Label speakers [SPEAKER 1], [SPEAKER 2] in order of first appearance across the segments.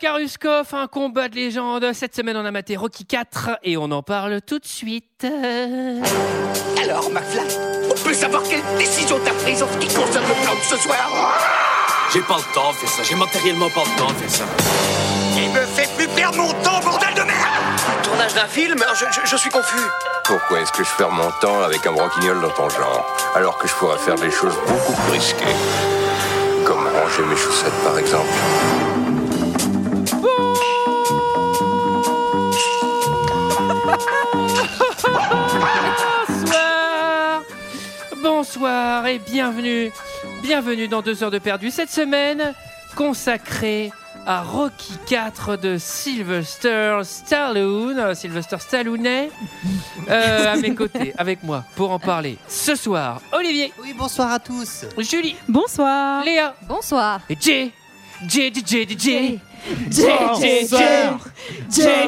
[SPEAKER 1] Karuskov, un combat de légende. Cette semaine, on a maté Rocky 4 et on en parle tout de suite. Euh,
[SPEAKER 2] Alors, McFly, on peut savoir quelle décision t'as prise en ce qui concerne le plan de ce soir
[SPEAKER 3] J'ai pas le temps de faire ça, j'ai matériellement pas le temps de faire ça.
[SPEAKER 2] Il me fait plus perdre mon temps, bordel de merde
[SPEAKER 4] Tournage d'un film je, je- je suis confus.
[SPEAKER 5] Pourquoi est-ce que je perds mon temps avec un broquignol dans ton genre Alors que je pourrais faire des choses beaucoup plus risquées. Comme ranger mes chaussettes par exemple.
[SPEAKER 1] Bonsoir Bonsoir et bienvenue Bienvenue dans 2 heures de perdu. Cette semaine, consacrée à Rocky 4 de Sylvester Stallone. euh, Sylvester Stallone est, euh, à mes côtés, avec moi, pour en parler. Ce soir, Olivier,
[SPEAKER 6] Oui, bonsoir à tous.
[SPEAKER 1] Julie,
[SPEAKER 7] Bonsoir.
[SPEAKER 1] Léa
[SPEAKER 8] Bonsoir.
[SPEAKER 1] et Jay. Jay, Jay, Jay, Jay.
[SPEAKER 7] Bonsoir.
[SPEAKER 1] Jay,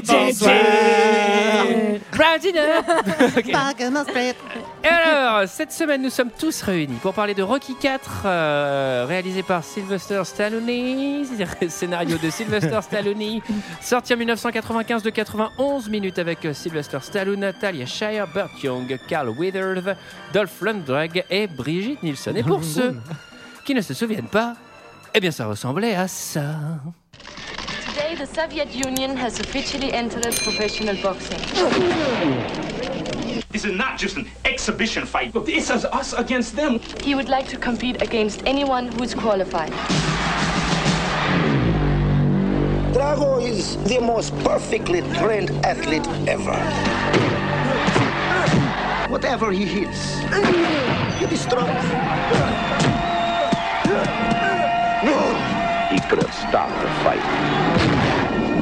[SPEAKER 1] Jay, Jay. Round it up. Ok.
[SPEAKER 6] Pargamon Street.
[SPEAKER 1] Euh, Et alors, cette semaine, nous sommes tous réunis pour parler de Rocky 4, réalisé par Sylvester Stallone, scénario de Sylvester Stallone, sorti en 1995 de 91 minutes avec euh, Sylvester Stallone, Talia Shire, Burt Young, Carl Withers, Dolph Lundgren et Brigitte Nielsen. Et pour ceux qui ne se souviennent pas, eh bien, ça ressemblait à ça.
[SPEAKER 9] Today, the Soviet Union has officially entered professional boxing.
[SPEAKER 10] This is not just an exhibition fight. This is us against them.
[SPEAKER 9] He would like to compete against anyone who is qualified.
[SPEAKER 2] Drago is the most perfectly trained athlete ever. Whatever he hits, he destroys. He could have stopped the fight.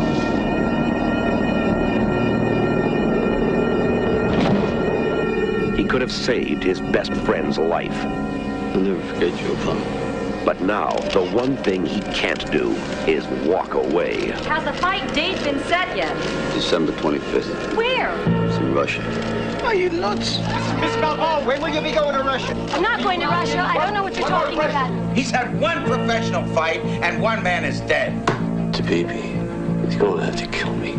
[SPEAKER 2] He could have saved his best friend's life. I'll never forget you, But now, the one thing he can't do is walk away.
[SPEAKER 8] Has the fight date been set yet?
[SPEAKER 2] December 25th.
[SPEAKER 8] Where?
[SPEAKER 2] It's in Russia. Are you nuts? Miss Balboa, when will you be going to Russia?
[SPEAKER 8] I'm not going to Russia. I don't know what you're talking about.
[SPEAKER 4] He's had one professional fight and one man is dead.
[SPEAKER 5] To baby, it's gonna have to kill me.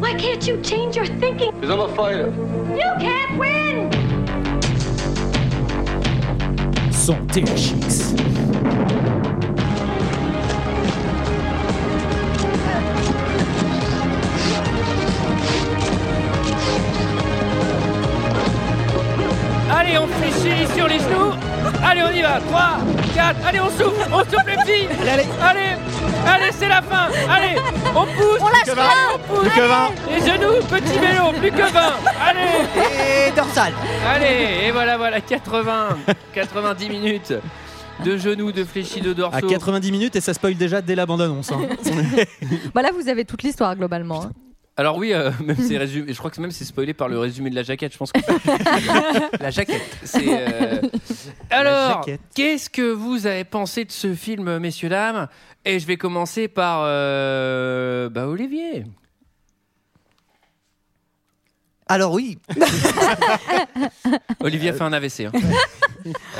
[SPEAKER 8] Why can't you change your thinking? Because I'm a fighter. You can't win!
[SPEAKER 3] Son THX.
[SPEAKER 1] Allez, on fléchit sur les genoux. Allez, on y va. 3, 4. Allez, on souffle. On souffle les filles. Allez, allez, c'est la fin. Allez, on pousse. On lâche Allez, on pousse. Les genoux, petit vélo, plus que 20. Allez,
[SPEAKER 6] Et dorsal.
[SPEAKER 1] allez. Et voilà, voilà, 80, 90 minutes de genoux, de fléchis, de dorsaux.
[SPEAKER 11] À 90 minutes et ça spoil déjà dès la bande-annonce. hein.
[SPEAKER 8] Bah là, vous avez toute l'histoire globalement. hein.
[SPEAKER 1] Alors oui, euh, même c'est résumé. Je crois que même c'est spoilé par le résumé de la jaquette. Je pense que
[SPEAKER 6] La jaquette.
[SPEAKER 1] c'est. euh, Alors,
[SPEAKER 11] jaquette.
[SPEAKER 1] qu'est-ce que vous avez pensé de ce film, messieurs dames Et je vais commencer par euh, bah, Olivier.
[SPEAKER 6] Alors oui.
[SPEAKER 1] Olivier a fait un AVC. hein.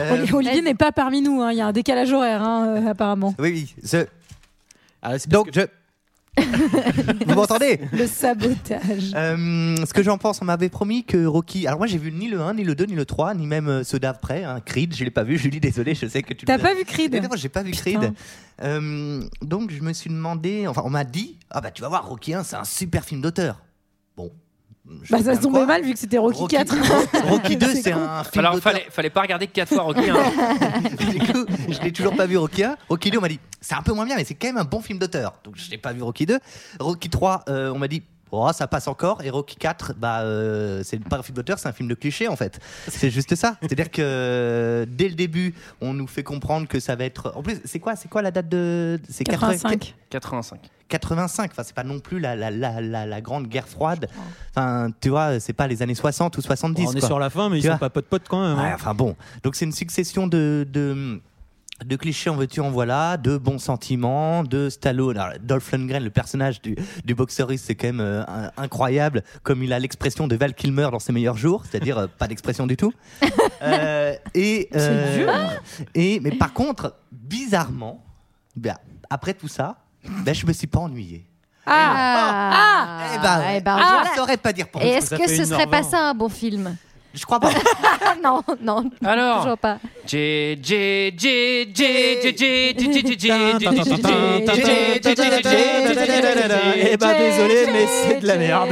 [SPEAKER 6] euh,
[SPEAKER 7] Oli- Olivier n'est pas parmi nous, hein, il y a un décalage horaire hein, euh, apparemment.
[SPEAKER 6] oui, oui. je-
[SPEAKER 11] Ah, c'est parce
[SPEAKER 6] Donc je. Vous m'entendez
[SPEAKER 7] Le sabotage.
[SPEAKER 6] Euh, ce que j'en pense, on m'avait promis que Rocky. Alors, moi, j'ai vu ni le 1, ni le 2, ni le 3, ni même euh, ceux d'après. hein. Creed, je l'ai pas vu. Julie, désolé, je sais que tu
[SPEAKER 7] T'as
[SPEAKER 6] le-
[SPEAKER 7] pas vu Creed
[SPEAKER 6] Mais non, j'ai pas vu
[SPEAKER 7] Putain.
[SPEAKER 6] Creed. Euh, donc, je me suis demandé. Enfin, on m'a dit Ah, bah, tu vas voir, Rocky 1, c'est un super film d'auteur. Bon. Je
[SPEAKER 7] Bah
[SPEAKER 6] veux bien
[SPEAKER 7] ça
[SPEAKER 6] le
[SPEAKER 7] se tombait
[SPEAKER 6] croire.
[SPEAKER 7] mal vu que c'était Rocky, 4.
[SPEAKER 6] Rocky 2, c'est
[SPEAKER 7] con.
[SPEAKER 6] un film.
[SPEAKER 1] Alors
[SPEAKER 6] d'auteur.
[SPEAKER 1] fallait fallait pas regarder que quatre fois Rocky. hein.
[SPEAKER 6] Du coup, je l'ai toujours pas vu Rocky 1. Rocky 2, on m'a dit, c'est un peu moins bien, mais c'est quand même un bon film d'auteur. Donc je l'ai pas vu Rocky 2. Rocky 3, euh, on m'a dit. Oh, ça passe encore et Rocky 4 bah euh, c'est pas un film d'auteur c'est un film de cliché en fait c'est juste ça c'est à dire que euh, dès le début on nous fait comprendre que ça va être en plus c'est quoi c'est quoi la date de c'est
[SPEAKER 7] 85.
[SPEAKER 1] 85.
[SPEAKER 6] 85, enfin c'est pas non plus la, la, la, la, la grande guerre froide. Enfin tu vois, c'est pas les années 60 ou 70
[SPEAKER 11] on est
[SPEAKER 6] quoi.
[SPEAKER 11] sur la fin, mais ils
[SPEAKER 6] Tu
[SPEAKER 11] sont
[SPEAKER 6] vois.
[SPEAKER 11] pas potes-potes quand même. hein.
[SPEAKER 6] Ouais, enfin bon, donc c'est une succession de, de, de clichés en veux-tu en voilà, de bons sentiments, de Stallone. Alors, Dolph Lundgren, le personnage du, du boxeuriste, c'est quand même euh, un- incroyable, comme il a l'expression de Val Kilmer dans ses meilleurs jours, c'est-à-dire euh, pas d'expression du tout. Euh, et, euh, et mais par contre, bizarrement, ben, après tout ça, Ben, je me suis pas ennuyé.
[SPEAKER 12] Ah,
[SPEAKER 6] Eh ben, ouais.
[SPEAKER 12] Eh ben,
[SPEAKER 6] je
[SPEAKER 12] voilà.
[SPEAKER 6] ne saurais pas dire pourquoi.
[SPEAKER 12] Et est-ce que ce serait pas ça un bon film
[SPEAKER 6] Je crois pas.
[SPEAKER 7] Ah,
[SPEAKER 12] non, non,
[SPEAKER 1] Alors.
[SPEAKER 12] toujours pas.
[SPEAKER 1] J J J J J J J J J
[SPEAKER 11] Eh ben désolé, mais c'est de la merde.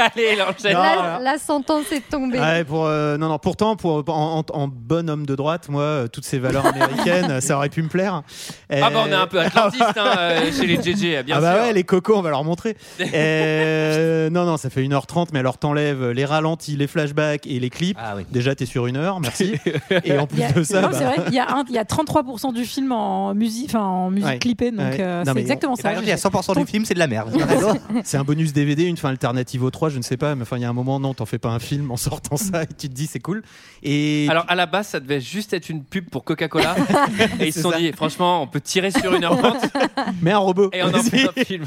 [SPEAKER 11] Ah,
[SPEAKER 1] Allez, l'enchaîne.
[SPEAKER 12] Là, la sentence est tombée.
[SPEAKER 11] Ouais, pour, euh, non, non, pourtant, pour, en, en- en bon homme de droite, moi, euh, toutes ces valeurs américaines, ça aurait pu me plaire. hein.
[SPEAKER 1] Ah bah on est un peu atlantiste hein, euh, chez les JJ, bien
[SPEAKER 11] ah bah
[SPEAKER 1] sûr.
[SPEAKER 11] ouais, les cocos, on va leur montrer. Euh, non, non, ça fait 1h30, mais alors t'enlèves les ralentis, les flashbacks et les clips.
[SPEAKER 12] Ah
[SPEAKER 11] Déjà, t'es sur une heure, merci. et en plus
[SPEAKER 7] Il y a-
[SPEAKER 11] de ça.
[SPEAKER 7] non,
[SPEAKER 11] bah-
[SPEAKER 7] c'est vrai, il y, a un- il y a 33% du film en musique, enfin en musique
[SPEAKER 11] Ouais.
[SPEAKER 7] clippée, donc
[SPEAKER 11] Ouais.
[SPEAKER 7] euh,
[SPEAKER 11] Non,
[SPEAKER 7] c'est
[SPEAKER 11] mais-
[SPEAKER 7] exactement ça.
[SPEAKER 6] Il y a 100% du film, c'est de la merde.
[SPEAKER 11] C'est un bonus DVD, une fin alternative au 3, je ne sais pas, mais enfin, il y a un moment, non, t'en fais pas un film en sortant ça et tu te dis, c'est cool. Et
[SPEAKER 1] Alors à la base, ça devait juste être une pub pour Coca-Cola. et ils se
[SPEAKER 11] C'est
[SPEAKER 1] sont
[SPEAKER 11] ça.
[SPEAKER 1] dit, franchement, on peut tirer sur une heure vente.
[SPEAKER 11] Mais un robot.
[SPEAKER 1] Et on en fait un
[SPEAKER 11] film.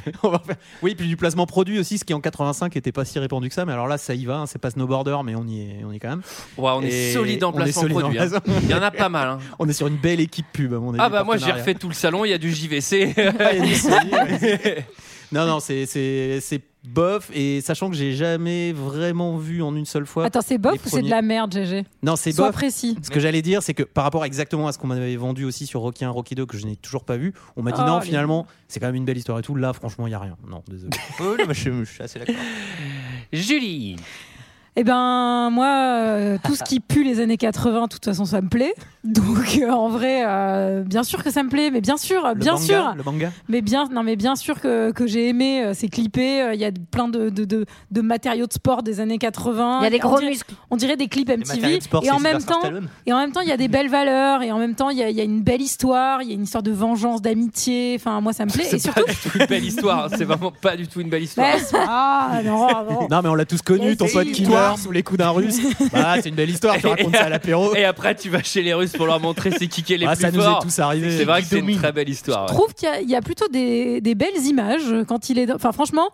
[SPEAKER 11] Oui, puis du placement produit aussi, ce qui en 85 n'était pas si répandu que ça. Mais alors là, ça y va. hein, c'est pas snowboarder, mais on y est, on y est quand même.
[SPEAKER 1] Ouais, on est
[SPEAKER 11] Et
[SPEAKER 1] solide en
[SPEAKER 11] on est
[SPEAKER 1] placement
[SPEAKER 11] solide en
[SPEAKER 1] produit. hein.
[SPEAKER 11] placement.
[SPEAKER 1] Il y en a pas mal. hein.
[SPEAKER 11] On est sur une belle équipe pub. à mon avis,
[SPEAKER 1] Ah bah moi j'ai
[SPEAKER 11] partenariat.
[SPEAKER 1] refait tout le salon, il y a du JVC.
[SPEAKER 11] Ah, il y a du Sony, ouais. non, non, c'est c'est c'est bof. Et sachant que j'ai jamais vraiment vu en une seule fois.
[SPEAKER 7] Attends, c'est
[SPEAKER 11] les
[SPEAKER 7] bof ou c'est
[SPEAKER 11] premiers-
[SPEAKER 7] de la merde, GG
[SPEAKER 11] Non, c'est
[SPEAKER 7] Sois
[SPEAKER 11] bof.
[SPEAKER 7] précis.
[SPEAKER 11] Ce que j'allais dire, c'est que par rapport exactement à ce qu'on m'avait vendu aussi sur Rocky 1, Rocky 2, que je n'ai toujours pas vu, on m'a dit
[SPEAKER 7] Oh,
[SPEAKER 11] non,
[SPEAKER 7] les-
[SPEAKER 11] finalement, c'est quand même une belle histoire et tout. Là, franchement, il n'y a rien. Non, désolé.
[SPEAKER 6] je, suis- je suis assez d'accord.
[SPEAKER 1] Julie.
[SPEAKER 7] Eh ben, moi, euh, tout ce qui pue les années 80, de toute façon, ça me plaît. Donc, euh, en vrai, euh, bien sûr que ça me plaît, mais bien sûr,
[SPEAKER 11] Le
[SPEAKER 7] bien
[SPEAKER 11] manga,
[SPEAKER 7] sûr.
[SPEAKER 11] Le manga
[SPEAKER 7] Mais bien, non, mais bien sûr que, que j'ai aimé, euh, c'est clippé, euh, il y a de- plein de, de, de, de matériaux de sport des années 80.
[SPEAKER 12] Il y a des
[SPEAKER 7] On
[SPEAKER 12] gros
[SPEAKER 7] dirait-
[SPEAKER 12] muscles.
[SPEAKER 7] On dirait des clips
[SPEAKER 6] matériaux
[SPEAKER 7] MTV.
[SPEAKER 6] de sport,
[SPEAKER 7] et, en
[SPEAKER 6] c'est
[SPEAKER 7] même
[SPEAKER 6] Sylvester
[SPEAKER 7] temps,
[SPEAKER 6] Stallone.
[SPEAKER 7] et en même temps, il y a des belles valeurs, et en même temps, il y a, il y a une belle histoire, il y a une histoire de vengeance, d'amitié. Enfin, moi, ça me plaît. Et
[SPEAKER 1] C'est
[SPEAKER 7] surtout.
[SPEAKER 1] pas du tout une belle histoire. hein. C'est vraiment pas du tout une belle histoire.
[SPEAKER 7] Ouais, c'est- ah, non,
[SPEAKER 1] Oh.
[SPEAKER 7] non.
[SPEAKER 11] Non, mais on l'a tous connu, ton pote qui meurt sous les coups d'un russe. Bah, c'est une belle histoire, tu racontes ça à l'apéro.
[SPEAKER 1] Et après, tu vas chez les Russes pour leur montrer c'est qui qui est les
[SPEAKER 11] Ah,
[SPEAKER 1] plus
[SPEAKER 11] ça nous
[SPEAKER 1] forts.
[SPEAKER 11] est tous arrivé.
[SPEAKER 1] C'est vrai
[SPEAKER 11] Qui
[SPEAKER 1] que c'est une
[SPEAKER 11] domine.
[SPEAKER 1] très belle histoire.
[SPEAKER 7] Je
[SPEAKER 1] ouais.
[SPEAKER 7] trouve qu'il y a- il y, a plutôt des, des belles images euh, quand il est. dans- Enfin, franchement.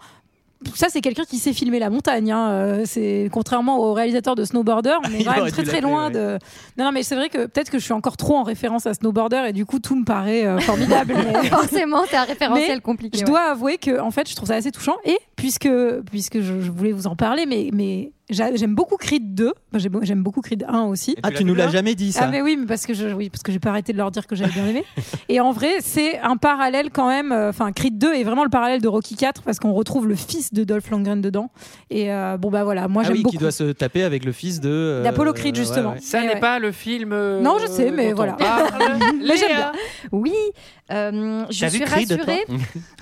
[SPEAKER 7] Ça, c'est quelqu'un qui sait filmer la montagne. hein. Euh, C'est contrairement au réalisateur de Snowboarder, on est
[SPEAKER 11] Il
[SPEAKER 7] quand même
[SPEAKER 11] aurait
[SPEAKER 7] très
[SPEAKER 11] dû
[SPEAKER 7] très
[SPEAKER 11] l'appeler,
[SPEAKER 7] loin
[SPEAKER 11] ouais.
[SPEAKER 7] de. Non, non, mais c'est vrai que peut-être que je suis encore trop en référence à Snowboarder et du coup tout me paraît euh, formidable. mais-
[SPEAKER 12] Forcément, c'est un référentiel
[SPEAKER 7] Mais
[SPEAKER 12] compliqué.
[SPEAKER 7] je
[SPEAKER 12] ouais.
[SPEAKER 7] dois avouer que en fait je trouve ça assez touchant et puisque puisque je, je voulais vous en parler mais mais j'a- j'aime beaucoup Creed 2 Enfin, j'ai beau- j'aime beaucoup Creed 1 aussi
[SPEAKER 11] Ah, tu nous l'as jamais dit ça.
[SPEAKER 7] ah mais oui mais parce que je oui parce que j'ai pas arrêté de leur dire que j'avais bien aimé et en vrai c'est un parallèle quand même euh, enfin Creed 2 est vraiment le parallèle de Rocky 4 parce qu'on retrouve le fils de Dolph Lundgren dedans et euh, bon bah voilà moi
[SPEAKER 11] Ah oui,
[SPEAKER 7] j'aime
[SPEAKER 11] qui
[SPEAKER 7] beaucoup
[SPEAKER 11] doit se taper avec le fils de. euh,
[SPEAKER 7] D'Apollo Creed,
[SPEAKER 11] ouais,
[SPEAKER 7] justement.
[SPEAKER 11] ouais.
[SPEAKER 1] Ça
[SPEAKER 7] Eh
[SPEAKER 1] n'est
[SPEAKER 7] ouais.
[SPEAKER 1] pas le film. euh,
[SPEAKER 7] Non, je sais, mais
[SPEAKER 1] dont on
[SPEAKER 7] voilà.
[SPEAKER 1] parle.
[SPEAKER 7] mais j'aime bien.
[SPEAKER 12] Oui, euh, je
[SPEAKER 6] T'as vu
[SPEAKER 12] suis
[SPEAKER 6] Creed,
[SPEAKER 12] rassurée.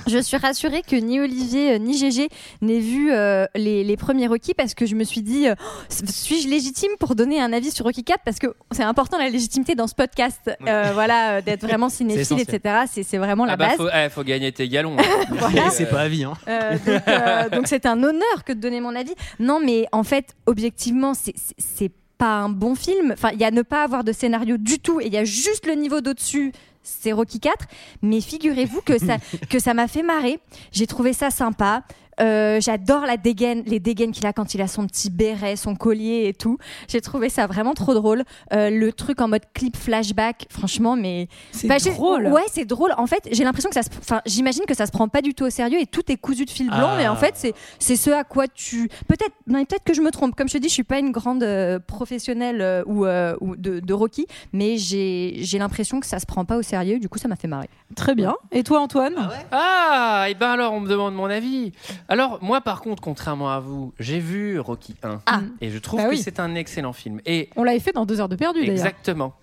[SPEAKER 12] je suis rassurée que ni Olivier euh, ni Gégé n'aient vu euh, les, les premiers Rocky parce que je me suis dit euh, Oh, suis-je légitime pour donner un avis sur Rocky 4 parce que c'est important la légitimité dans ce podcast. Euh, voilà, euh, d'être vraiment cinéphile,
[SPEAKER 11] essentiel.
[SPEAKER 12] etc. C'est c'est vraiment la
[SPEAKER 1] Ah bah,
[SPEAKER 12] base.
[SPEAKER 1] faut, eh, faut gagner tes galons. hein.
[SPEAKER 11] Et c'est pas à vie, hein.
[SPEAKER 12] Euh, donc, euh, donc c'est un honneur que de donner mon avis. Non, mais en fait, objectivement, c'est- c'est c'est pas un bon film. Enfin, il y a ne pas avoir de scénario du tout et il y a juste le niveau d'au-dessus. C'est Rocky 4, mais figurez-vous que ça que ça m'a fait marrer. J'ai trouvé ça sympa. Euh, J'adore la dégaine, les dégaines qu'il a quand il a son petit béret, son collier et tout. J'ai trouvé ça vraiment trop drôle. Euh, le truc en mode clip flashback, franchement, mais
[SPEAKER 7] C'est
[SPEAKER 12] Bah, j'ai-
[SPEAKER 7] drôle.
[SPEAKER 12] Ouais, c'est drôle. En fait, j'ai l'impression que ça se. Enfin, j'imagine que ça se prend pas du tout au sérieux et tout est cousu de fil blanc.
[SPEAKER 11] Ah.
[SPEAKER 12] Mais en fait, c'est c'est ce à quoi tu. Peut-être. Non, mais peut-être que je me trompe. Comme je te dis, je suis pas une grande euh, professionnelle euh, ou, euh, ou de, de Rocky, mais j'ai j'ai l'impression que ça se prend pas au sérieux. Du coup, ça m'a fait marrer.
[SPEAKER 7] Très bien. Et toi, Antoine
[SPEAKER 1] Ah, et ben alors, on me demande mon avis. Alors, moi, par contre, contrairement à vous, j'ai vu Rocky 1.
[SPEAKER 12] Ah.
[SPEAKER 1] Et je trouve
[SPEAKER 7] Bah
[SPEAKER 1] que
[SPEAKER 7] oui.
[SPEAKER 1] c'est un excellent film. Et
[SPEAKER 7] On l'avait fait dans deux heures de perdu, d'ailleurs.
[SPEAKER 1] Exactement.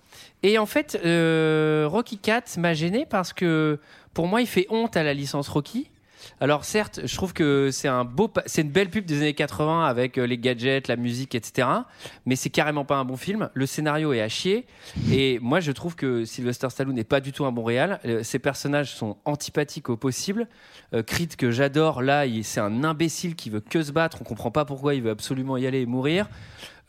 [SPEAKER 1] Et en fait, euh, Rocky 4 m'a gêné parce que pour moi, il fait honte à la licence Rocky. Alors certes, je trouve que c'est un beau, pa- c'est une belle pub des années 80 avec euh, les gadgets, la musique, etc. Mais c'est carrément pas un bon film. Le scénario est à chier. Et moi, je trouve que Sylvester Stallone n'est pas du tout un bon réal. Euh, Ses personnages sont antipathiques au possible. Euh, Creed que j'adore, là, il- c'est un imbécile qui veut que se battre. On comprend pas pourquoi il veut absolument y aller et mourir.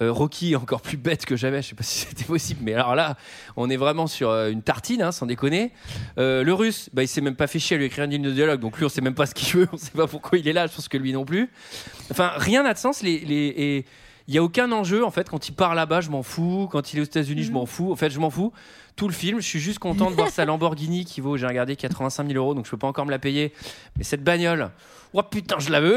[SPEAKER 1] Euh, Rocky est encore plus bête que jamais, je sais pas si c'était possible, mais alors là, on est vraiment sur euh, une tartine, hein, sans déconner. Euh, le russe, bah, il s'est même pas fait chier à lui écrire une ligne de dialogue, donc lui on sait même pas ce qu'il veut, on sait pas pourquoi il est là, je pense que lui non plus. Enfin, rien n'a de sens, les, les, et il y a aucun enjeu en fait, quand il part là-bas, je m'en fous, quand il est aux États-Unis, je m'en fous, en fait, je m'en fous. tout le film. Je suis juste content de voir sa Lamborghini qui vaut, j'ai regardé, 85 000 euros, donc je peux pas encore me la payer. Mais cette bagnole, oh putain, je la veux.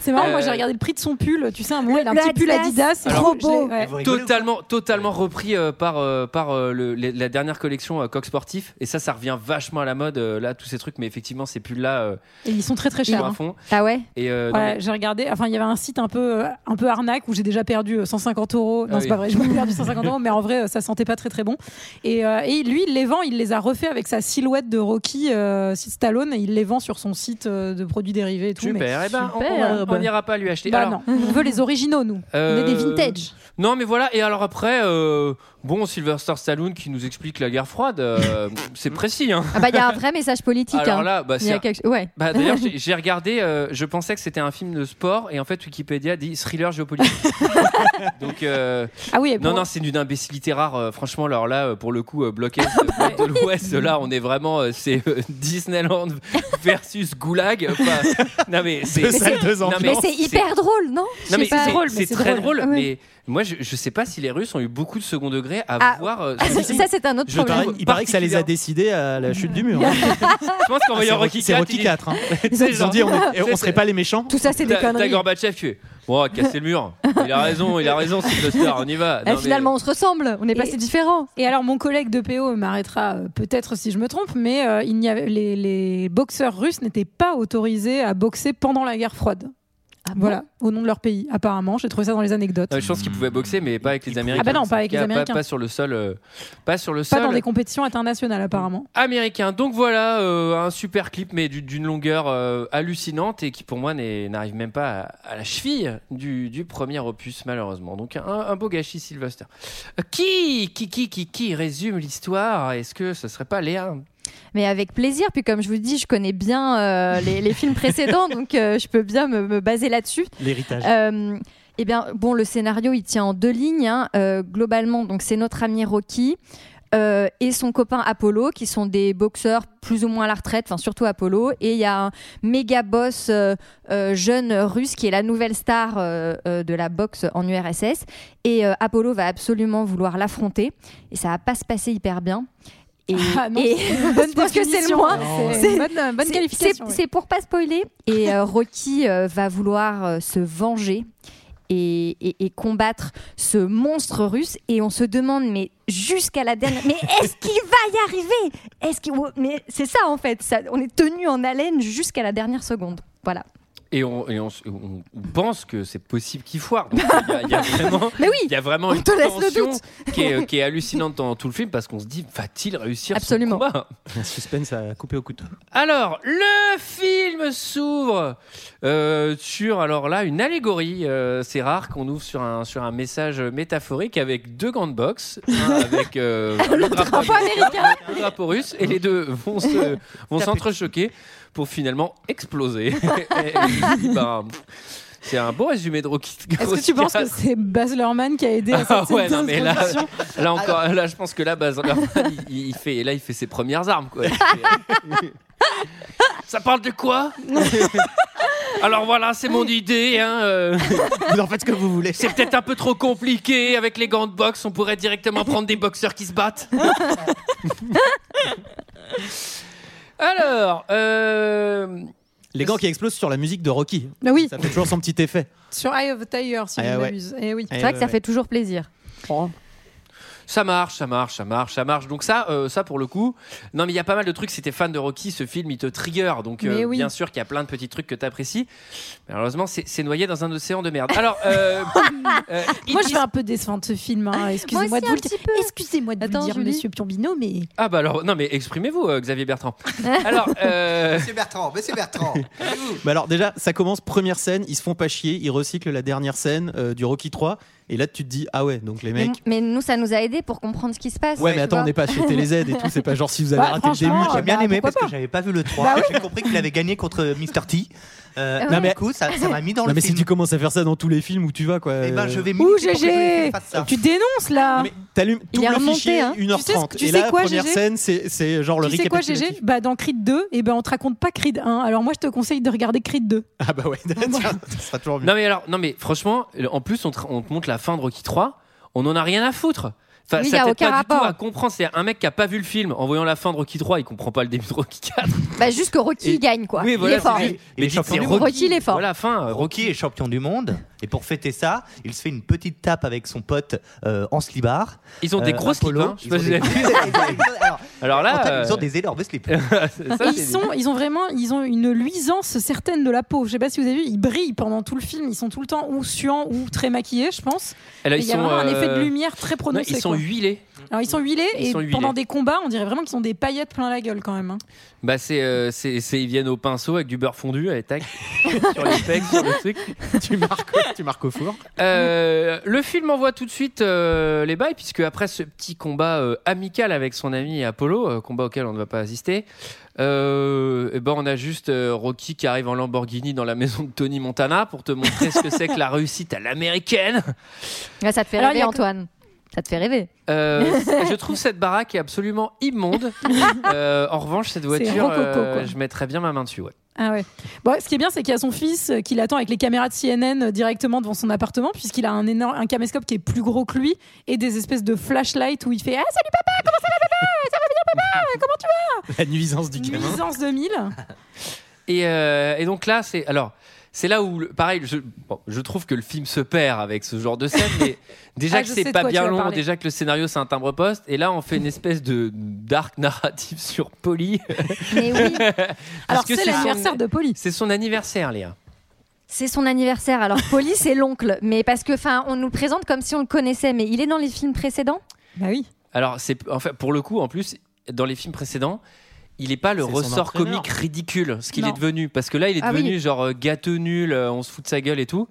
[SPEAKER 7] C'est marrant, moi
[SPEAKER 1] Euh,
[SPEAKER 7] j'ai regardé le prix de son pull. Tu sais, à un moment, il a un
[SPEAKER 12] Le
[SPEAKER 7] petit pull
[SPEAKER 12] Adidas.
[SPEAKER 7] Adidas, c'est
[SPEAKER 1] Alors,
[SPEAKER 7] trop
[SPEAKER 12] je
[SPEAKER 7] beau.
[SPEAKER 12] l'ai-
[SPEAKER 7] ouais.
[SPEAKER 1] Totalement, totalement repris euh, par, euh, par euh, le- les- la dernière collection euh, Coq Sportif. Et ça, ça revient vachement à la mode, euh, là, tous ces trucs. Mais effectivement, ces pulls-là euh,
[SPEAKER 7] Et ils sont très très
[SPEAKER 1] sont
[SPEAKER 7] chers.
[SPEAKER 1] à
[SPEAKER 7] hein.
[SPEAKER 1] fond.
[SPEAKER 12] Ah ouais
[SPEAKER 1] Et, euh, non,
[SPEAKER 7] Ouais,
[SPEAKER 1] mais-
[SPEAKER 7] j'ai regardé. Enfin, il y avait un site un peu, euh, un peu arnaque où j'ai déjà perdu euh, 150 euros. Non,
[SPEAKER 1] Ah
[SPEAKER 7] c'est
[SPEAKER 1] oui.
[SPEAKER 7] pas vrai, j'ai pas perdu 150 euros, mais en vrai, euh, ça sentait pas très très bon. Et, euh, et lui, il les vend, il les a refait avec sa silhouette de Rocky euh, Stallone et il les vend sur son site euh, de produits dérivés et tout.
[SPEAKER 1] Super,
[SPEAKER 7] mais...
[SPEAKER 1] eh ben, on-
[SPEAKER 7] Superbe.
[SPEAKER 1] on n'ira pas lui acheter.
[SPEAKER 7] Bah
[SPEAKER 1] Alors,
[SPEAKER 7] non, on veut les originaux, nous.
[SPEAKER 1] Euh,
[SPEAKER 7] On est des vintage.
[SPEAKER 1] Non, mais voilà. Et alors après, euh, bon, Sylvester Stallone qui nous explique la guerre froide, euh, c'est précis. Hein.
[SPEAKER 12] Ah bah il y a un vrai message politique.
[SPEAKER 1] Alors
[SPEAKER 12] hein.
[SPEAKER 1] là, bah,
[SPEAKER 12] Il y a
[SPEAKER 1] c'est-
[SPEAKER 12] quelque- ouais.
[SPEAKER 1] Bah, D'ailleurs, j'ai j'ai regardé, euh, je pensais que c'était un film de sport, et en fait, Wikipédia dit thriller géopolitique. Donc, euh,
[SPEAKER 7] Ah oui, et
[SPEAKER 1] non,
[SPEAKER 7] pour-
[SPEAKER 1] non, c'est d'une imbécilité rare, euh, franchement. Alors là, euh, pour le coup, euh, bloqué de l'Ouest, là, on est vraiment, euh, c'est euh, Disneyland versus Goulag. Enfin, non, mais c'est.
[SPEAKER 11] Deux salles, deux
[SPEAKER 1] non,
[SPEAKER 11] ambiances.
[SPEAKER 12] mais c'est hyper drôle, non Je
[SPEAKER 1] Non,
[SPEAKER 12] sais
[SPEAKER 1] mais
[SPEAKER 12] pas.
[SPEAKER 1] c'est c'est très drôle,
[SPEAKER 12] Ouais.
[SPEAKER 1] mais moi je, je sais pas si les Russes ont eu beaucoup de second degré à
[SPEAKER 12] Ah,
[SPEAKER 1] voir. euh,
[SPEAKER 12] Ah,
[SPEAKER 1] ce
[SPEAKER 12] ça,
[SPEAKER 1] film.
[SPEAKER 12] ça, c'est un autre
[SPEAKER 1] Je
[SPEAKER 12] problème.
[SPEAKER 1] parie-
[SPEAKER 11] Il paraît que ça les a décidés à la chute du mur. hein.
[SPEAKER 1] Je pense qu'en
[SPEAKER 11] C'est
[SPEAKER 1] voyant
[SPEAKER 11] Rocky,
[SPEAKER 1] Rocky
[SPEAKER 11] c'est
[SPEAKER 1] 4,
[SPEAKER 11] Rocky 4. hein.
[SPEAKER 1] Ils
[SPEAKER 11] Ils ont dit on, est- on serait pas les méchants.
[SPEAKER 12] Tout ça, c'est des
[SPEAKER 1] T'as t'as
[SPEAKER 12] conneries.
[SPEAKER 1] Gorbatchev tu es. Bon, casser le mur. Il a raison, il a raison, Sylvester, on y va.
[SPEAKER 12] Eh,
[SPEAKER 1] Non, mais-
[SPEAKER 12] finalement, on se ressemble, on n'est pas
[SPEAKER 7] Et-
[SPEAKER 12] si différents.
[SPEAKER 7] Et alors, mon collègue de PO m'arrêtera euh, peut-être si je me trompe, mais euh, il n'y avait, les, les boxeurs russes n'étaient pas autorisés à boxer pendant la guerre froide.
[SPEAKER 12] Ah bon
[SPEAKER 7] Voilà, au nom de leur pays, apparemment. J'ai trouvé ça dans les anecdotes.
[SPEAKER 1] Non, mais je pense qu'ils pouvaient boxer, mais pas avec les Américains.
[SPEAKER 7] Ah bah non, pas avec les
[SPEAKER 1] Pas-
[SPEAKER 7] Américains.
[SPEAKER 1] Pas, sur le sol. euh, pas sur le
[SPEAKER 7] Pas
[SPEAKER 1] sol
[SPEAKER 7] dans des compétitions internationales, apparemment.
[SPEAKER 1] américain. Donc voilà, euh, un super clip, mais du- d'une longueur euh, hallucinante et qui pour moi n'est- n'arrive même pas à, à la cheville du, du premier opus, malheureusement. Donc un, un beau gâchis, Sylvester. Euh, Qui, qui, qui, qui, qui résume l'histoire Est-ce que ce serait pas Léa
[SPEAKER 12] Mais avec plaisir. Puis comme je vous dis, je connais bien euh, les, les films précédents, donc euh, je peux bien me, me baser là-dessus.
[SPEAKER 11] L'héritage.
[SPEAKER 12] Euh, eh bien, bon, le scénario, il tient en deux lignes. hein. Euh, globalement, donc c'est notre ami Rocky. euh, et son copain Apollo, qui sont des boxeurs plus ou moins à la retraite, enfin surtout Apollo. Et il y a un méga boss euh, euh, jeune russe qui est la nouvelle star euh, euh, de la boxe en URSS. Et euh, Apollo va absolument vouloir l'affronter. Et ça va pas se passer hyper bien. Et,
[SPEAKER 7] Ah non,
[SPEAKER 12] et-
[SPEAKER 7] c'est une bonne
[SPEAKER 12] je pense que c'est le
[SPEAKER 7] définition.
[SPEAKER 12] moins.
[SPEAKER 7] C'est une
[SPEAKER 12] C'est-
[SPEAKER 7] bonne, bonne
[SPEAKER 12] c'est-
[SPEAKER 7] qualification.
[SPEAKER 12] c'est-
[SPEAKER 7] ouais.
[SPEAKER 12] C'est pour pas spoiler. Et euh, Rocky euh, va vouloir euh, se venger et, et- et combattre ce monstre russe. Et on se demande, mais jusqu'à la dernière, mais est-ce qu'il va y arriver Est-ce qu'il- ou- Mais c'est ça en fait. ça- on est tenu en haleine jusqu'à la dernière seconde. Voilà.
[SPEAKER 1] Et on, et on s- on- on pense que c'est possible qu'il foire. Donc, il y a- il y a vraiment-
[SPEAKER 12] Mais oui,
[SPEAKER 1] il y a vraiment
[SPEAKER 12] on
[SPEAKER 1] une
[SPEAKER 12] te laisse le
[SPEAKER 1] tension
[SPEAKER 12] doute.
[SPEAKER 1] qui est, euh, qui est hallucinante dans tout le film parce qu'on se dit va-t-il réussir
[SPEAKER 12] Absolument.
[SPEAKER 1] son combat
[SPEAKER 11] Un suspense à couper au couteau.
[SPEAKER 1] Alors, le film s'ouvre euh, sur, alors là, une allégorie. Euh, c'est rare qu'on ouvre sur un, sur un message métaphorique avec deux grandes boxes, un avec euh, le, drapeau, américain, le drapeau russe, et les deux vont se- vont s'entrechoquer pour finalement exploser. Et je me dis, ben, c'est un beau résumé de Rocky.
[SPEAKER 7] Est-ce que tu penses que c'est Baz Luhrmann qui a aidé à cette
[SPEAKER 1] Ah ouais, non, mais là-
[SPEAKER 7] construction
[SPEAKER 1] Là encore, là je pense que là, Baz Luhrmann, il, il fait, là il fait ses premières armes quoi. Il fait- euh, Ça parle de quoi Alors voilà, c'est mon idée. hein, euh,
[SPEAKER 11] Vous en faites ce que vous voulez.
[SPEAKER 1] C'est peut-être un peu trop compliqué avec les gants de boxe. On pourrait directement prendre des boxeurs qui se battent. Alors, euh,
[SPEAKER 11] Les gants qui explosent sur la musique de Rocky.
[SPEAKER 7] Ah oui,
[SPEAKER 11] Ça fait toujours son petit effet.
[SPEAKER 7] sur Eye of the Tiger, si
[SPEAKER 11] Ah
[SPEAKER 7] je ne
[SPEAKER 11] ouais.
[SPEAKER 7] m'abuse. Eh oui.
[SPEAKER 12] C'est vrai que ça fait toujours plaisir.
[SPEAKER 1] Ça marche, ça marche, ça marche, ça marche. Donc ça, euh, ça pour le coup. Non, mais il y a pas mal de trucs. Si t'es fan de Rocky, ce film il te trigger. Donc euh,
[SPEAKER 7] Mais oui.
[SPEAKER 1] bien sûr qu'il y a plein de petits trucs que t'apprécies. Malheureusement, c'est c'est noyé dans un océan de merde. Alors, euh, euh,
[SPEAKER 7] Moi,
[SPEAKER 1] Idris-
[SPEAKER 7] je vais un peu défendre ce film. hein. Excusez-moi de
[SPEAKER 12] aussi,
[SPEAKER 7] vous
[SPEAKER 12] un
[SPEAKER 7] le dire.
[SPEAKER 12] petit peu.
[SPEAKER 7] Excusez-moi de vous le
[SPEAKER 12] Attends,
[SPEAKER 7] dire,
[SPEAKER 12] Julie.
[SPEAKER 7] monsieur Piombino, mais.
[SPEAKER 1] ah bah alors, non mais exprimez-vous, euh, Xavier Bertrand. Alors, euh,
[SPEAKER 6] Monsieur Bertrand, monsieur Bertrand. calmez-vous.
[SPEAKER 11] Bah alors déjà, ça commence première scène, ils se font pas chier, ils recyclent la dernière scène euh, du Rocky 3 et là tu te dis ah ouais, donc les
[SPEAKER 12] Mais,
[SPEAKER 11] mecs
[SPEAKER 12] mais nous, ça nous a aidé pour comprendre ce qui se passe.
[SPEAKER 11] Ouais, mais
[SPEAKER 12] tu
[SPEAKER 11] attends, on
[SPEAKER 12] vois.
[SPEAKER 11] n'est pas chez TéléZ et tout, c'est pas genre si vous avez
[SPEAKER 7] Bah,
[SPEAKER 11] raté le début.
[SPEAKER 7] franchement,
[SPEAKER 11] quoi.
[SPEAKER 6] J'ai bien aimé
[SPEAKER 7] pourquoi
[SPEAKER 6] parce que
[SPEAKER 7] pas
[SPEAKER 6] j'avais pas vu le 3. J'ai compris qu'il avait gagné contre Mr. T. Euh,
[SPEAKER 12] Ah
[SPEAKER 11] ouais.
[SPEAKER 6] Du coup, ça ça m'a mis dans
[SPEAKER 7] euh,
[SPEAKER 11] Non,
[SPEAKER 6] le
[SPEAKER 11] mais
[SPEAKER 6] film.
[SPEAKER 11] si tu commences à faire ça dans tous les films où tu vas quoi.
[SPEAKER 6] Eh ben,
[SPEAKER 11] euh,
[SPEAKER 6] je vais
[SPEAKER 7] Ouh,
[SPEAKER 6] militer pour que je
[SPEAKER 7] GG
[SPEAKER 6] fasse ça.
[SPEAKER 7] Tu dénonces là
[SPEAKER 11] Mais t'allumes
[SPEAKER 12] Il
[SPEAKER 11] tout
[SPEAKER 12] est
[SPEAKER 11] le
[SPEAKER 12] remonté,
[SPEAKER 11] fichier
[SPEAKER 12] hein.
[SPEAKER 7] Tu sais ce
[SPEAKER 11] 1h30
[SPEAKER 7] que- tu
[SPEAKER 11] et
[SPEAKER 7] sais
[SPEAKER 11] là
[SPEAKER 7] quoi,
[SPEAKER 11] première
[SPEAKER 7] GG
[SPEAKER 11] scène c'est c'est genre le
[SPEAKER 7] Tu sais quoi,
[SPEAKER 11] récapitulatif.
[SPEAKER 7] GG bah, Dans Creed 2, eh ben, on te raconte pas Creed 1. Alors moi, je te conseille de regarder Creed 2.
[SPEAKER 11] Ah bah ouais, tiens, ça sera toujours mieux.
[SPEAKER 1] non mais alors, non mais franchement, en plus on te, on te montre la fin de Rocky 3. On en a rien à foutre. Enfin,
[SPEAKER 12] Oui,
[SPEAKER 1] ça
[SPEAKER 12] y a
[SPEAKER 1] t'aide
[SPEAKER 12] aucun
[SPEAKER 1] pas du tout
[SPEAKER 12] rapport.
[SPEAKER 1] à comprendre. C'est un mec qui a pas vu le film. En voyant la fin de Rocky 3, il comprend pas le début de Rocky 4.
[SPEAKER 12] Bah, juste que Rocky
[SPEAKER 1] Et-
[SPEAKER 12] gagne, quoi.
[SPEAKER 1] Oui,
[SPEAKER 12] il
[SPEAKER 1] voilà,
[SPEAKER 12] est fort.
[SPEAKER 1] c'est juste- Mais dites, c'est
[SPEAKER 12] Rocky, il est fort.
[SPEAKER 1] Voilà, fin. euh,
[SPEAKER 6] Rocky est champion du monde et pour fêter ça, il se fait une petite tape avec son pote euh, en slibard.
[SPEAKER 1] Ils ont des grosses
[SPEAKER 6] polos.
[SPEAKER 1] slips, hein. Je sais pas si vous
[SPEAKER 6] Alors
[SPEAKER 1] Alors là,
[SPEAKER 6] là, ils ont
[SPEAKER 1] euh,
[SPEAKER 6] des énormes slips.
[SPEAKER 1] ça,
[SPEAKER 7] ils,
[SPEAKER 1] c'est-
[SPEAKER 7] sont, ils ont vraiment ils ont une luisance certaine de la peau. Je sais pas si vous avez vu, ils brillent pendant tout le film. Ils sont tout le temps ou suants ou très maquillés, je pense.
[SPEAKER 1] Et là,
[SPEAKER 7] Et
[SPEAKER 1] ils
[SPEAKER 7] Il y a
[SPEAKER 1] sont,
[SPEAKER 7] vraiment un effet de
[SPEAKER 1] euh,
[SPEAKER 7] lumière très prononcé.
[SPEAKER 1] non, ils sont
[SPEAKER 7] quoi.
[SPEAKER 1] huilés.
[SPEAKER 7] Alors ils sont huilés
[SPEAKER 1] Ils
[SPEAKER 7] et
[SPEAKER 1] sont huilés.
[SPEAKER 7] pendant des combats, on dirait vraiment qu'ils ont des paillettes plein la gueule quand même. hein.
[SPEAKER 1] Bah c'est, euh, c'est, c'est- ils viennent au pinceau avec du beurre fondu, allez tac, sur les pecs, sur le truc.
[SPEAKER 11] tu, marques, tu marques au four.
[SPEAKER 1] Euh, le film envoie tout de suite euh, les bails, puisque après ce petit combat euh, amical avec son ami Apollo, euh, combat auquel on ne va pas assister, euh, eh ben on a juste euh, Rocky qui arrive en Lamborghini dans la maison de Tony Montana pour te montrer ce que c'est que la réussite à l'américaine.
[SPEAKER 12] Ouais, ça te fait
[SPEAKER 7] Alors, il y
[SPEAKER 12] rêver,
[SPEAKER 7] a-
[SPEAKER 12] Antoine. Ça te fait rêver.
[SPEAKER 1] Euh, je trouve cette baraque est absolument immonde. Euh, en revanche, cette voiture,
[SPEAKER 7] rococo,
[SPEAKER 1] euh,
[SPEAKER 7] quoi.
[SPEAKER 1] je mettrais bien ma main dessus. Ouais.
[SPEAKER 7] Ah ouais. Bon, ce qui est bien, c'est qu'il y a son fils euh, qui l'attend avec les caméras de CNN euh, directement devant son appartement, puisqu'il a un énorme un caméscope qui est plus gros que lui et des espèces de flashlights où il fait Ah, salut papa, comment ça va papa Ça va bien papa Comment tu vas
[SPEAKER 11] La nuisance du gamin.
[SPEAKER 7] Nuisance 2000.
[SPEAKER 1] Et, euh, et donc là, c'est alors c'est là où le- pareil, je, bon, je trouve que le film se perd avec ce genre de scène. Mais déjà
[SPEAKER 7] Ah,
[SPEAKER 1] que
[SPEAKER 7] je sais
[SPEAKER 1] c'est
[SPEAKER 7] de
[SPEAKER 1] pas
[SPEAKER 7] quoi tu
[SPEAKER 1] bien
[SPEAKER 7] vas
[SPEAKER 1] long,
[SPEAKER 7] parler.
[SPEAKER 1] déjà que le scénario c'est un timbre-poste, et là on fait une espèce de d'arc narratif sur Polly.
[SPEAKER 12] Mais oui.
[SPEAKER 7] Alors,
[SPEAKER 1] Parce que
[SPEAKER 7] c'est
[SPEAKER 1] son-
[SPEAKER 7] l'anniversaire de Polly.
[SPEAKER 1] C'est son anniversaire, Léa.
[SPEAKER 12] C'est son anniversaire. Alors, Polly, c'est l'oncle. Mais parce que, enfin, on nous le présente comme si on le connaissait. Mais il est dans les films précédents.
[SPEAKER 7] Bah oui.
[SPEAKER 1] Alors c'est en fait pour le coup, en plus dans les films précédents. Il n'est pas le
[SPEAKER 11] C'est son
[SPEAKER 1] ressort
[SPEAKER 11] entraîneur.
[SPEAKER 1] comique ridicule, ce qu'il
[SPEAKER 7] Non.
[SPEAKER 1] est devenu. Parce que là, il est
[SPEAKER 12] Ah oui.
[SPEAKER 1] devenu genre euh, gâteux nul, euh, on se fout de sa gueule et tout.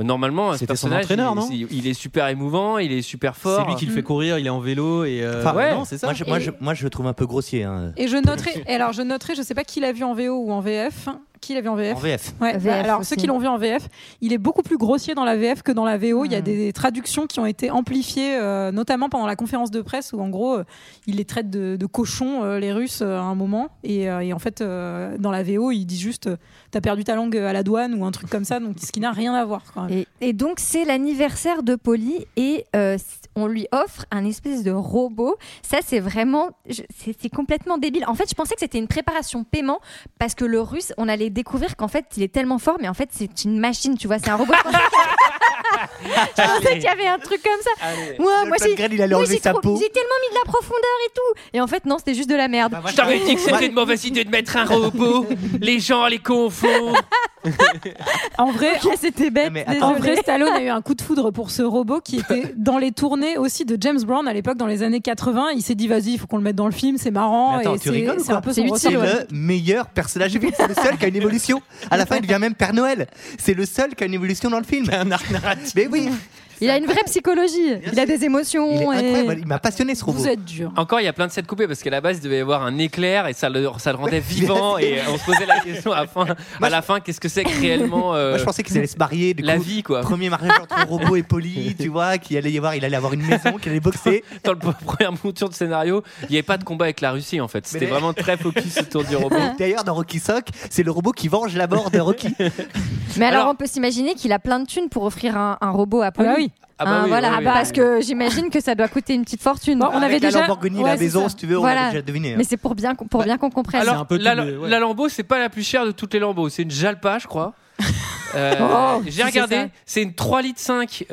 [SPEAKER 1] Euh, Normalement, ce
[SPEAKER 11] C'était son
[SPEAKER 1] personnage,
[SPEAKER 11] entraîneur,
[SPEAKER 1] il-
[SPEAKER 11] non
[SPEAKER 1] il, il est super émouvant, il est super fort.
[SPEAKER 11] C'est lui qui le
[SPEAKER 7] Mm.
[SPEAKER 11] fait courir, il est en vélo et. euh,
[SPEAKER 6] Enfin,
[SPEAKER 11] ouais,
[SPEAKER 1] ouais.
[SPEAKER 11] non, c'est ça.
[SPEAKER 6] Moi, je, moi, je, moi, je le trouve un peu grossier. hein.
[SPEAKER 7] Et je noterai, et alors je noterai, je sais pas qui l'a vu en VO ou en VF. Qui l'a vu en VF
[SPEAKER 6] En VF.
[SPEAKER 7] Ouais,
[SPEAKER 12] VF
[SPEAKER 7] bah, alors
[SPEAKER 12] aussi.
[SPEAKER 7] ceux qui l'ont vu en VF, il est beaucoup plus grossier dans la VF que dans la VO. Il y a des traductions qui ont été amplifiées, euh, notamment pendant la conférence de presse où en gros euh, il les traite de, de cochons euh, les Russes euh, à un moment et, euh, et en fait euh, dans la VO il dit juste euh, t'as perdu ta langue à la douane ou un truc comme ça donc ce qui n'a rien à voir. Quand même.
[SPEAKER 12] Et, et donc, c'est l'anniversaire de Polly et euh, on lui offre un espèce de robot. Ça, c'est vraiment. je- C'est c'est complètement débile. En fait, je pensais que c'était une préparation paiement parce que le russe, on allait découvrir qu'en fait, il est tellement fort, mais en fait, c'est une machine, tu vois, c'est un robot. Je pensais qu'il y avait- je pensais qu'il y avait un truc comme ça. Ouais,
[SPEAKER 6] Le
[SPEAKER 12] Ah, moi,
[SPEAKER 6] Pat
[SPEAKER 12] j'ai-
[SPEAKER 6] Grell, il allait
[SPEAKER 12] moi,
[SPEAKER 6] enlever
[SPEAKER 12] j'ai
[SPEAKER 6] sa
[SPEAKER 12] trop-
[SPEAKER 6] peau.
[SPEAKER 12] J'ai tellement mis de la profondeur et tout. Et en fait, non, c'était juste de la
[SPEAKER 6] Bah
[SPEAKER 12] merde.
[SPEAKER 1] Je t'avais dit que c'était une mauvaise idée de mettre un robot. Les gens les confondent.
[SPEAKER 7] En vrai,
[SPEAKER 12] Ok, Ah, c'était bête.
[SPEAKER 6] Mais
[SPEAKER 7] En
[SPEAKER 6] attends,
[SPEAKER 7] vrai,
[SPEAKER 12] Désolée.
[SPEAKER 7] Stallone a eu un coup de foudre pour ce robot qui était dans les tournées aussi de James Brown à l'époque, dans les années 80. Il s'est dit, vas-y, il faut qu'on le mette dans le film, c'est marrant.
[SPEAKER 6] Mais attends,
[SPEAKER 7] et
[SPEAKER 6] tu
[SPEAKER 7] c'est-
[SPEAKER 6] rigoles ou
[SPEAKER 7] c'est un
[SPEAKER 6] quoi
[SPEAKER 7] peu
[SPEAKER 12] C'est
[SPEAKER 7] son
[SPEAKER 12] utile,
[SPEAKER 6] C'est
[SPEAKER 7] ressort.
[SPEAKER 12] ouais.
[SPEAKER 6] le meilleur personnage du film. C'est le seul qui a une évolution. À la fin, il devient même Père Noël. C'est le seul qui a une évolution dans le film.
[SPEAKER 11] un arc narratif.
[SPEAKER 6] Mais oui,
[SPEAKER 12] Il a une vraie psychologie. Il a des
[SPEAKER 6] il est
[SPEAKER 12] émotions. et-
[SPEAKER 6] incroyable. Il m'a passionné ce robot.
[SPEAKER 7] Vous êtes dur.
[SPEAKER 1] Encore, il y a plein de scènes coupées parce qu'à la base, il devait y avoir un éclair et ça le, ça le rendait vivant. Et euh, on se posait la question à la fin, à la fin qu'est-ce que c'est que réellement euh,
[SPEAKER 6] Moi, je pensais qu'ils allaient se marier. Du
[SPEAKER 1] la
[SPEAKER 6] coup,
[SPEAKER 1] vie,
[SPEAKER 11] euh.
[SPEAKER 1] quoi.
[SPEAKER 6] Premier mariage entre robot et poli, tu vois, qu'il allait y avoir, il allait avoir une maison, qu'il allait boxer.
[SPEAKER 1] Dans le première mouture de scénario, il n'y avait pas de combat avec la Russie en fait. C'était
[SPEAKER 6] Mais-
[SPEAKER 1] vraiment très focus autour du robot.
[SPEAKER 6] D'ailleurs, dans Rocky Sock, c'est le robot qui venge la mort de Rocky.
[SPEAKER 12] Mais alors,
[SPEAKER 1] Alors-
[SPEAKER 12] on peut s'imaginer qu'il a plein de thunes pour offrir un, un robot à
[SPEAKER 7] Ah
[SPEAKER 12] Polly.
[SPEAKER 7] bah oui.
[SPEAKER 1] Ah bah
[SPEAKER 12] Hein,
[SPEAKER 1] oui,
[SPEAKER 12] voilà,
[SPEAKER 1] oui, oui.
[SPEAKER 12] parce que j'imagine que ça doit coûter une petite fortune.
[SPEAKER 7] Bon, on
[SPEAKER 6] Avec
[SPEAKER 7] avait
[SPEAKER 6] la
[SPEAKER 7] déjà-
[SPEAKER 6] Lamborghini, la
[SPEAKER 7] Ouais, c'est
[SPEAKER 6] maison,
[SPEAKER 7] ça.
[SPEAKER 6] si tu veux, on
[SPEAKER 12] Voilà.
[SPEAKER 6] l'a déjà deviné. hein.
[SPEAKER 12] Mais c'est pour bien, qu'on- pour bien qu'on comprenne.
[SPEAKER 1] Alors,
[SPEAKER 11] un peu
[SPEAKER 1] la,
[SPEAKER 11] tout le- ouais.
[SPEAKER 1] la Lambo, c'est pas la plus chère de toutes les Lambos. C'est une Jalpa, je crois. Euh,
[SPEAKER 12] Oh, si
[SPEAKER 1] J'ai
[SPEAKER 12] c'est
[SPEAKER 1] regardé,
[SPEAKER 12] ça.
[SPEAKER 1] c'est une 3 litres euh, 5,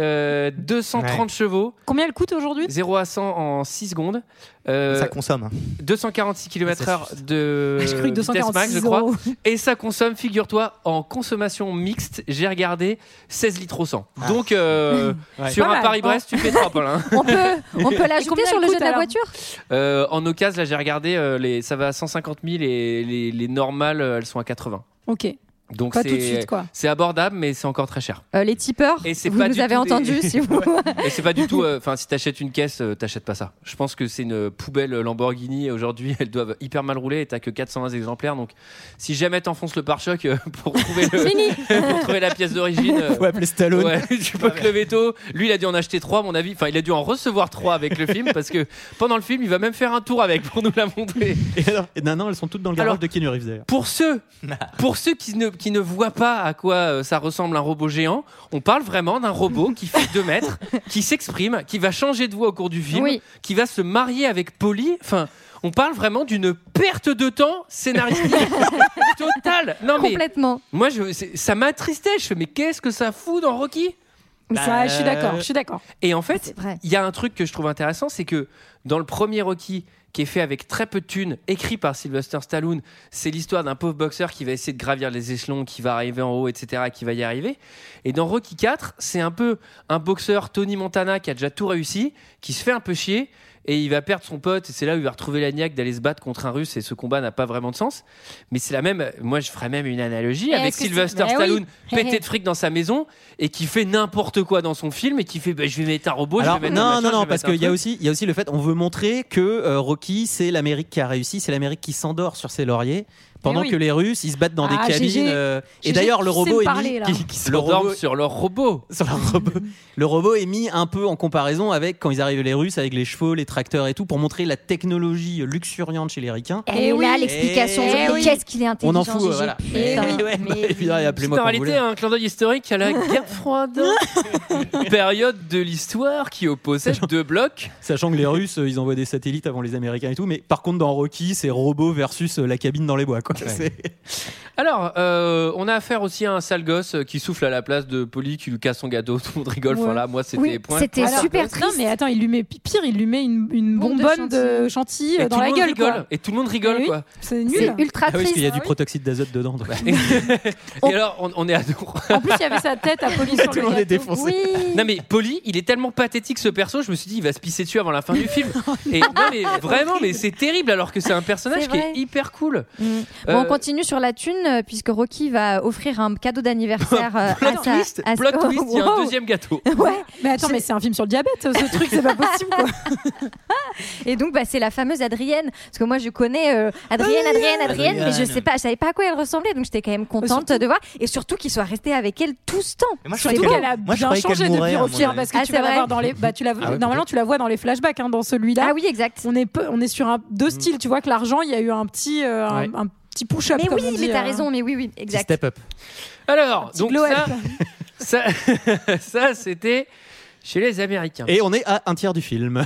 [SPEAKER 1] 230 chevaux,
[SPEAKER 7] Combien elle coûte aujourd'hui
[SPEAKER 1] 0 à 100 en 6 secondes, euh,
[SPEAKER 6] Ça consomme. hein.
[SPEAKER 1] 246
[SPEAKER 11] Ça
[SPEAKER 1] km/h de
[SPEAKER 7] Ah, J'ai cru que
[SPEAKER 1] vitesse
[SPEAKER 7] 246
[SPEAKER 1] max, je crois.
[SPEAKER 7] euros.
[SPEAKER 1] Et ça consomme, figure-toi, en consommation mixte, j'ai regardé 16 litres au 100. Donc, euh,
[SPEAKER 11] Ah. Ouais.
[SPEAKER 1] sur
[SPEAKER 7] Pas
[SPEAKER 1] un
[SPEAKER 7] mal.
[SPEAKER 1] Paris-Brest, tu fais 3 pains.
[SPEAKER 12] On peut, on peut l'ajouter
[SPEAKER 7] combien
[SPEAKER 12] sur
[SPEAKER 7] elle
[SPEAKER 12] le jeu
[SPEAKER 7] coûte,
[SPEAKER 12] de la
[SPEAKER 7] alors
[SPEAKER 12] voiture
[SPEAKER 1] Euh, en occasion, là, j'ai regardé, euh, les, ça va à 150 000 et les, les normales, euh, elles sont à 80.
[SPEAKER 7] Ok,
[SPEAKER 1] Donc,
[SPEAKER 7] pas tout de
[SPEAKER 1] c'est-
[SPEAKER 7] suite quoi.
[SPEAKER 1] C'est abordable, mais c'est encore très cher.
[SPEAKER 12] Euh, Les tipeurs,
[SPEAKER 1] Et c'est
[SPEAKER 12] vous
[SPEAKER 1] pas
[SPEAKER 12] nous
[SPEAKER 1] du
[SPEAKER 12] avez
[SPEAKER 1] tout des-
[SPEAKER 12] entendu. Si vous...
[SPEAKER 1] Et c'est pas du tout. euh, Enfin, si t'achètes une caisse, euh, t'achètes pas ça. Je pense que c'est une poubelle Lamborghini. euh, Aujourd'hui, elles doivent hyper mal rouler et t'as que 420 exemplaires. Donc, si jamais t'enfonces le pare-choc euh, pour, trouver le- pour trouver la pièce d'origine. euh,
[SPEAKER 11] Faut appeler Stallone.
[SPEAKER 1] Ouais, tu peux que le veto. Lui, il a dû en acheter trois, à mon avis. Enfin, il a dû en recevoir trois avec le film, parce que pendant le film, il va même faire un tour avec pour nous la montrer.
[SPEAKER 11] Et alors- et non, non, elles sont toutes dans le garage
[SPEAKER 1] Alors-
[SPEAKER 11] de Keanu Reeves d'ailleurs.
[SPEAKER 1] Pour ceux, pour ceux qui ne, qui ne voit pas à quoi euh, ça ressemble un robot géant. On parle vraiment d'un robot qui fait 2 mètres, qui s'exprime, qui va changer de voix au cours du film,
[SPEAKER 12] Oui.
[SPEAKER 1] qui va se marier avec Polly. Enfin, on parle vraiment d'une perte de temps scénaristique totale. Non, mais
[SPEAKER 12] Complètement.
[SPEAKER 1] moi, je, c'est- ça m'attristait. Je fais, mais qu'est-ce que ça fout dans Rocky
[SPEAKER 7] Ça,
[SPEAKER 1] Bah,
[SPEAKER 7] je suis d'accord, je suis d'accord.
[SPEAKER 1] et en fait,
[SPEAKER 12] vrai.
[SPEAKER 1] il y a un truc que je trouve intéressant, c'est que dans le premier Rocky, qui est fait avec très peu de thunes, écrit par Sylvester Stallone, c'est l'histoire d'un pauvre boxeur qui va essayer de gravir les échelons, qui va arriver en haut, etc., qui va y arriver. Et dans Rocky 4, c'est un peu un boxeur Tony Montana qui a déjà tout réussi, qui se fait un peu chier. Et il va perdre son pote, et c'est là où il va retrouver la niaque d'aller se battre contre un russe, et ce combat n'a pas vraiment de sens. Mais c'est la même, moi je ferais même une analogie
[SPEAKER 12] Eh,
[SPEAKER 1] avec
[SPEAKER 12] est-ce que c'est-
[SPEAKER 1] Sylvester
[SPEAKER 12] Bah oui.
[SPEAKER 1] Stallone,
[SPEAKER 12] Eh, eh.
[SPEAKER 1] pété de fric dans sa maison et qui fait n'importe quoi dans son film et qui fait bah, je vais mettre un robot,
[SPEAKER 11] Alors,
[SPEAKER 1] je vais mettre un
[SPEAKER 11] non,
[SPEAKER 1] machin,
[SPEAKER 11] non,
[SPEAKER 1] je
[SPEAKER 11] non,
[SPEAKER 1] vais
[SPEAKER 11] parce
[SPEAKER 1] mettre un
[SPEAKER 11] qu'il y a
[SPEAKER 1] truc.
[SPEAKER 11] aussi, il y a aussi le fait, on veut montrer que euh, Rocky, c'est l'Amérique qui a réussi, c'est l'Amérique qui s'endort sur ses lauriers, pendant
[SPEAKER 7] Eh oui.
[SPEAKER 11] que les Russes, ils se battent dans
[SPEAKER 7] Ah,
[SPEAKER 11] des cabines.
[SPEAKER 7] GG.
[SPEAKER 11] euh, et
[SPEAKER 7] GG,
[SPEAKER 11] d'ailleurs, le
[SPEAKER 7] tu sais
[SPEAKER 11] robot
[SPEAKER 7] me
[SPEAKER 11] est
[SPEAKER 7] parler,
[SPEAKER 11] mis,
[SPEAKER 7] là.
[SPEAKER 11] qui- qui-
[SPEAKER 1] Ils
[SPEAKER 11] le
[SPEAKER 1] dorment
[SPEAKER 11] robot,
[SPEAKER 1] sur leur robot.
[SPEAKER 11] sur leur robot. le robot est mis un peu en comparaison avec quand ils arrivent les Russes avec les chevaux, les tracteurs et tout, pour montrer la technologie luxuriante chez les Ricains.
[SPEAKER 12] Elle est là l'explication.
[SPEAKER 11] Eh
[SPEAKER 12] Mais
[SPEAKER 11] oui.
[SPEAKER 12] Qu'est-ce qu'il est
[SPEAKER 11] On
[SPEAKER 12] intelligent
[SPEAKER 11] en fout, euh,
[SPEAKER 12] Gégé.
[SPEAKER 11] voilà.
[SPEAKER 12] Et
[SPEAKER 11] Eh
[SPEAKER 12] putain,
[SPEAKER 11] oui, ouais, bah,
[SPEAKER 12] mais-
[SPEAKER 11] évidemment, et
[SPEAKER 1] C'est en
[SPEAKER 11] appelez-moi quand vous
[SPEAKER 1] réalité
[SPEAKER 7] hein.
[SPEAKER 11] voulez.
[SPEAKER 1] un clin d'œil historique à la guerre froide, période de l'histoire qui opposait deux blocs.
[SPEAKER 11] Sachant que les Russes, euh, ils envoient des satellites avant les Américains et tout, mais par contre, dans Rocky, c'est robot versus euh, la cabine dans les bois. Quoi. C'est-
[SPEAKER 1] Alors, euh, on a affaire aussi à un sale gosse euh, qui souffle à la place de Polly qui lui casse son gâteau. Tout le monde rigole. Enfin
[SPEAKER 7] Ouais.
[SPEAKER 1] là, moi, c'était
[SPEAKER 12] Oui,
[SPEAKER 1] point.
[SPEAKER 12] c'était
[SPEAKER 7] Alors,
[SPEAKER 12] super
[SPEAKER 7] Non,
[SPEAKER 12] triste.
[SPEAKER 7] mais attends, il lui met pire, il lui met une, une
[SPEAKER 12] Bombe de
[SPEAKER 7] bonbonne de chantilly
[SPEAKER 1] Et
[SPEAKER 7] euh, dans
[SPEAKER 1] tout le
[SPEAKER 7] la
[SPEAKER 1] monde
[SPEAKER 7] gueule.
[SPEAKER 1] rigole.
[SPEAKER 7] quoi.
[SPEAKER 1] Et tout le monde rigole,
[SPEAKER 7] Eh oui.
[SPEAKER 1] quoi.
[SPEAKER 7] C'est
[SPEAKER 12] C'est
[SPEAKER 7] nul.
[SPEAKER 12] ultra
[SPEAKER 11] Ah oui, parce
[SPEAKER 12] triste.
[SPEAKER 11] qu'il y a
[SPEAKER 7] Ah
[SPEAKER 11] du
[SPEAKER 7] oui.
[SPEAKER 11] protoxyde d'azote dedans. donc.
[SPEAKER 1] Et alors, on, on est à deux.
[SPEAKER 7] En plus, il y avait sa tête à police sur
[SPEAKER 11] Tout le
[SPEAKER 7] le
[SPEAKER 11] monde est
[SPEAKER 7] gâteau.
[SPEAKER 11] défoncé.
[SPEAKER 12] Oui.
[SPEAKER 1] Non mais Polly, il est tellement pathétique ce perso, je me suis dit il va se pisser dessus avant la fin du film. Et non mais vraiment, mais c'est terrible alors que c'est un personnage
[SPEAKER 12] C'est
[SPEAKER 1] qui
[SPEAKER 12] vrai.
[SPEAKER 1] est hyper cool.
[SPEAKER 12] Mm. Bon,
[SPEAKER 1] Euh,
[SPEAKER 12] on continue sur la thune euh, puisque Rocky va offrir un cadeau d'anniversaire euh,
[SPEAKER 1] Plot
[SPEAKER 12] à sa
[SPEAKER 1] twist,
[SPEAKER 12] à-
[SPEAKER 1] plot
[SPEAKER 12] Oh,
[SPEAKER 1] twist, il y a un
[SPEAKER 12] wow.
[SPEAKER 1] deuxième gâteau.
[SPEAKER 12] Ouais.
[SPEAKER 7] Mais attends, mais c'est un film sur le diabète, ce truc, c'est pas possible. Quoi.
[SPEAKER 12] Et donc bah, c'est la fameuse Adrienne parce que moi je connais euh, Adrienne,
[SPEAKER 1] Ah
[SPEAKER 12] Adrienne, Adrienne, mais je sais pas, je savais pas à quoi elle ressemblait donc j'étais quand
[SPEAKER 1] Bah,
[SPEAKER 12] même contente
[SPEAKER 7] surtout-
[SPEAKER 12] de voir et surtout qu'il soit resté avec elle tout ce temps.
[SPEAKER 6] Mais moi, je
[SPEAKER 12] C'est
[SPEAKER 6] croyais
[SPEAKER 12] beau.
[SPEAKER 6] qu'elle
[SPEAKER 7] Elle a
[SPEAKER 6] Moi, je
[SPEAKER 7] bien
[SPEAKER 6] croyais qu'elle
[SPEAKER 7] changé
[SPEAKER 6] mourait,
[SPEAKER 7] depuis
[SPEAKER 6] à mon
[SPEAKER 7] Rocky, hein,
[SPEAKER 6] avis.
[SPEAKER 7] parce que
[SPEAKER 12] Ah,
[SPEAKER 7] tu
[SPEAKER 12] c'est
[SPEAKER 7] vas la
[SPEAKER 12] vrai.
[SPEAKER 7] voir dans les. Bah, tu la...
[SPEAKER 11] Ah ouais,
[SPEAKER 7] Normalement, tu la vois dans les flashbacks, hein, dans celui-là.
[SPEAKER 12] Ah oui, exact.
[SPEAKER 7] on est peu- on est sur un deux styles. Tu vois que l'argent, il y a eu un petit euh, un-
[SPEAKER 11] Mm. Ouais.
[SPEAKER 7] un, petit push-up.
[SPEAKER 12] Mais
[SPEAKER 7] comme
[SPEAKER 12] oui,
[SPEAKER 7] on dit,
[SPEAKER 12] mais
[SPEAKER 7] euh.
[SPEAKER 12] t'as
[SPEAKER 1] hein.
[SPEAKER 12] raison, mais oui, oui, exact.
[SPEAKER 11] Step up.
[SPEAKER 1] Alors,
[SPEAKER 7] Petit
[SPEAKER 1] donc
[SPEAKER 7] glow-up.
[SPEAKER 1] ça, ça, ça, c'était chez les Américains.
[SPEAKER 11] Et on est à un tiers du film.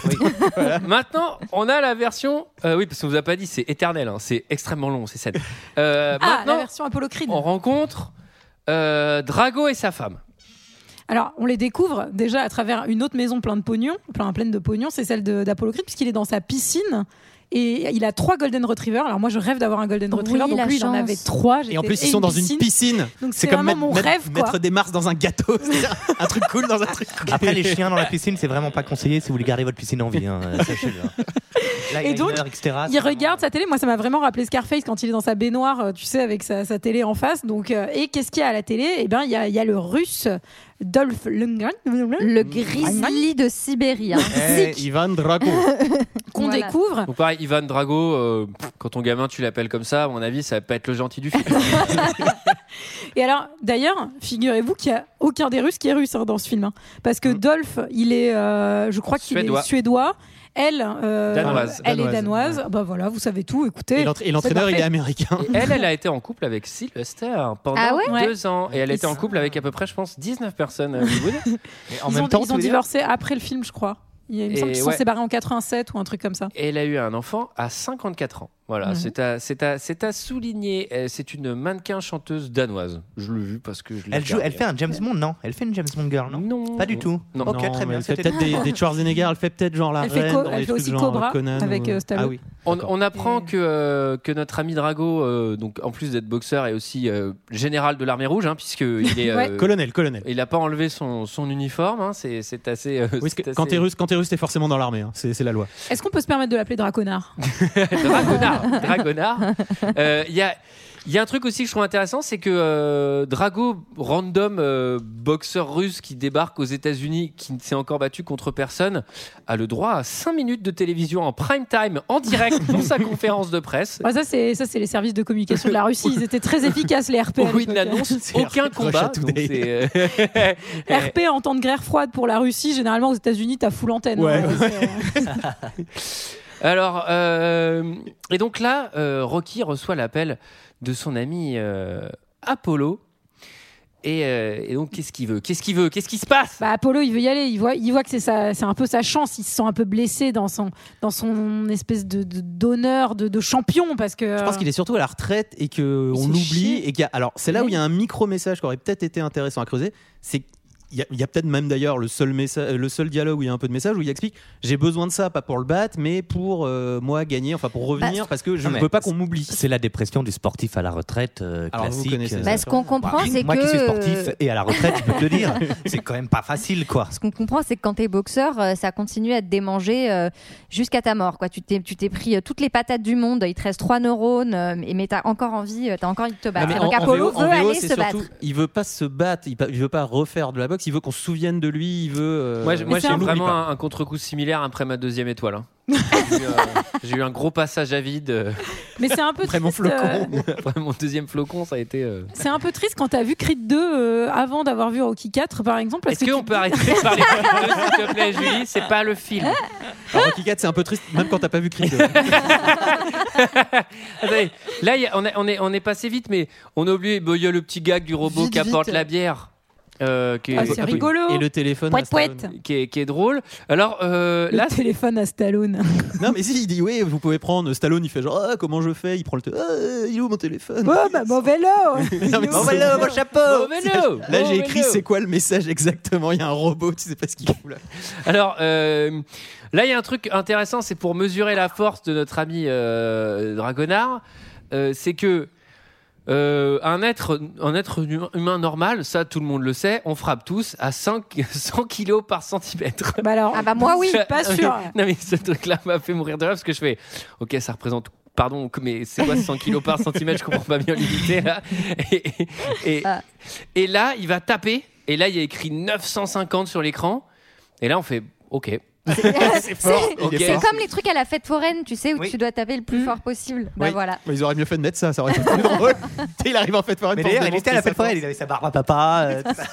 [SPEAKER 1] Maintenant, on a la version... euh, oui, parce qu'on vous a pas dit, c'est éternel, hein, c'est extrêmement long ces scènes. Euh,
[SPEAKER 7] Ah, la
[SPEAKER 1] maintenant,
[SPEAKER 7] version Apollo Creed.
[SPEAKER 11] Oh.
[SPEAKER 1] on rencontre euh, Drago et sa femme.
[SPEAKER 7] Alors, on les découvre déjà à travers une autre maison pleine de pognon, plein, pleine de pognon, c'est celle de- d'Apollo Creed, puisqu'il est dans sa piscine. Et il a trois Golden Retrievers. Alors moi, je rêve d'avoir un Golden
[SPEAKER 12] Oui,
[SPEAKER 7] Retriever. donc
[SPEAKER 12] la
[SPEAKER 7] lui, il en
[SPEAKER 12] chance.
[SPEAKER 7] avait trois.
[SPEAKER 11] Et en
[SPEAKER 7] J'étais-
[SPEAKER 11] plus, ils sont dans une piscine.
[SPEAKER 7] Donc
[SPEAKER 11] C'est
[SPEAKER 7] c'est
[SPEAKER 11] comme mettre,
[SPEAKER 7] vraiment mon
[SPEAKER 11] mettre-
[SPEAKER 7] rêve, quoi.
[SPEAKER 11] mettre des Mars dans un gâteau. C'est un truc cool dans un truc cool.
[SPEAKER 6] Après, les chiens dans la piscine, c'est vraiment pas conseillé si vous voulez garder votre piscine en vie. hein, euh, sachez-le, hein. Là, il y a
[SPEAKER 7] Et
[SPEAKER 6] une
[SPEAKER 7] donc,
[SPEAKER 6] heure, etc., Ah, c'est
[SPEAKER 7] Il
[SPEAKER 6] vraiment-
[SPEAKER 7] regarde sa télé. Moi, ça m'a vraiment rappelé Scarface quand il est dans sa baignoire, euh, tu sais, avec sa, sa télé en face. Donc, euh, et qu'est-ce qu'il y a à la télé Eh bien, il y, a- il y a le russe Dolph Lundgren
[SPEAKER 12] Le grizzly de Sibérie. hein.
[SPEAKER 11] Eh, Ivan Drago.
[SPEAKER 7] qu'on
[SPEAKER 12] Voilà.
[SPEAKER 7] découvre.
[SPEAKER 1] Donc pareil, Ivan Drago, euh, pff, quand ton gamin tu l'appelles comme ça, à mon avis, ça va pas être le gentil du film.
[SPEAKER 7] Et alors, d'ailleurs, figurez-vous qu'il n'y a aucun des Russes qui est russe hein, dans ce film. hein. parce que Dolph, il est, euh, je crois qu'il
[SPEAKER 1] Suédois.
[SPEAKER 7] est suédois. Elle, euh,
[SPEAKER 1] Danoise.
[SPEAKER 7] elle est
[SPEAKER 11] Danoise.
[SPEAKER 7] danoise. Bah voilà, vous savez tout.
[SPEAKER 11] Et
[SPEAKER 7] Écoutez,
[SPEAKER 11] l'entra- et l'entraîneur, il est américain.
[SPEAKER 1] Et elle, elle a été en couple avec Sylvester pendant
[SPEAKER 12] Ah
[SPEAKER 7] ouais
[SPEAKER 1] deux ans. Et elle
[SPEAKER 7] Ils
[SPEAKER 1] était en
[SPEAKER 7] sont-
[SPEAKER 1] couple avec à peu près, je pense, 19 personnes à Hollywood.
[SPEAKER 6] Mais en
[SPEAKER 7] ils,
[SPEAKER 6] même
[SPEAKER 7] ont,
[SPEAKER 6] temps,
[SPEAKER 7] ils ont
[SPEAKER 6] c'est-
[SPEAKER 7] divorcé après le film, je crois. Il me
[SPEAKER 1] Et
[SPEAKER 7] semble qu'ils
[SPEAKER 1] ouais.
[SPEAKER 7] sont séparés en 87 ou un truc comme ça.
[SPEAKER 1] et elle a eu un enfant à 54 ans. Voilà,
[SPEAKER 7] Mhm.
[SPEAKER 1] c'est à, c'est à- c'est à souligner. Euh, C'est une mannequin chanteuse danoise. Je l'ai vue parce que je l'ai
[SPEAKER 6] Elle, joue, elle fait un James Bond, non Elle fait une James Bond girl, non
[SPEAKER 1] Non.
[SPEAKER 6] Pas du tout.
[SPEAKER 1] Non.
[SPEAKER 6] Ok, très
[SPEAKER 11] mais
[SPEAKER 6] bien.
[SPEAKER 11] Elle fait
[SPEAKER 6] c'était-
[SPEAKER 11] peut-être des, des Schwarzenegger, elle fait peut-être genre la
[SPEAKER 7] Elle fait
[SPEAKER 11] reine.
[SPEAKER 7] co-
[SPEAKER 11] dans
[SPEAKER 7] elle
[SPEAKER 11] les
[SPEAKER 7] fait aussi
[SPEAKER 11] trucs genre
[SPEAKER 7] Cobra
[SPEAKER 11] Conan
[SPEAKER 7] avec,
[SPEAKER 11] ou-
[SPEAKER 7] euh, Stallone.
[SPEAKER 11] Ah oui.
[SPEAKER 1] On,
[SPEAKER 11] D'accord.
[SPEAKER 1] on apprend que, euh, que notre ami Drago, euh, donc, en plus d'être boxeur, est aussi euh, général de l'armée rouge, hein, puisqu'il est.
[SPEAKER 7] Ouais.
[SPEAKER 1] euh,
[SPEAKER 11] Colonel, colonel.
[SPEAKER 1] il n'a pas enlevé son, son uniforme, hein, c'est c'est assez. euh,
[SPEAKER 11] Oui, parce que
[SPEAKER 1] c'est
[SPEAKER 11] quand
[SPEAKER 1] assez-
[SPEAKER 11] t'es russe, quand t'es russe, t'es forcément dans l'armée. hein. C'est c'est la loi.
[SPEAKER 7] Est-ce qu'on peut se permettre de l'appeler Draconard
[SPEAKER 1] Dragonard. Dragonard. Euh, Il y a. Il y a un truc aussi que je trouve intéressant, c'est que euh, Drago, random euh, boxeur russe qui débarque aux États-Unis, qui ne s'est encore battu contre personne, a le droit à 5 minutes de télévision en prime time, en direct, dans sa conférence de presse.
[SPEAKER 7] Ouais, Ah, Ça, c'est ça, c'est les services de communication de la Russie. Ils étaient très efficaces, les RP. à
[SPEAKER 1] Où il
[SPEAKER 7] l'époque.
[SPEAKER 1] n'annonce
[SPEAKER 11] C'est
[SPEAKER 1] aucun
[SPEAKER 11] Russia
[SPEAKER 1] combat. donc
[SPEAKER 11] Today.
[SPEAKER 1] c'est, euh,
[SPEAKER 7] RP en temps de guerre froide pour la Russie. Généralement, aux États-Unis, t'as full antenne.
[SPEAKER 11] Ouais,
[SPEAKER 7] hein. C'est-
[SPEAKER 1] Alors, euh, et donc là, euh, Rocky reçoit l'appel de son ami euh, Apollo. Et, euh, et donc, qu'est-ce qu'il veut Qu'est-ce qu'il veut Qu'est-ce qui se passe
[SPEAKER 7] Bah, Apollo, il veut y aller. Il voit, il voit que c'est sa- c'est un peu sa chance. Il se sent un peu blessé dans son, dans son espèce de de- d'honneur de, de champion parce que.
[SPEAKER 12] Ah.
[SPEAKER 11] Je pense qu'il est surtout à la retraite et que on l'oublie et qu'il y a. Alors c'est là où il y a un micro message qui aurait peut-être été intéressant à creuser. C'est il y a, il y a peut-être même d'ailleurs le seul message, le seul dialogue où il y a un peu de message où il explique j'ai besoin de ça pas pour le battre mais pour euh, moi gagner enfin pour
[SPEAKER 12] Bah,
[SPEAKER 11] revenir parce que je ne veux pas qu'on m'oublie.
[SPEAKER 6] C'est la dépression du sportif à la retraite euh,
[SPEAKER 11] Alors, vous
[SPEAKER 6] classique.
[SPEAKER 11] connaissez
[SPEAKER 12] Bah, ce qu'on comprend,
[SPEAKER 6] Bah,
[SPEAKER 12] c'est
[SPEAKER 6] moi qui suis
[SPEAKER 12] que-
[SPEAKER 6] sportif et à la retraite, je peux te le dire, c'est quand même pas facile, quoi.
[SPEAKER 12] Ce qu'on comprend, c'est que quand t'es boxeur, euh, ça continue à te démanger euh, jusqu'à ta mort. Quoi. Tu t'es tu t'es pris euh, toutes les patates du monde, il te reste trois neurones, euh, mais mais t'as encore envie, euh, t'as encore envie de te battre.
[SPEAKER 11] Non, mais
[SPEAKER 12] Et Donc
[SPEAKER 11] en- en
[SPEAKER 12] Apollo
[SPEAKER 11] VO, en
[SPEAKER 12] veut
[SPEAKER 11] VO,
[SPEAKER 12] aller
[SPEAKER 11] c'est
[SPEAKER 12] se
[SPEAKER 11] surtout,
[SPEAKER 12] battre.
[SPEAKER 11] Il veut pas se battre, il, pa- il veut pas refaire de la boxe, il veut qu'on se souvienne de lui, il veut. euh,
[SPEAKER 1] Moi, j'ai- moi,
[SPEAKER 11] on
[SPEAKER 1] j'ai
[SPEAKER 11] l'oublie
[SPEAKER 1] vraiment
[SPEAKER 11] pas.
[SPEAKER 1] un, un contre-coup similaire après ma deuxième étoile. hein. J'ai eu, euh, J'ai eu un gros passage à vide. euh,
[SPEAKER 7] Mais c'est un peu
[SPEAKER 1] après mon
[SPEAKER 7] triste, euh,
[SPEAKER 1] flocon. Après mon deuxième flocon, ça a été. euh,
[SPEAKER 7] C'est un peu triste quand t'as vu Creed 2 euh, avant d'avoir vu Rocky 4 par exemple. parce
[SPEAKER 1] Est-ce
[SPEAKER 7] que
[SPEAKER 1] qu'on peut arrêter de parler de Creed 2, s'il te plaît, Julie C'est pas le film.
[SPEAKER 11] Alors, Rocky IV, c'est un peu triste, même quand t'as pas vu Creed. euh,
[SPEAKER 1] Attendez, là, il y a- on, a- on est, on est passé vite, mais on a oublié. bon, Il y a le petit gag du robot qui apporte la bière. euh, qui est-
[SPEAKER 7] Ah, c'est
[SPEAKER 1] qui-
[SPEAKER 7] rigolo.
[SPEAKER 11] Et le téléphone.
[SPEAKER 7] Pouet,
[SPEAKER 11] à Stallone.
[SPEAKER 7] pouet.
[SPEAKER 1] Qui est, qui est drôle. Alors euh,
[SPEAKER 7] Le
[SPEAKER 1] là, c'est-
[SPEAKER 7] téléphone à Stallone.
[SPEAKER 11] Non, mais si, il dit oui, vous pouvez prendre. Stallone, il fait genre, ah, comment je fais Il prend le. tél- Ah, il est où mon téléphone
[SPEAKER 7] oh, bah, mon vélo Bah,
[SPEAKER 11] Non, mais
[SPEAKER 7] Mon
[SPEAKER 11] c'est-
[SPEAKER 7] vélo, mon
[SPEAKER 1] chapeau vélo
[SPEAKER 11] Là,
[SPEAKER 1] Mon
[SPEAKER 11] j'ai écrit,
[SPEAKER 1] vélo
[SPEAKER 11] c'est quoi le message exactement Il y a un robot, tu sais pas ce qu'il fout là.
[SPEAKER 1] Alors euh, là, il y a un truc intéressant, c'est pour mesurer la force de notre ami euh, Dragonard, euh, c'est que euh, un être, un être hum- humain normal, ça tout le monde le sait, on frappe tous à 5, 100 kilos par centimètre.
[SPEAKER 7] Bah alors,
[SPEAKER 12] Ah bah moi oui.
[SPEAKER 1] Ça-
[SPEAKER 7] pas
[SPEAKER 1] non, mais-
[SPEAKER 7] sûr.
[SPEAKER 1] Non mais ce truc-là m'a fait mourir de rire parce que je fais, ok, ça représente. Pardon, mais c'est quoi 100 kilos par centimètre Je comprends pas bien l'unité là. Et, et- et-
[SPEAKER 12] Ah.
[SPEAKER 1] et là, il va taper. Et là, il y a écrit 950 sur l'écran. Et là, on fait OK.
[SPEAKER 12] C'est
[SPEAKER 1] Ok.
[SPEAKER 12] c'est comme les trucs à la fête foraine, tu sais, où
[SPEAKER 6] Oui.
[SPEAKER 12] tu dois taper le plus fort possible. Bah
[SPEAKER 11] Mmh. Oui.
[SPEAKER 12] voilà.
[SPEAKER 11] Mais ils auraient mieux fait de mettre ça, ça aurait été plus drôle. Tu sais, il arrive en fait
[SPEAKER 6] Mais d'ailleurs, il était à la fête foraine, il avait sa barbe à papa. euh, tout ça.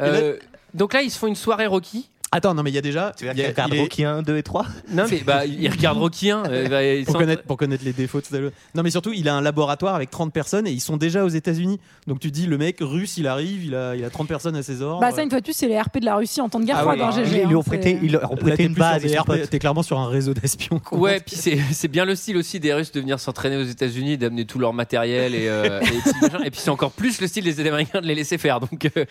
[SPEAKER 1] Euh, donc là, ils se font une soirée Rocky.
[SPEAKER 11] Attends, non, mais il y a déjà.
[SPEAKER 6] tu
[SPEAKER 11] il
[SPEAKER 6] veux
[SPEAKER 11] y
[SPEAKER 6] dire
[SPEAKER 11] a-
[SPEAKER 6] qu'il regarde
[SPEAKER 11] il est-
[SPEAKER 6] Rocky 1, 2 et 3
[SPEAKER 1] Non, mais bah, ils regardent Rocky euh, bah, 1.
[SPEAKER 11] pour connaître, pour connaître les défauts tout à l'heure. Non, mais surtout, il a un laboratoire avec 30 personnes et ils sont déjà aux États-Unis. Donc tu dis, le mec russe, il arrive, il a, il a 30 personnes à ses ordres.
[SPEAKER 7] Bah ça une fois de plus c'est les RP de la Russie en temps de guerre
[SPEAKER 11] Hein, Ah
[SPEAKER 7] froide.
[SPEAKER 11] oui,
[SPEAKER 7] hein,
[SPEAKER 11] ah,
[SPEAKER 7] GG,
[SPEAKER 6] Ils lui
[SPEAKER 7] hein,
[SPEAKER 6] ont prêté,
[SPEAKER 7] c'est-
[SPEAKER 6] ils leur ont
[SPEAKER 11] Euh, Là,
[SPEAKER 6] prêté
[SPEAKER 11] t'es
[SPEAKER 6] une
[SPEAKER 11] plus
[SPEAKER 6] base.
[SPEAKER 11] sur des
[SPEAKER 6] ils sont
[SPEAKER 11] RP,
[SPEAKER 6] potes.
[SPEAKER 11] T'es clairement sur un réseau d'espions. quoi.
[SPEAKER 1] Ouais, puis c'est c'est bien le style aussi des Russes de venir s'entraîner aux États-Unis, d'amener tout leur matériel et, euh, et tout le machin. Et puis c'est encore plus le style des Américains de les laisser faire. Donc euh,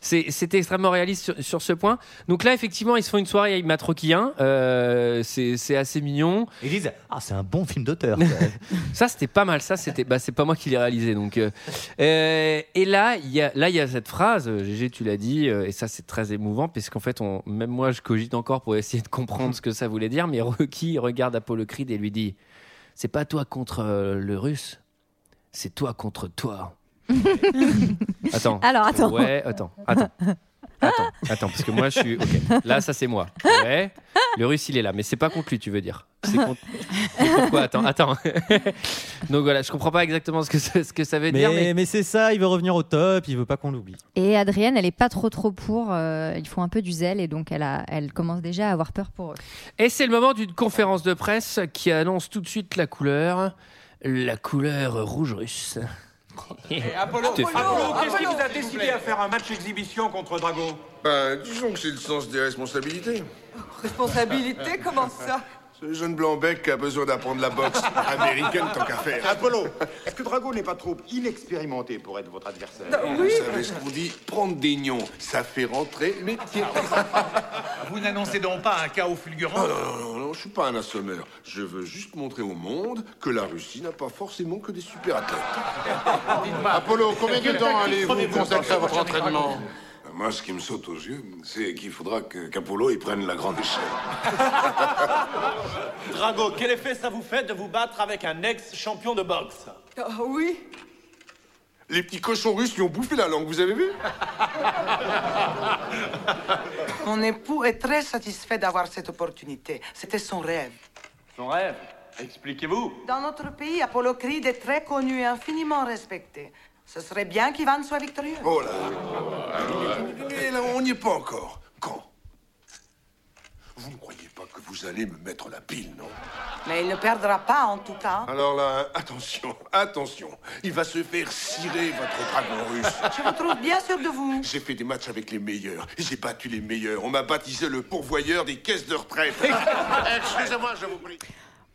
[SPEAKER 1] c'est- c'était extrêmement réaliste sur, sur ce point. Donc là, effectivement, ils se font une soirée avec Matt Rocky 1. Euh, c'est c'est assez mignon.
[SPEAKER 6] Ils disent Ah, c'est un bon film d'auteur.
[SPEAKER 1] Ça, c'était pas mal. Ça, c'était, bah, c'est pas moi qui l'ai réalisé. Donc, euh, euh, et là, il y a, là, il y a cette phrase. euh, Gégé, tu l'as dit, euh, et ça, c'est très émouvant, puisqu'en fait, on, même moi, je cogite encore pour essayer de comprendre ce que ça voulait dire. Mais Rocky regarde Apollo Creed et lui dit "C'est pas toi contre euh, le Russe, c'est toi contre toi." attends.
[SPEAKER 12] Alors, attends.
[SPEAKER 1] Ouais, attends, attends. Attends, attends, parce que moi je suis. ok. Là, ça c'est moi. Ouais. Le russe il est là, mais c'est pas conclu, tu veux dire. C'est contre- c'est pourquoi Attends, attends. Donc voilà, je comprends pas exactement ce que ça, ce que ça veut
[SPEAKER 11] Mais,
[SPEAKER 1] dire, mais
[SPEAKER 11] mais c'est ça, il veut revenir au top, il veut pas qu'on l'oublie.
[SPEAKER 12] Et Adrienne, elle est pas trop trop pour. euh, ils font un peu du zèle et donc elle, a, elle commence déjà à avoir peur pour eux.
[SPEAKER 1] Et c'est le moment d'une conférence de presse qui annonce tout de suite la couleur. La couleur rouge russe.
[SPEAKER 10] Apollo,
[SPEAKER 1] Tout à fait.
[SPEAKER 10] Apollo, qu'est-ce qui vous a décidé à faire un match exhibition contre Drago
[SPEAKER 5] Ben, disons que c'est le sens des responsabilités.
[SPEAKER 13] Responsabilité, comment ça
[SPEAKER 5] Ce jeune blanc-bec qui a besoin d'apprendre la boxe américaine tant qu'à faire.
[SPEAKER 13] Apollo, est-ce que Drago n'est pas trop inexpérimenté pour être votre adversaire
[SPEAKER 5] Vous savez ce qu'on dit Prendre des nions, ça fait rentrer les pieds.
[SPEAKER 4] Vous n'annoncez donc pas un chaos fulgurant
[SPEAKER 5] Non, non, non, non, je suis pas un assommeur. Je veux juste montrer au monde que la Russie n'a pas forcément que des super athlètes.
[SPEAKER 13] Apollo, combien de temps allez-vous consacrer à votre entraînement
[SPEAKER 5] Euh, Moi, ce qui me saute aux yeux, c'est qu'il faudra que- qu'Apollo y prenne la grande échelle.
[SPEAKER 10] Drago, quel effet ça vous fait de vous battre avec un ex-champion de boxe
[SPEAKER 13] Ah oui
[SPEAKER 5] Les petits cochons russes lui ont bouffé la langue, vous avez vu
[SPEAKER 13] Mon époux est très satisfait d'avoir cette opportunité. C'était son rêve.
[SPEAKER 10] Son rêve Expliquez-vous.
[SPEAKER 13] Dans notre pays, Apollo Creed est très connu et infiniment respecté. Ce serait bien qu'Ivan soit victorieux.
[SPEAKER 5] Oh là Mais là, on n'y est pas encore. Quand Vous ne croyez
[SPEAKER 14] pas que vous allez me mettre la pile, non
[SPEAKER 13] Mais il ne perdra pas en tout cas.
[SPEAKER 14] Alors là, attention, attention. Il va se faire cirer, votre dragon russe.
[SPEAKER 13] Je vous trouve bien sûr de vous.
[SPEAKER 14] J'ai fait des matchs avec les meilleurs. J'ai battu les meilleurs. On m'a baptisé le pourvoyeur des caisses de retraite. Excusez-moi, je vous prie.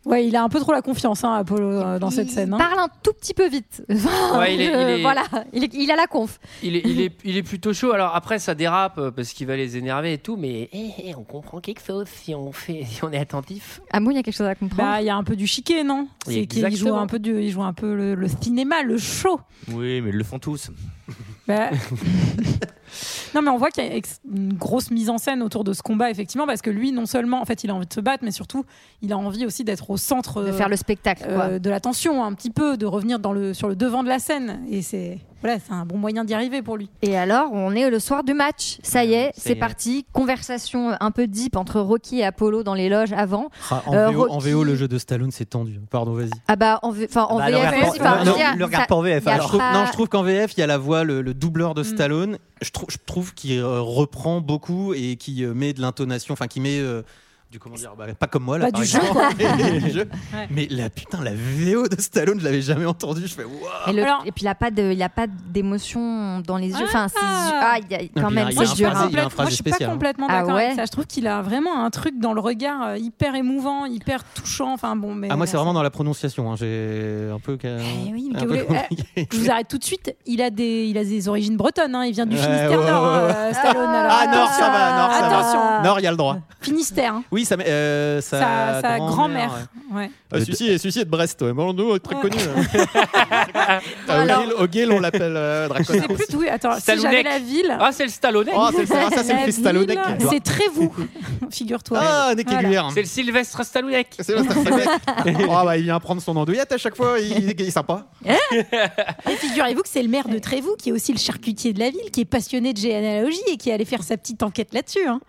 [SPEAKER 7] Ouais, il a un peu trop la confiance, hein, Apollo, euh, dans cette scène. hein.
[SPEAKER 12] Parle un tout petit peu vite.
[SPEAKER 1] Ouais, il est-
[SPEAKER 12] Euh,
[SPEAKER 1] il est-
[SPEAKER 12] Voilà, il, est- il a la conf.
[SPEAKER 1] Il est, il, est, il est plutôt chaud. Alors après, ça dérape euh, parce qu'il va les énerver et tout, mais eh, eh, on comprend quelque chose si on, fait, si on est attentif.
[SPEAKER 12] Ah bon, il y a quelque chose à comprendre.
[SPEAKER 7] Bah, il y a un peu du chiquet, non
[SPEAKER 1] Oui,
[SPEAKER 7] C'est qu'il joue
[SPEAKER 1] exactement.
[SPEAKER 7] un peu, du, il joue un peu le, le cinéma, le show.
[SPEAKER 6] Oui, mais ils le font tous.
[SPEAKER 7] Bah, non, mais on voit qu'il y a ex- une grosse mise en scène autour de ce combat, effectivement, parce que lui, non seulement, en fait, il a envie de se battre, mais surtout, il a envie aussi d'être au centre
[SPEAKER 12] De
[SPEAKER 7] euh,
[SPEAKER 12] faire le spectacle.
[SPEAKER 7] euh,
[SPEAKER 12] quoi.
[SPEAKER 7] de l'attention, un petit peu, de revenir dans le, sur le devant de la scène. Et c'est voilà, c'est un bon moyen d'y arriver pour lui.
[SPEAKER 12] Et alors, on est le soir du match. Ça y est, c'est
[SPEAKER 7] y est.
[SPEAKER 12] parti. Conversation un peu deep entre Rocky et Apollo dans les loges avant.
[SPEAKER 11] Ah, en,
[SPEAKER 12] Euh,
[SPEAKER 11] VO, en
[SPEAKER 12] Rocky-
[SPEAKER 11] VO, le jeu de Stallone, c'est tendu. Pardon, vas-y.
[SPEAKER 12] Ah bah, en, V- enfin, en
[SPEAKER 11] Bah, le
[SPEAKER 12] VF,
[SPEAKER 11] regarde pas-
[SPEAKER 12] aussi, enfin,
[SPEAKER 11] non,
[SPEAKER 12] je veux dire,
[SPEAKER 11] le regarde
[SPEAKER 12] ça-
[SPEAKER 11] pas en VF.
[SPEAKER 12] y a
[SPEAKER 11] alors. Ah, Je trouve-
[SPEAKER 12] pas-
[SPEAKER 11] Non, je trouve qu'en VF, il y a la voix, le, le doubleur
[SPEAKER 7] Mm.
[SPEAKER 11] de Stallone. Je, trou- je trouve qu'il euh, reprend beaucoup et qui euh, met de l'intonation, enfin, qui met. euh, du comment dire, bah, pas comme moi là,
[SPEAKER 7] Bah,
[SPEAKER 11] par
[SPEAKER 7] du
[SPEAKER 11] exemple,
[SPEAKER 7] jeu.
[SPEAKER 11] mais, du jeu.
[SPEAKER 7] Ouais.
[SPEAKER 11] Mais la putain, la VO de Stallone, je l'avais jamais entendue. Je fais waouh. Ah,
[SPEAKER 12] Et, le- et puis il a pas de, il a pas d'émotion dans les yeux. Enfin, ses yeux- ah, il y a-
[SPEAKER 11] Non,
[SPEAKER 12] quand
[SPEAKER 11] puis
[SPEAKER 12] même,
[SPEAKER 11] il y a
[SPEAKER 12] c'est
[SPEAKER 11] un
[SPEAKER 12] dur.
[SPEAKER 11] phrasé- il y a un
[SPEAKER 7] Moi,
[SPEAKER 11] phrasé
[SPEAKER 7] je suis pas
[SPEAKER 11] spécial, hein.
[SPEAKER 7] complètement
[SPEAKER 12] Ah
[SPEAKER 7] d'accord
[SPEAKER 12] ouais
[SPEAKER 7] avec ça. Je trouve qu'il a vraiment un truc dans le regard euh, hyper émouvant, hyper touchant. Enfin bon, mais
[SPEAKER 11] Ah, moi, c'est
[SPEAKER 7] voilà,
[SPEAKER 11] vraiment dans la prononciation. hein, J'ai un peu.
[SPEAKER 7] Eh oui,
[SPEAKER 11] un
[SPEAKER 7] que
[SPEAKER 11] peu
[SPEAKER 7] voulez- eh, je vous arrête tout de suite. Il a des, il a des origines bretonnes. hein. Il vient du
[SPEAKER 11] Ouais,
[SPEAKER 7] Finistère
[SPEAKER 11] ouais,
[SPEAKER 7] Nord,
[SPEAKER 11] ouais, ouais.
[SPEAKER 7] euh, Stallone. alors.
[SPEAKER 11] Ah, Nord, ça va, Nord, ça va.
[SPEAKER 7] Attention.
[SPEAKER 11] Nord, il y a le droit.
[SPEAKER 7] Finistère. hein.
[SPEAKER 11] Oui, ça m'est- euh, sa,
[SPEAKER 7] Sa, sa grand-mère. ouais.
[SPEAKER 1] Euh,
[SPEAKER 11] Ah, celui-ci est, celui-ci est de Brest, ouais. Morandau est très connu. hein. Ah,
[SPEAKER 7] Alors-
[SPEAKER 11] au, Guil, au Guil, on l'appelle euh,
[SPEAKER 7] Je sais
[SPEAKER 11] Draconard.
[SPEAKER 7] plus d'où. Attends, si
[SPEAKER 1] Stallonec.
[SPEAKER 7] j'avais la ville.
[SPEAKER 1] Ah, c'est le Stallone.
[SPEAKER 11] Oh, c'est le- ah, ça, c'est le
[SPEAKER 7] La
[SPEAKER 11] fait Stallonec.
[SPEAKER 7] ville,
[SPEAKER 11] Doit-
[SPEAKER 7] C'est très vous, figure-toi.
[SPEAKER 11] Ah, Nick
[SPEAKER 7] Voilà.
[SPEAKER 11] Aiguillère.
[SPEAKER 1] C'est le Sylvestre Stallone.
[SPEAKER 11] C'est vrai, c'est vrai. Ah, bah, il vient prendre son andouillette à chaque fois, il, il est sympa.
[SPEAKER 7] Et figurez-vous que c'est le maire de Trévoux qui est aussi le charcutier de la ville, qui est passionné de généalogie et qui est allé faire sa petite enquête là-dessus. hein.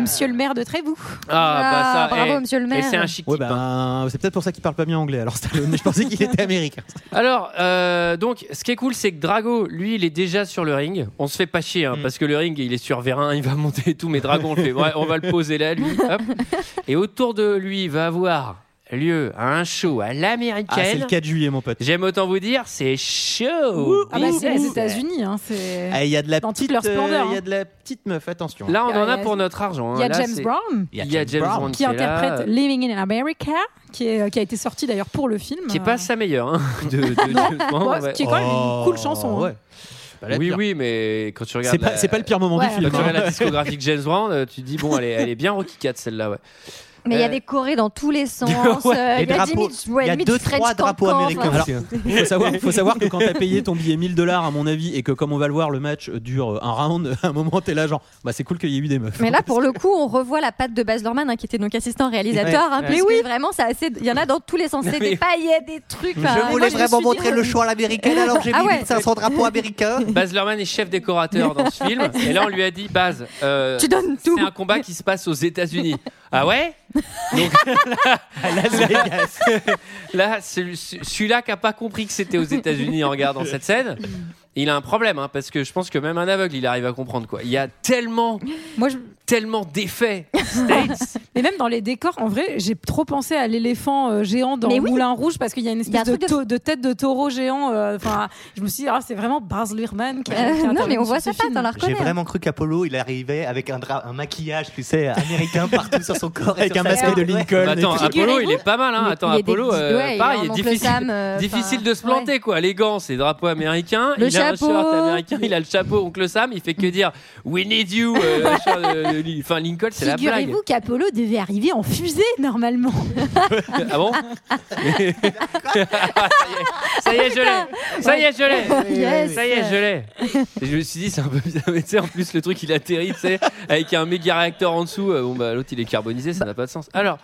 [SPEAKER 7] Monsieur le maire de Trévoux.
[SPEAKER 1] Ah, bah ça.
[SPEAKER 12] bravo,
[SPEAKER 1] eh,
[SPEAKER 12] monsieur le maire.
[SPEAKER 1] Et c'est un chic
[SPEAKER 11] Ouais,
[SPEAKER 1] type, hein.
[SPEAKER 11] ben, c'est peut-être pour ça qu'il parle pas bien anglais, alors Stallone. Je pensais qu'il était américain.
[SPEAKER 1] Alors, euh, donc, ce qui est cool, c'est que Drago, lui, il est déjà sur le ring. On se fait pas chier, hein, parce que le ring, il est sur vérin, il va monter et tout, mais Drago, on le fait, ouais, on va le poser là, lui. hop. Et autour de lui, va avoir lieu un show à
[SPEAKER 11] Ah, c'est
[SPEAKER 1] l'américaine.
[SPEAKER 11] le 4 juillet, mon pote.
[SPEAKER 1] J'aime autant vous dire, c'est chaud.
[SPEAKER 7] Ah bah c'est les
[SPEAKER 1] Business.
[SPEAKER 7] États-Unis. hein, c'est-
[SPEAKER 11] Ah, Il y a de la
[SPEAKER 7] Dans toute
[SPEAKER 11] petite
[SPEAKER 7] leur splendeur,
[SPEAKER 11] euh, Il y
[SPEAKER 7] hein.
[SPEAKER 11] a de la petite meuf, attention.
[SPEAKER 1] Là, on
[SPEAKER 7] Il y a-
[SPEAKER 1] en a
[SPEAKER 7] il y a-
[SPEAKER 1] pour notre argent. hein.
[SPEAKER 7] Il y a
[SPEAKER 1] Là,
[SPEAKER 7] James
[SPEAKER 1] c'est-
[SPEAKER 7] Brown
[SPEAKER 1] Il y a James
[SPEAKER 11] Brown
[SPEAKER 1] Brown
[SPEAKER 7] qui
[SPEAKER 1] est là,
[SPEAKER 7] interprète
[SPEAKER 1] euh,
[SPEAKER 7] Living in America, qui, est- euh, qui a été sorti d'ailleurs pour le film. euh,
[SPEAKER 1] Qui est pas sa meilleure. hein, de- de- de-
[SPEAKER 7] Ouais,
[SPEAKER 1] ouais.
[SPEAKER 7] qui est quand même une cool chanson. hein.
[SPEAKER 11] Oh, ouais. Pas la
[SPEAKER 1] Oui,
[SPEAKER 11] pire.
[SPEAKER 1] oui, mais quand tu regardes.
[SPEAKER 11] C'est pas,
[SPEAKER 1] la-
[SPEAKER 11] c'est pas le pire moment
[SPEAKER 12] Ouais.
[SPEAKER 11] du
[SPEAKER 1] Quand
[SPEAKER 11] film.
[SPEAKER 1] tu regardes
[SPEAKER 11] hein.
[SPEAKER 1] la discographie de James Brown, euh, tu te dis, bon, elle est, elle est bien Rocky 4 celle-là, ouais.
[SPEAKER 12] Mais il y
[SPEAKER 1] Euh,
[SPEAKER 12] a des Corées dans tous les sens. euh,
[SPEAKER 6] Les
[SPEAKER 12] il y a
[SPEAKER 6] drapeaux-
[SPEAKER 12] limite-
[SPEAKER 6] il
[SPEAKER 12] ouais,
[SPEAKER 6] y a
[SPEAKER 12] limite
[SPEAKER 6] deux,
[SPEAKER 12] French
[SPEAKER 6] trois drapeaux
[SPEAKER 12] Cancan,
[SPEAKER 6] américains.
[SPEAKER 12] enfin,
[SPEAKER 11] Alors, faut savoir, faut savoir que quand t'as payé ton billet 1000 dollars, à mon avis, et que comme on va le voir, le match dure euh, un round, à un moment, t'es là, genre, bah c'est cool qu'il y ait eu des meufs.
[SPEAKER 12] Mais là, pour le coup, on revoit la patte de Baz Luhrmann, hein, qui était donc assistant réalisateur.
[SPEAKER 11] Ouais,
[SPEAKER 12] hein,
[SPEAKER 11] ouais.
[SPEAKER 12] parce que vraiment, ça a assez. Il y en a dans tous les sens. C'est
[SPEAKER 1] Mais-
[SPEAKER 12] des paillettes, des trucs. enfin,
[SPEAKER 6] Je voulais
[SPEAKER 12] moi, me
[SPEAKER 6] vraiment
[SPEAKER 12] suis dit, euh,
[SPEAKER 6] montrer le choix à l'américaine, alors j'ai
[SPEAKER 12] Ah ouais.
[SPEAKER 6] mis 500 drapeaux américains.
[SPEAKER 1] Baz Luhrmann est chef décorateur dans ce film. Et là, on lui a dit, Baz, euh,
[SPEAKER 12] Tu donnes tout.
[SPEAKER 1] c'est un combat qui se passe aux États-Unis. Ah ouais
[SPEAKER 11] À Las Vegas.
[SPEAKER 1] Là, celui- celui-là qui a pas compris que c'était aux États-Unis en regardant cette scène. Il a un problème, hein, parce que je pense que même un aveugle, il arrive à comprendre quoi. Il y a tellement,
[SPEAKER 7] Moi,
[SPEAKER 12] euh,
[SPEAKER 7] je-
[SPEAKER 1] tellement d'effets States.
[SPEAKER 7] Mais même dans les décors, en vrai, j'ai trop pensé à l'éléphant euh, géant dans
[SPEAKER 12] Mais oui.
[SPEAKER 7] Moulin Rouge parce qu'il y a une
[SPEAKER 12] Il y a
[SPEAKER 7] espèce
[SPEAKER 12] un
[SPEAKER 7] de,
[SPEAKER 12] truc de-
[SPEAKER 7] tau- de tête de taureau géant. euh, Enfin, je me suis dit, ah, c'est vraiment Baz Luhrmann qui a. qui a
[SPEAKER 12] euh, non, mais
[SPEAKER 7] intervenu
[SPEAKER 12] on voit
[SPEAKER 7] sur
[SPEAKER 12] sa
[SPEAKER 7] ce
[SPEAKER 12] patte,
[SPEAKER 7] film.
[SPEAKER 12] on la
[SPEAKER 6] J'ai
[SPEAKER 12] reconnaît.
[SPEAKER 6] vraiment cru qu'Apollo il arrivait avec un, dra- un maquillage, tu sais, américain partout sur son corps. et
[SPEAKER 11] Avec
[SPEAKER 6] sur
[SPEAKER 11] un
[SPEAKER 6] sa
[SPEAKER 11] masque
[SPEAKER 6] tête.
[SPEAKER 11] de
[SPEAKER 6] Ouais. Bah,
[SPEAKER 11] Lincoln.
[SPEAKER 1] attends,
[SPEAKER 11] et tout.
[SPEAKER 1] Apollo, il
[SPEAKER 12] Figurez-vous,
[SPEAKER 1] est pas mal. Hein.
[SPEAKER 12] il est-
[SPEAKER 1] Attends,
[SPEAKER 12] il est
[SPEAKER 1] Apollo,
[SPEAKER 12] des-
[SPEAKER 1] euh,
[SPEAKER 12] ouais, il est
[SPEAKER 1] pareil,
[SPEAKER 12] en oncle
[SPEAKER 1] difficile,
[SPEAKER 12] Sam, euh,
[SPEAKER 1] difficile
[SPEAKER 12] enfin,
[SPEAKER 1] de se planter, quoi. Les gants, c'est drapeau américain.
[SPEAKER 12] Le
[SPEAKER 1] il
[SPEAKER 12] chapeau.
[SPEAKER 1] a un shirt américain, il a le chapeau oncle Sam. Il fait que dire We need you. euh, machin, euh, li- Enfin, Lincoln, c'est la blague.
[SPEAKER 7] Figurez-vous qu'Apollo devait arriver en fusée normalement.
[SPEAKER 1] Ah bon Ah, Ça y est, je
[SPEAKER 12] Ah,
[SPEAKER 1] l'ai. Ça y est, je l'ai.
[SPEAKER 12] Yes.
[SPEAKER 1] Ça y est, je l'ai. Et je me suis dit, c'est un peu bizarre. Mais tu sais, en plus, le truc, il atterrit, tu sais, avec un méga réacteur en dessous. Euh, Bon, bah, l'autre, il est carbonisé, ça n'a pas de sens. Alors.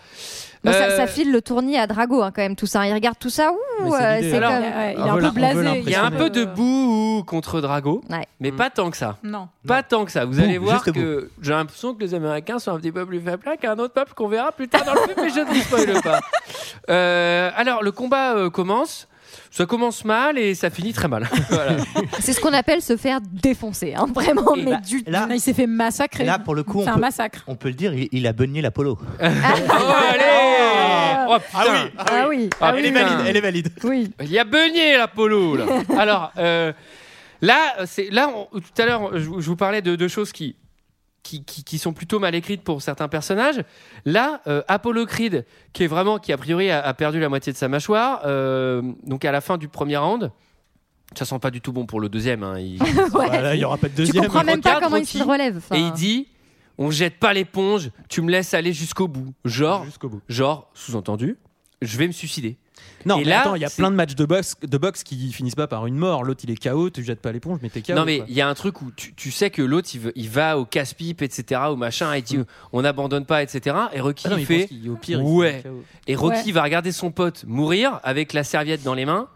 [SPEAKER 12] Bon, Bah, ça,
[SPEAKER 1] euh,
[SPEAKER 12] ça file le tournis à Drago hein, quand même tout ça. Il regarde tout ça. Ouh,
[SPEAKER 11] Mais c'est
[SPEAKER 12] euh,
[SPEAKER 11] l'idée.
[SPEAKER 12] c'est
[SPEAKER 1] Alors,
[SPEAKER 12] comme.
[SPEAKER 7] Ouais, il est
[SPEAKER 11] On
[SPEAKER 7] un
[SPEAKER 11] veut
[SPEAKER 7] peu
[SPEAKER 11] la-
[SPEAKER 7] blasé.
[SPEAKER 11] on veut
[SPEAKER 1] Il y a un peu de boue contre Drago,
[SPEAKER 12] Ouais. Mm.
[SPEAKER 1] mais pas tant que ça.
[SPEAKER 7] Non.
[SPEAKER 1] Pas tant que ça. Vous
[SPEAKER 6] Boue,
[SPEAKER 1] allez voir
[SPEAKER 6] juste
[SPEAKER 1] que j'ai l'impression que les Américains sont un petit peu plus faibles qu'un autre peuple qu'on verra plus tard dans le film, mais je ne vous spoil pas. Euh, alors, le combat euh, commence. ça commence mal et ça finit très mal. Voilà.
[SPEAKER 12] C'est ce qu'on appelle se faire défoncer, hein, vraiment.
[SPEAKER 7] Et
[SPEAKER 12] mais
[SPEAKER 7] bah,
[SPEAKER 12] du
[SPEAKER 7] là- il s'est fait massacrer.
[SPEAKER 6] Là, pour le coup,
[SPEAKER 7] c'est
[SPEAKER 6] on
[SPEAKER 7] un
[SPEAKER 6] peut-
[SPEAKER 7] massacre.
[SPEAKER 6] On peut le dire, il, il a beugné l'Apollo.
[SPEAKER 1] Oh, allez Oh, putain.
[SPEAKER 12] Ah oui,
[SPEAKER 1] Ah,
[SPEAKER 11] Elle est
[SPEAKER 1] putain.
[SPEAKER 11] valide, elle est valide.
[SPEAKER 12] Oui.
[SPEAKER 1] Il y a Beunier, la polo, là. Alors, euh, là, c'est, là on- tout à l'heure, je, vous je vous parlais de deux choses qui, qui, qui- qui sont plutôt mal écrites pour certains personnages. Là, euh, Apollo Creed, qui est vraiment, qui a priori a, a perdu la moitié de sa mâchoire, euh, donc à la fin du premier round, ça sent pas du tout bon pour le deuxième. hein, il-
[SPEAKER 11] Bah là, il n'y aura pas de
[SPEAKER 12] Tu
[SPEAKER 11] deuxième.
[SPEAKER 12] comprends même pas
[SPEAKER 1] regarde
[SPEAKER 12] comment il
[SPEAKER 1] Rocky
[SPEAKER 12] se relève. enfin.
[SPEAKER 1] Et il dit on jette pas l'éponge, tu me laisses aller jusqu'au bout. Genre, genre sous-entendu, je vais me suicider.
[SPEAKER 11] Non,
[SPEAKER 1] Et
[SPEAKER 11] mais
[SPEAKER 1] là,
[SPEAKER 11] attends, il y a
[SPEAKER 1] c'est-
[SPEAKER 11] plein de matchs de boxe, de boxe qui finissent pas par une mort. L'autre, il est KO, tu jettes pas l'éponge, mais t'es KO.
[SPEAKER 1] Non, mais
[SPEAKER 11] quoi.
[SPEAKER 1] il y a un truc où tu, tu sais que l'autre il, veut- il va au casse-pipe, etc., au machin, et il dit on n'abandonne pas, etc. Et Rocky
[SPEAKER 11] Ah non,
[SPEAKER 1] il
[SPEAKER 11] mais il pense
[SPEAKER 1] fait
[SPEAKER 11] qu'il- au pire, il
[SPEAKER 1] ouais.
[SPEAKER 11] fait KO.
[SPEAKER 1] Et Rocky
[SPEAKER 11] Ouais.
[SPEAKER 1] va regarder son pote mourir avec la serviette dans les mains.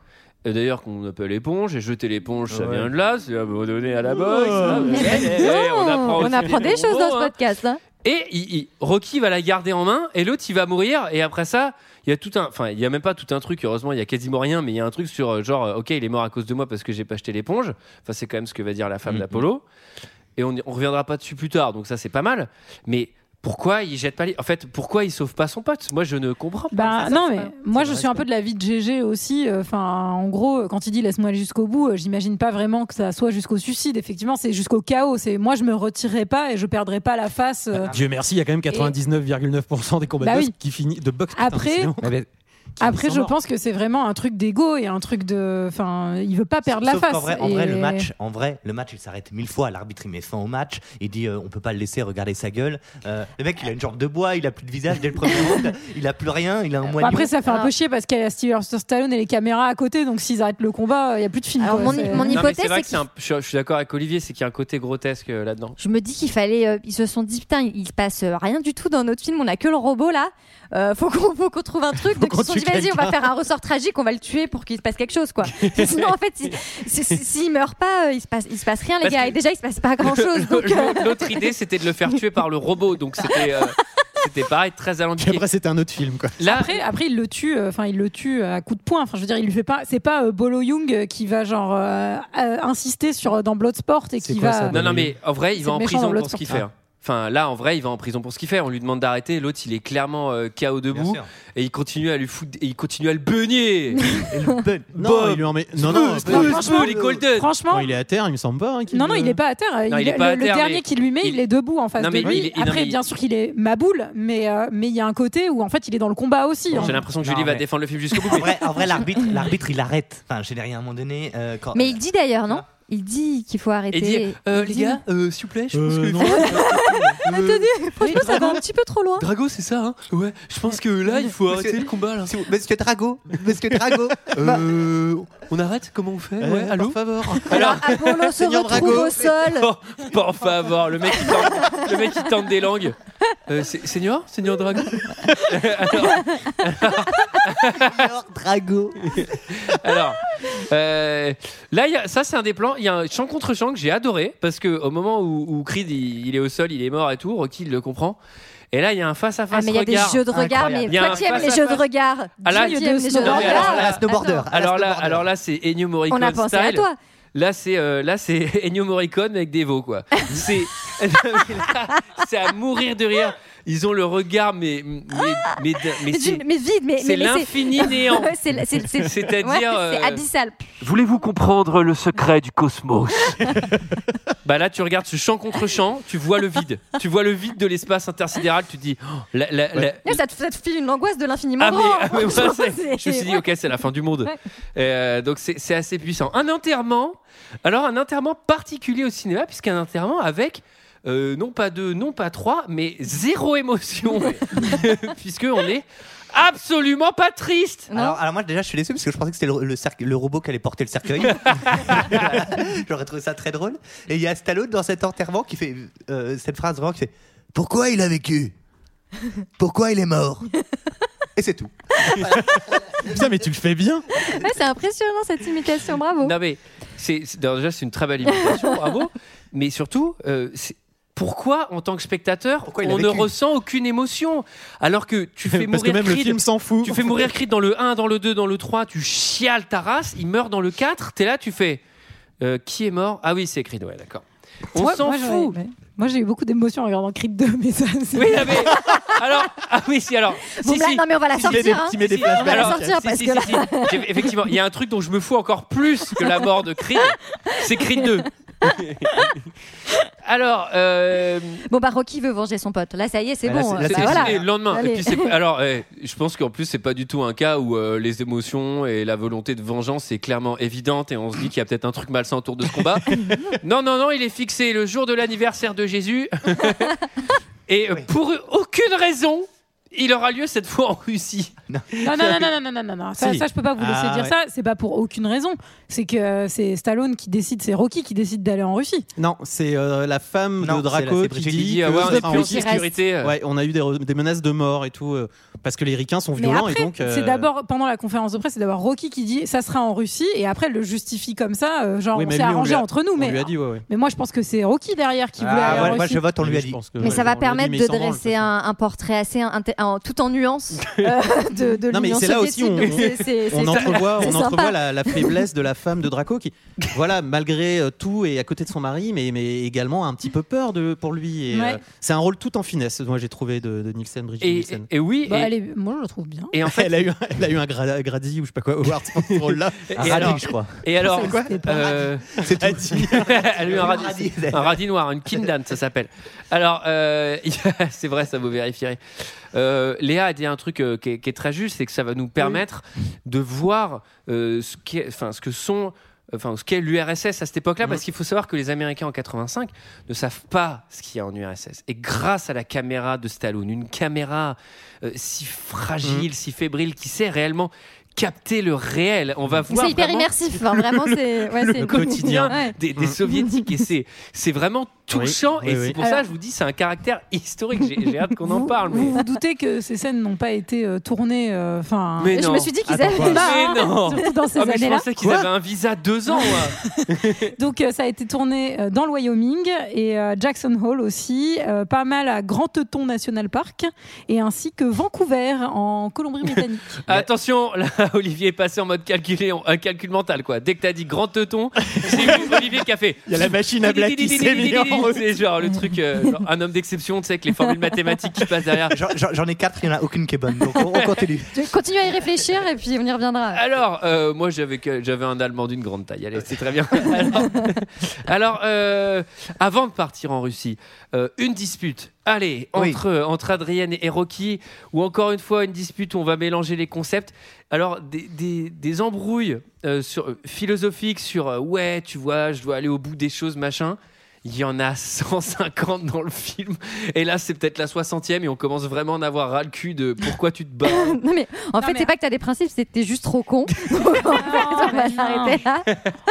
[SPEAKER 1] Euh, D'ailleurs, qu'on appelle éponge, et jeter l'éponge, ça
[SPEAKER 11] Ouais.
[SPEAKER 1] vient de là, c'est abandonné à la boxe. hein.
[SPEAKER 12] Mais
[SPEAKER 1] Eh, eh, eh, on apprend,
[SPEAKER 12] on
[SPEAKER 1] aussi
[SPEAKER 12] apprend des
[SPEAKER 1] nouveaux
[SPEAKER 12] choses dans
[SPEAKER 1] mots,
[SPEAKER 12] ce
[SPEAKER 1] hein.
[SPEAKER 12] podcast. hein.
[SPEAKER 1] Et il- il- Rocky va la garder en main et l'autre il va mourir et après ça il y a tout un enfin il y a même pas tout un truc heureusement il y a quasiment rien mais il y a un truc sur euh, genre euh, ok il est mort à cause de moi parce que j'ai pas acheté l'éponge enfin c'est quand même ce que va dire la femme d'Apollo et on, y- on reviendra pas dessus plus tard donc ça c'est pas mal mais pourquoi il jette pas les... en fait pourquoi il sauve pas son pote moi je ne comprends pas
[SPEAKER 7] Bah,
[SPEAKER 1] Ça,
[SPEAKER 7] non,
[SPEAKER 1] c'est
[SPEAKER 7] mais
[SPEAKER 1] pas-
[SPEAKER 7] moi
[SPEAKER 1] c'est
[SPEAKER 7] je
[SPEAKER 1] pas
[SPEAKER 7] suis un peu de la vie de GG aussi. Enfin, en gros, quand il dit laisse-moi aller jusqu'au bout, euh, j'imagine pas vraiment que ça soit jusqu'au suicide. Effectivement, c'est jusqu'au chaos. C'est moi je me retirerai pas et je perdrai pas la face.
[SPEAKER 6] Bah,
[SPEAKER 7] euh,
[SPEAKER 11] Ah, Dieu merci, il y a quand même 99,9% des combats
[SPEAKER 7] Bah
[SPEAKER 11] de
[SPEAKER 7] oui.
[SPEAKER 11] boxe qui finissent de boxe. putain,
[SPEAKER 7] Après-
[SPEAKER 11] c'est bon.
[SPEAKER 7] Après,
[SPEAKER 11] sont
[SPEAKER 7] je
[SPEAKER 11] morts.
[SPEAKER 7] pense que c'est vraiment un truc d'ego et un truc de. Enfin, il veut pas perdre la
[SPEAKER 6] Sauf
[SPEAKER 7] face.
[SPEAKER 6] qu'en vrai, en vrai,
[SPEAKER 7] Et-
[SPEAKER 6] le match, en vrai, le match, il s'arrête mille fois. L'arbitre, il met fin au match. Il dit, euh, on peut pas le laisser regarder sa gueule. Euh, le mec, il a une jambe de bois, il a plus de visage dès le premier round. Il a plus rien, il a
[SPEAKER 12] Bah,
[SPEAKER 6] un
[SPEAKER 7] Bon,
[SPEAKER 6] moignon.
[SPEAKER 7] après, ça fait un peu chier parce qu'il y a Steven Stallone et les caméras à côté. Donc s'ils arrêtent le combat, il y a plus de film. quoi. C'est-
[SPEAKER 1] Non, mais c'est vrai que c'est un- je suis- je suis d'accord avec Olivier c'est qu'il y a un côté grotesque euh, là-dedans
[SPEAKER 12] Je me dis qu'il fallait. euh, ils se sont dit, putain, il se passe euh, rien du tout dans notre film, on a que le robot là. Euh, faut qu'on faut qu'on trouve un truc. Donc ils se sont
[SPEAKER 7] tue
[SPEAKER 12] dit, vas-y, on va
[SPEAKER 7] quelqu'un.
[SPEAKER 12] faire un ressort tragique, on va le tuer pour qu'il se passe quelque chose, quoi. Sinon, en fait, il- si- si- s'il meurt pas, euh, il se passe, il se passe rien, les
[SPEAKER 1] Parce
[SPEAKER 12] gars.
[SPEAKER 1] que-
[SPEAKER 12] Et déjà, il se passe pas euh, grand chose.
[SPEAKER 1] Le- le- L'autre idée, c'était de le faire tuer par le robot, donc c'était euh, c'était pareil, très alambiqué.
[SPEAKER 11] Après, c'était un autre film, quoi.
[SPEAKER 7] Après, après, il le tue. euh, Enfin, il le tue à coup de poing. Enfin, je veux dire, il lui fait pas. C'est pas euh, Bolo Young euh, qui va genre euh, euh, insister sur dans Bloodsport et qui va.
[SPEAKER 1] Non, non, mais en vrai, il
[SPEAKER 7] Ah, C'est
[SPEAKER 1] va en
[SPEAKER 7] méchant
[SPEAKER 1] prison
[SPEAKER 7] dans
[SPEAKER 1] pour ce qu'il
[SPEAKER 7] Bloodsport.
[SPEAKER 1] fait. hein. Enfin, là, en vrai, il va en prison pour ce qu'il fait. On lui demande d'arrêter. L'autre, il est clairement euh, KO debout.
[SPEAKER 6] sûr.
[SPEAKER 1] Et il continue à lui foutre. Et il continue à le beugner.
[SPEAKER 11] Non,
[SPEAKER 1] Bob.
[SPEAKER 11] il lui en met. Non, non,
[SPEAKER 1] Spruce, Spruce, Spruce, les Golden.
[SPEAKER 7] Franchement,
[SPEAKER 11] Non, il est à terre, il me semble pas. hein, qu'il-
[SPEAKER 7] Non, non, il est pas à terre.
[SPEAKER 1] euh, Non,
[SPEAKER 7] Il-
[SPEAKER 1] il est pas à
[SPEAKER 7] le,
[SPEAKER 1] terre,
[SPEAKER 7] le dernier
[SPEAKER 1] mais
[SPEAKER 7] qu'il lui met,
[SPEAKER 1] il-
[SPEAKER 7] il, est debout en face
[SPEAKER 1] Non, mais
[SPEAKER 7] de lui.
[SPEAKER 1] il est- non,
[SPEAKER 7] Après,
[SPEAKER 1] mais il-
[SPEAKER 7] bien sûr qu'il est maboule, mais euh, mais il y a un côté où en fait il est dans le combat aussi. hein.
[SPEAKER 1] J'ai l'impression que Julie
[SPEAKER 6] Non,
[SPEAKER 1] va
[SPEAKER 6] mais-
[SPEAKER 1] défendre le film jusqu'au bout.
[SPEAKER 6] En
[SPEAKER 1] mais-
[SPEAKER 6] vrai, en vrai, l'arbitre, l'arbitre, il arrête. Enfin, je n'ai rien à un moment donné. euh, quand-
[SPEAKER 12] Mais il dit d'ailleurs, non Il dit qu'il faut arrêter.
[SPEAKER 1] Et dire euh,
[SPEAKER 12] Il
[SPEAKER 1] les
[SPEAKER 12] dit-
[SPEAKER 1] gars, euh, s'il vous plaît, je pense
[SPEAKER 11] Euh,
[SPEAKER 1] que. euh,
[SPEAKER 11] non.
[SPEAKER 12] Attendez, franchement, ça va un petit peu trop loin.
[SPEAKER 1] Drago, c'est ça, hein Ouais, je pense que là, il faut
[SPEAKER 6] Monsieur-
[SPEAKER 1] arrêter le combat. Là.
[SPEAKER 6] Si vous- Monsieur Drago, Monsieur Drago.
[SPEAKER 1] Euh, on arrête Comment on fait
[SPEAKER 11] Euh,
[SPEAKER 1] Ouais, allô
[SPEAKER 11] Par favor.
[SPEAKER 1] Alors,
[SPEAKER 12] Apollo ah, se
[SPEAKER 6] Seigneur
[SPEAKER 12] retrouve
[SPEAKER 6] Drago.
[SPEAKER 12] au sol.
[SPEAKER 1] Oh, Por favor, le mec qui tente, le mec qui tente des langues. Euh, c'est- Seigneur Seigneur Drago
[SPEAKER 6] Bah, Drago.
[SPEAKER 1] Ah, Alors, euh, là, il y a- ça, c'est un des plans. Il y a un chant contre chant que j'ai adoré parce que au moment où, où Creed il, il est au sol, il est mort et tout, Rocky il le comprend. Et là, il y a un face à
[SPEAKER 12] Ah,
[SPEAKER 1] face.
[SPEAKER 12] mais il y a des jeux de regard, mais
[SPEAKER 1] Il y a
[SPEAKER 12] toi
[SPEAKER 1] un
[SPEAKER 12] qui aimes les
[SPEAKER 1] face à
[SPEAKER 12] jeux de
[SPEAKER 1] face.
[SPEAKER 12] regard.
[SPEAKER 1] Ah là,
[SPEAKER 12] Dieu,
[SPEAKER 1] il
[SPEAKER 12] qui
[SPEAKER 1] y a
[SPEAKER 12] aime
[SPEAKER 1] deux
[SPEAKER 12] les jeux de
[SPEAKER 1] snowboarders.
[SPEAKER 12] regard.
[SPEAKER 1] Alors là,
[SPEAKER 6] la snowboarder. à la
[SPEAKER 1] Alors là,
[SPEAKER 6] snowboarder.
[SPEAKER 1] alors là, c'est Ennio Morricone
[SPEAKER 12] On a pensé à
[SPEAKER 1] style.
[SPEAKER 12] toi.
[SPEAKER 1] Là, c'est euh, là, c'est Ennio Morricone avec des veaux, quoi. C'est là, c'est à mourir de rire. Ils ont le regard, mais mais mais, d'un- mais
[SPEAKER 12] Mais,
[SPEAKER 1] c'est-
[SPEAKER 12] d'une- mais vide, mais
[SPEAKER 1] c'est
[SPEAKER 12] mais- mais
[SPEAKER 1] l'infini néant.
[SPEAKER 12] c'est, c'est- c'est-
[SPEAKER 1] C'est-à-dire,
[SPEAKER 12] ouais,
[SPEAKER 1] euh,
[SPEAKER 12] c'est abyssal.
[SPEAKER 1] Voulez-vous comprendre le secret du cosmos Bah là, tu regardes ce champ contre champ, tu vois le vide. Tu vois le vide de l'espace intersidéral, tu te dis. oh, la- la- la-
[SPEAKER 12] Là, ça, te, ça te file une angoisse de l'infiniment
[SPEAKER 1] Ah, mais,
[SPEAKER 12] grand.
[SPEAKER 1] ah, mais moi,
[SPEAKER 12] Franchement,
[SPEAKER 1] c'est-
[SPEAKER 12] c'est-
[SPEAKER 1] je me suis dit,
[SPEAKER 12] ouais.
[SPEAKER 1] ok, c'est la fin du monde.
[SPEAKER 12] Ouais.
[SPEAKER 1] Euh, donc c'est c'est assez puissant. Un enterrement, alors un enterrement particulier au cinéma, puisqu'un enterrement avec. euh, non pas deux, non pas trois, mais zéro émotion, puisque on est absolument pas triste.
[SPEAKER 12] Non.
[SPEAKER 6] Alors, alors moi déjà je suis déçu parce que je pensais que c'était le, le cerc- le robot qui allait porter le cercueil. J'aurais trouvé ça très drôle. Et il y a Stallone dans cet enterrement qui fait euh, cette phrase vraiment qui fait Pourquoi il a vécu Pourquoi il est mort Et c'est tout.
[SPEAKER 11] Putain, mais tu le fais bien.
[SPEAKER 12] Ouais, c'est impressionnant cette imitation, bravo.
[SPEAKER 1] Non mais c'est c'est- non, déjà c'est une très belle imitation, bravo. Mais surtout, euh, c'est- pourquoi, en tant que spectateur,
[SPEAKER 11] il a
[SPEAKER 1] on ne
[SPEAKER 11] vécu
[SPEAKER 1] ressent aucune émotion Alors que tu fais
[SPEAKER 11] Parce que
[SPEAKER 1] mourir
[SPEAKER 11] même le
[SPEAKER 1] Creed-
[SPEAKER 11] film s'en fout.
[SPEAKER 1] Tu fais mourir Creed dans le 1, dans le 2, dans le 3, tu chiales ta race, il meurt dans le 4, t'es là, tu fais euh, qui est mort Ah oui, c'est Creed, ouais, d'accord. On
[SPEAKER 7] Moi-
[SPEAKER 1] s'en
[SPEAKER 7] moi, j'aurais
[SPEAKER 1] fout.
[SPEAKER 7] aimé. Moi, j'ai eu beaucoup d'émotions en regardant Creed 2, mais ça, c'est-
[SPEAKER 1] Oui, non, mais- alors, ah oui, si, alors.
[SPEAKER 12] Bon,
[SPEAKER 1] si,
[SPEAKER 12] là,
[SPEAKER 1] si.
[SPEAKER 12] non, mais on va la
[SPEAKER 1] Si,
[SPEAKER 12] sortir,
[SPEAKER 1] si,
[SPEAKER 12] hein.
[SPEAKER 1] si, mais des
[SPEAKER 12] On va la
[SPEAKER 1] flashbacks.
[SPEAKER 12] sortir,
[SPEAKER 1] Si,
[SPEAKER 12] parce
[SPEAKER 1] si,
[SPEAKER 12] que
[SPEAKER 1] si,
[SPEAKER 12] là-
[SPEAKER 1] si. J'ai- Effectivement, il y a un truc dont je me fous encore plus que la mort de Creed, c'est Creed 2. Alors, euh,
[SPEAKER 12] Bon, bah, Rocky veut venger son pote. Là, ça y est, c'est
[SPEAKER 1] Bah,
[SPEAKER 12] bon.
[SPEAKER 1] là,
[SPEAKER 12] Bah, voilà.
[SPEAKER 1] décidé le lendemain.
[SPEAKER 12] Allez.
[SPEAKER 1] Et puis, c'est- alors, eh, je pense qu'en plus, c'est pas du tout un cas où euh, les émotions et la volonté de vengeance est clairement évidente et on se dit qu'il y a peut-être un truc malsain autour de ce combat. non, non, non, il est fixé le jour de l'anniversaire de Jésus. et euh, pour aucune raison, il aura lieu cette fois en Russie.
[SPEAKER 7] Non, non, non, non, non, non, non, non, non. Ça,
[SPEAKER 1] Si.
[SPEAKER 7] ça, je peux pas vous laisser
[SPEAKER 1] Ah,
[SPEAKER 7] dire
[SPEAKER 1] ouais.
[SPEAKER 7] ça. C'est pas pour aucune raison. C'est que euh, c'est Stallone qui décide, c'est Rocky qui décide d'aller en Russie.
[SPEAKER 11] Non, c'est euh, la femme
[SPEAKER 1] Non,
[SPEAKER 11] de
[SPEAKER 1] c'est la-
[SPEAKER 11] Draco
[SPEAKER 1] c'est
[SPEAKER 11] qui
[SPEAKER 1] Brigitte
[SPEAKER 11] dit
[SPEAKER 1] qui dit,
[SPEAKER 11] que
[SPEAKER 1] ah ouais, on
[SPEAKER 11] ce
[SPEAKER 1] est
[SPEAKER 11] sera
[SPEAKER 1] plus en
[SPEAKER 11] en Russie.
[SPEAKER 1] sécurité, euh.
[SPEAKER 11] Ouais, on a eu des, re- des menaces de mort et tout euh, parce que les ricains sont
[SPEAKER 7] Mais
[SPEAKER 11] violents
[SPEAKER 7] après,
[SPEAKER 11] et donc. euh,
[SPEAKER 7] c'est d'abord pendant la conférence de presse, c'est d'abord Rocky qui dit ça sera en Russie et après elle le justifie comme ça, euh, genre
[SPEAKER 11] Oui,
[SPEAKER 7] on
[SPEAKER 11] mais
[SPEAKER 7] s'est
[SPEAKER 11] lui, on
[SPEAKER 7] arrangé
[SPEAKER 11] lui a-
[SPEAKER 7] entre nous.
[SPEAKER 11] on
[SPEAKER 7] Mais
[SPEAKER 11] lui a dit, ouais, ouais.
[SPEAKER 7] mais moi je pense que c'est Rocky derrière qui
[SPEAKER 11] Ah,
[SPEAKER 7] voulait aller
[SPEAKER 11] ouais,
[SPEAKER 7] en
[SPEAKER 11] moi,
[SPEAKER 7] Russie.
[SPEAKER 11] je vote, on lui a dit. Je pense que-
[SPEAKER 12] Mais ça
[SPEAKER 11] on lui
[SPEAKER 12] va
[SPEAKER 11] a dit,
[SPEAKER 12] permettre
[SPEAKER 11] mais il
[SPEAKER 12] de
[SPEAKER 11] s'en branle,
[SPEAKER 12] dresser un, un portrait assez inté- en, tout en nuances euh, de, de
[SPEAKER 11] non mais
[SPEAKER 12] l'Union
[SPEAKER 11] c'est là aussi
[SPEAKER 12] soviétique,
[SPEAKER 11] on,
[SPEAKER 12] donc c'est- c'est-
[SPEAKER 11] on
[SPEAKER 12] c'est-
[SPEAKER 11] entrevoit,
[SPEAKER 12] c'est
[SPEAKER 11] on
[SPEAKER 12] sympa.
[SPEAKER 11] entrevoit la, la faiblesse de la femme de Draco qui voilà malgré euh, tout est à côté de son mari mais, mais également a un petit peu peur de, pour lui et,
[SPEAKER 7] Ouais.
[SPEAKER 11] euh, c'est un rôle tout en finesse moi j'ai trouvé de, de Nielsen Brigitte
[SPEAKER 1] Et-
[SPEAKER 11] Nielsen
[SPEAKER 1] et- et oui,
[SPEAKER 7] Bah, elle est- Moi je le trouve bien.
[SPEAKER 1] Et en fait,
[SPEAKER 11] elle a eu un, elle a eu un gra- Grady ou je sais pas quoi Howard pour ce Ah, rôle là
[SPEAKER 1] Et
[SPEAKER 6] Ah,
[SPEAKER 1] alors- Et alors, euh, Elle a eu un radis,
[SPEAKER 11] radis.
[SPEAKER 1] un radis noir, une Kindan, ça s'appelle. Alors, euh, il y a- c'est vrai, ça vous vérifierez. Euh, Léa a dit un truc euh, qui, est, qui est très juste, c'est que ça va nous permettre de voir euh, ce, qu'est- enfin, ce que sont. Enfin, ce qu'est l'URSS à cette époque-là,
[SPEAKER 12] Mm.
[SPEAKER 1] parce qu'il faut savoir que les Américains en 85 ne savent pas ce qu'il y a en URSS. Et grâce à la caméra de Stallone, une caméra euh, si
[SPEAKER 12] Mm.
[SPEAKER 1] fragile, si fébrile, qui sait réellement capter le réel, on va
[SPEAKER 12] c'est
[SPEAKER 1] voir.
[SPEAKER 12] hyper
[SPEAKER 1] vraiment-
[SPEAKER 12] immersif, hein, vraiment, c'est- ouais,
[SPEAKER 1] le
[SPEAKER 12] c'est-
[SPEAKER 1] quotidien
[SPEAKER 12] Ouais.
[SPEAKER 1] des, des soviétiques et c'est c'est vraiment touchant
[SPEAKER 11] Mm. Oui,
[SPEAKER 1] et
[SPEAKER 11] oui,
[SPEAKER 1] c'est
[SPEAKER 11] oui.
[SPEAKER 1] pour ça
[SPEAKER 7] Alors-
[SPEAKER 1] je vous dis c'est un caractère historique j'ai j'ai hâte qu'on en parle mais
[SPEAKER 7] Vous vous doutez que ces scènes n'ont pas été euh, tournées. euh, Enfin,
[SPEAKER 1] Mais Je non. me suis dit qu'ils Attends, avaient quoi.
[SPEAKER 7] Bah,
[SPEAKER 1] Mais
[SPEAKER 7] hein,
[SPEAKER 1] non.
[SPEAKER 7] surtout dans ces
[SPEAKER 1] Ah, mais je
[SPEAKER 7] années-là.
[SPEAKER 1] pensais qu'ils avaient un visa deux ans moi.
[SPEAKER 7] Donc euh, ça a été tourné euh, dans le Wyoming et euh, Jackson Hole aussi, euh, pas mal à Grand Teton National Park et ainsi que Vancouver en Colombie-Britannique.
[SPEAKER 1] attention là Olivier est passé en mode calculé en- un calcul mental quoi dès que t'as dit grand teuton j'ai vu Olivier qui a fait
[SPEAKER 11] Il y a la machine à blague qui s'est mise en route.
[SPEAKER 1] c'est genre le truc euh, genre un homme d'exception tu sais avec les formules mathématiques qui passent derrière
[SPEAKER 6] J'en- J'en j'en ai quatre, il n'y en a aucune qui est bonne. Donc on, on continue.
[SPEAKER 12] Tu continues à y réfléchir et puis on y reviendra.
[SPEAKER 1] Alors, euh, moi, j'avais que- j'avais un Allemand d'une grande taille. Allez, c'est très bien. Alors, alors, euh, avant de partir en Russie, euh, une dispute. Allez, entre, entre Adrienne et Rocky, ou encore une fois une dispute où on va mélanger les concepts. Alors, des, des- des embrouilles euh, sur, euh, philosophiques sur euh, ouais, tu vois, je dois aller au bout des choses, machin. Il y en a 150 dans le film. Et là, c'est peut-être la 60e et on commence vraiment à en avoir ras le cul de pourquoi tu te bats.
[SPEAKER 12] Non mais en fait c'est pas que t'as des principes, c'est que t'es juste trop con. Donc, en fait,
[SPEAKER 1] Oh,
[SPEAKER 12] on va
[SPEAKER 7] Ah,
[SPEAKER 12] s'arrêter là.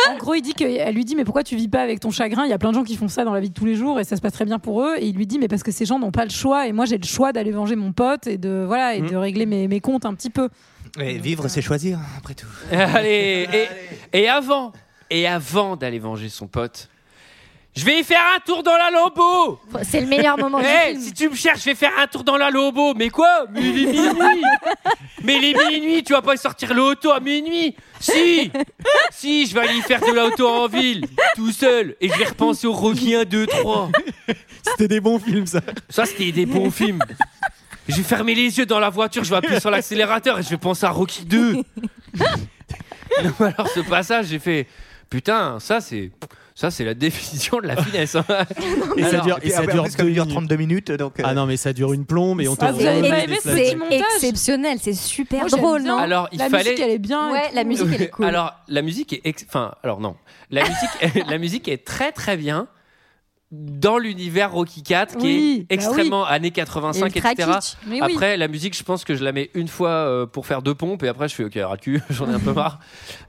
[SPEAKER 7] en gros, il dit que- elle lui dit mais pourquoi tu vis pas avec ton chagrin Il y a plein de gens qui font ça dans la vie de tous les jours et ça se passe très bien pour eux. Et il lui dit mais parce que ces gens n'ont pas le choix et moi j'ai le choix d'aller venger mon pote et de voilà et de
[SPEAKER 1] Mm.
[SPEAKER 7] régler mes, mes comptes un petit peu.
[SPEAKER 6] Et vivre, c'est choisir, après tout.
[SPEAKER 1] Allez, et, et avant, et avant d'aller venger son pote, je vais y faire un tour dans la Lobo.
[SPEAKER 12] C'est le meilleur moment du
[SPEAKER 1] Eh,
[SPEAKER 12] film.
[SPEAKER 1] Si tu me cherches, je vais faire un tour dans la Lobo. Mais quoi Mais il est minuit. Mais il est minuit. Tu vas pas sortir l'auto à minuit. Si, si, je vais aller y faire de l'auto en ville, tout seul, et je vais repenser au Rocky 1, 2, 3.
[SPEAKER 11] c'était des bons films ça
[SPEAKER 1] Ça, c'était des bons films. Je vais fermer les yeux dans la voiture, je vais appuyer sur l'accélérateur et je vais penser à Rocky 2. Non, mais Alors, ce passage, j'ai fait Putain, ça, c'est. Ça, c'est la définition de la finesse. hein.
[SPEAKER 11] et ça
[SPEAKER 1] Alors,
[SPEAKER 11] dure,
[SPEAKER 1] et
[SPEAKER 11] et ça dure,
[SPEAKER 6] plus, comme il dure
[SPEAKER 11] 32
[SPEAKER 6] minutes donc euh,
[SPEAKER 11] ah non mais ça dure une plombe et on te
[SPEAKER 7] Ah, vous avez
[SPEAKER 11] redonne
[SPEAKER 7] pas
[SPEAKER 11] des
[SPEAKER 7] aimé ce
[SPEAKER 11] flashbacks.
[SPEAKER 7] petit
[SPEAKER 12] C'est
[SPEAKER 7] montage
[SPEAKER 12] exceptionnel, c'est super
[SPEAKER 7] Moi, j'aime
[SPEAKER 12] drôle,
[SPEAKER 7] bien.
[SPEAKER 12] non
[SPEAKER 1] Alors, il
[SPEAKER 7] la
[SPEAKER 1] fallait-
[SPEAKER 7] musique elle est bien. et
[SPEAKER 12] Ouais,
[SPEAKER 7] tout.
[SPEAKER 12] la musique elle est cool.
[SPEAKER 1] Alors, la musique est. ex- Enfin, alors non. La musique, la musique est très très bien dans l'univers Rocky 4 qui
[SPEAKER 7] Oui,
[SPEAKER 1] est
[SPEAKER 7] bah
[SPEAKER 1] extrêmement
[SPEAKER 7] oui.
[SPEAKER 1] années 85,
[SPEAKER 12] Ultra
[SPEAKER 1] etc.
[SPEAKER 12] kitsch. Mais oui.
[SPEAKER 1] Après, la musique, je pense que je la mets une fois euh, pour faire deux pompes et après je fais OK, ras le cul, j'en ai un peu marre.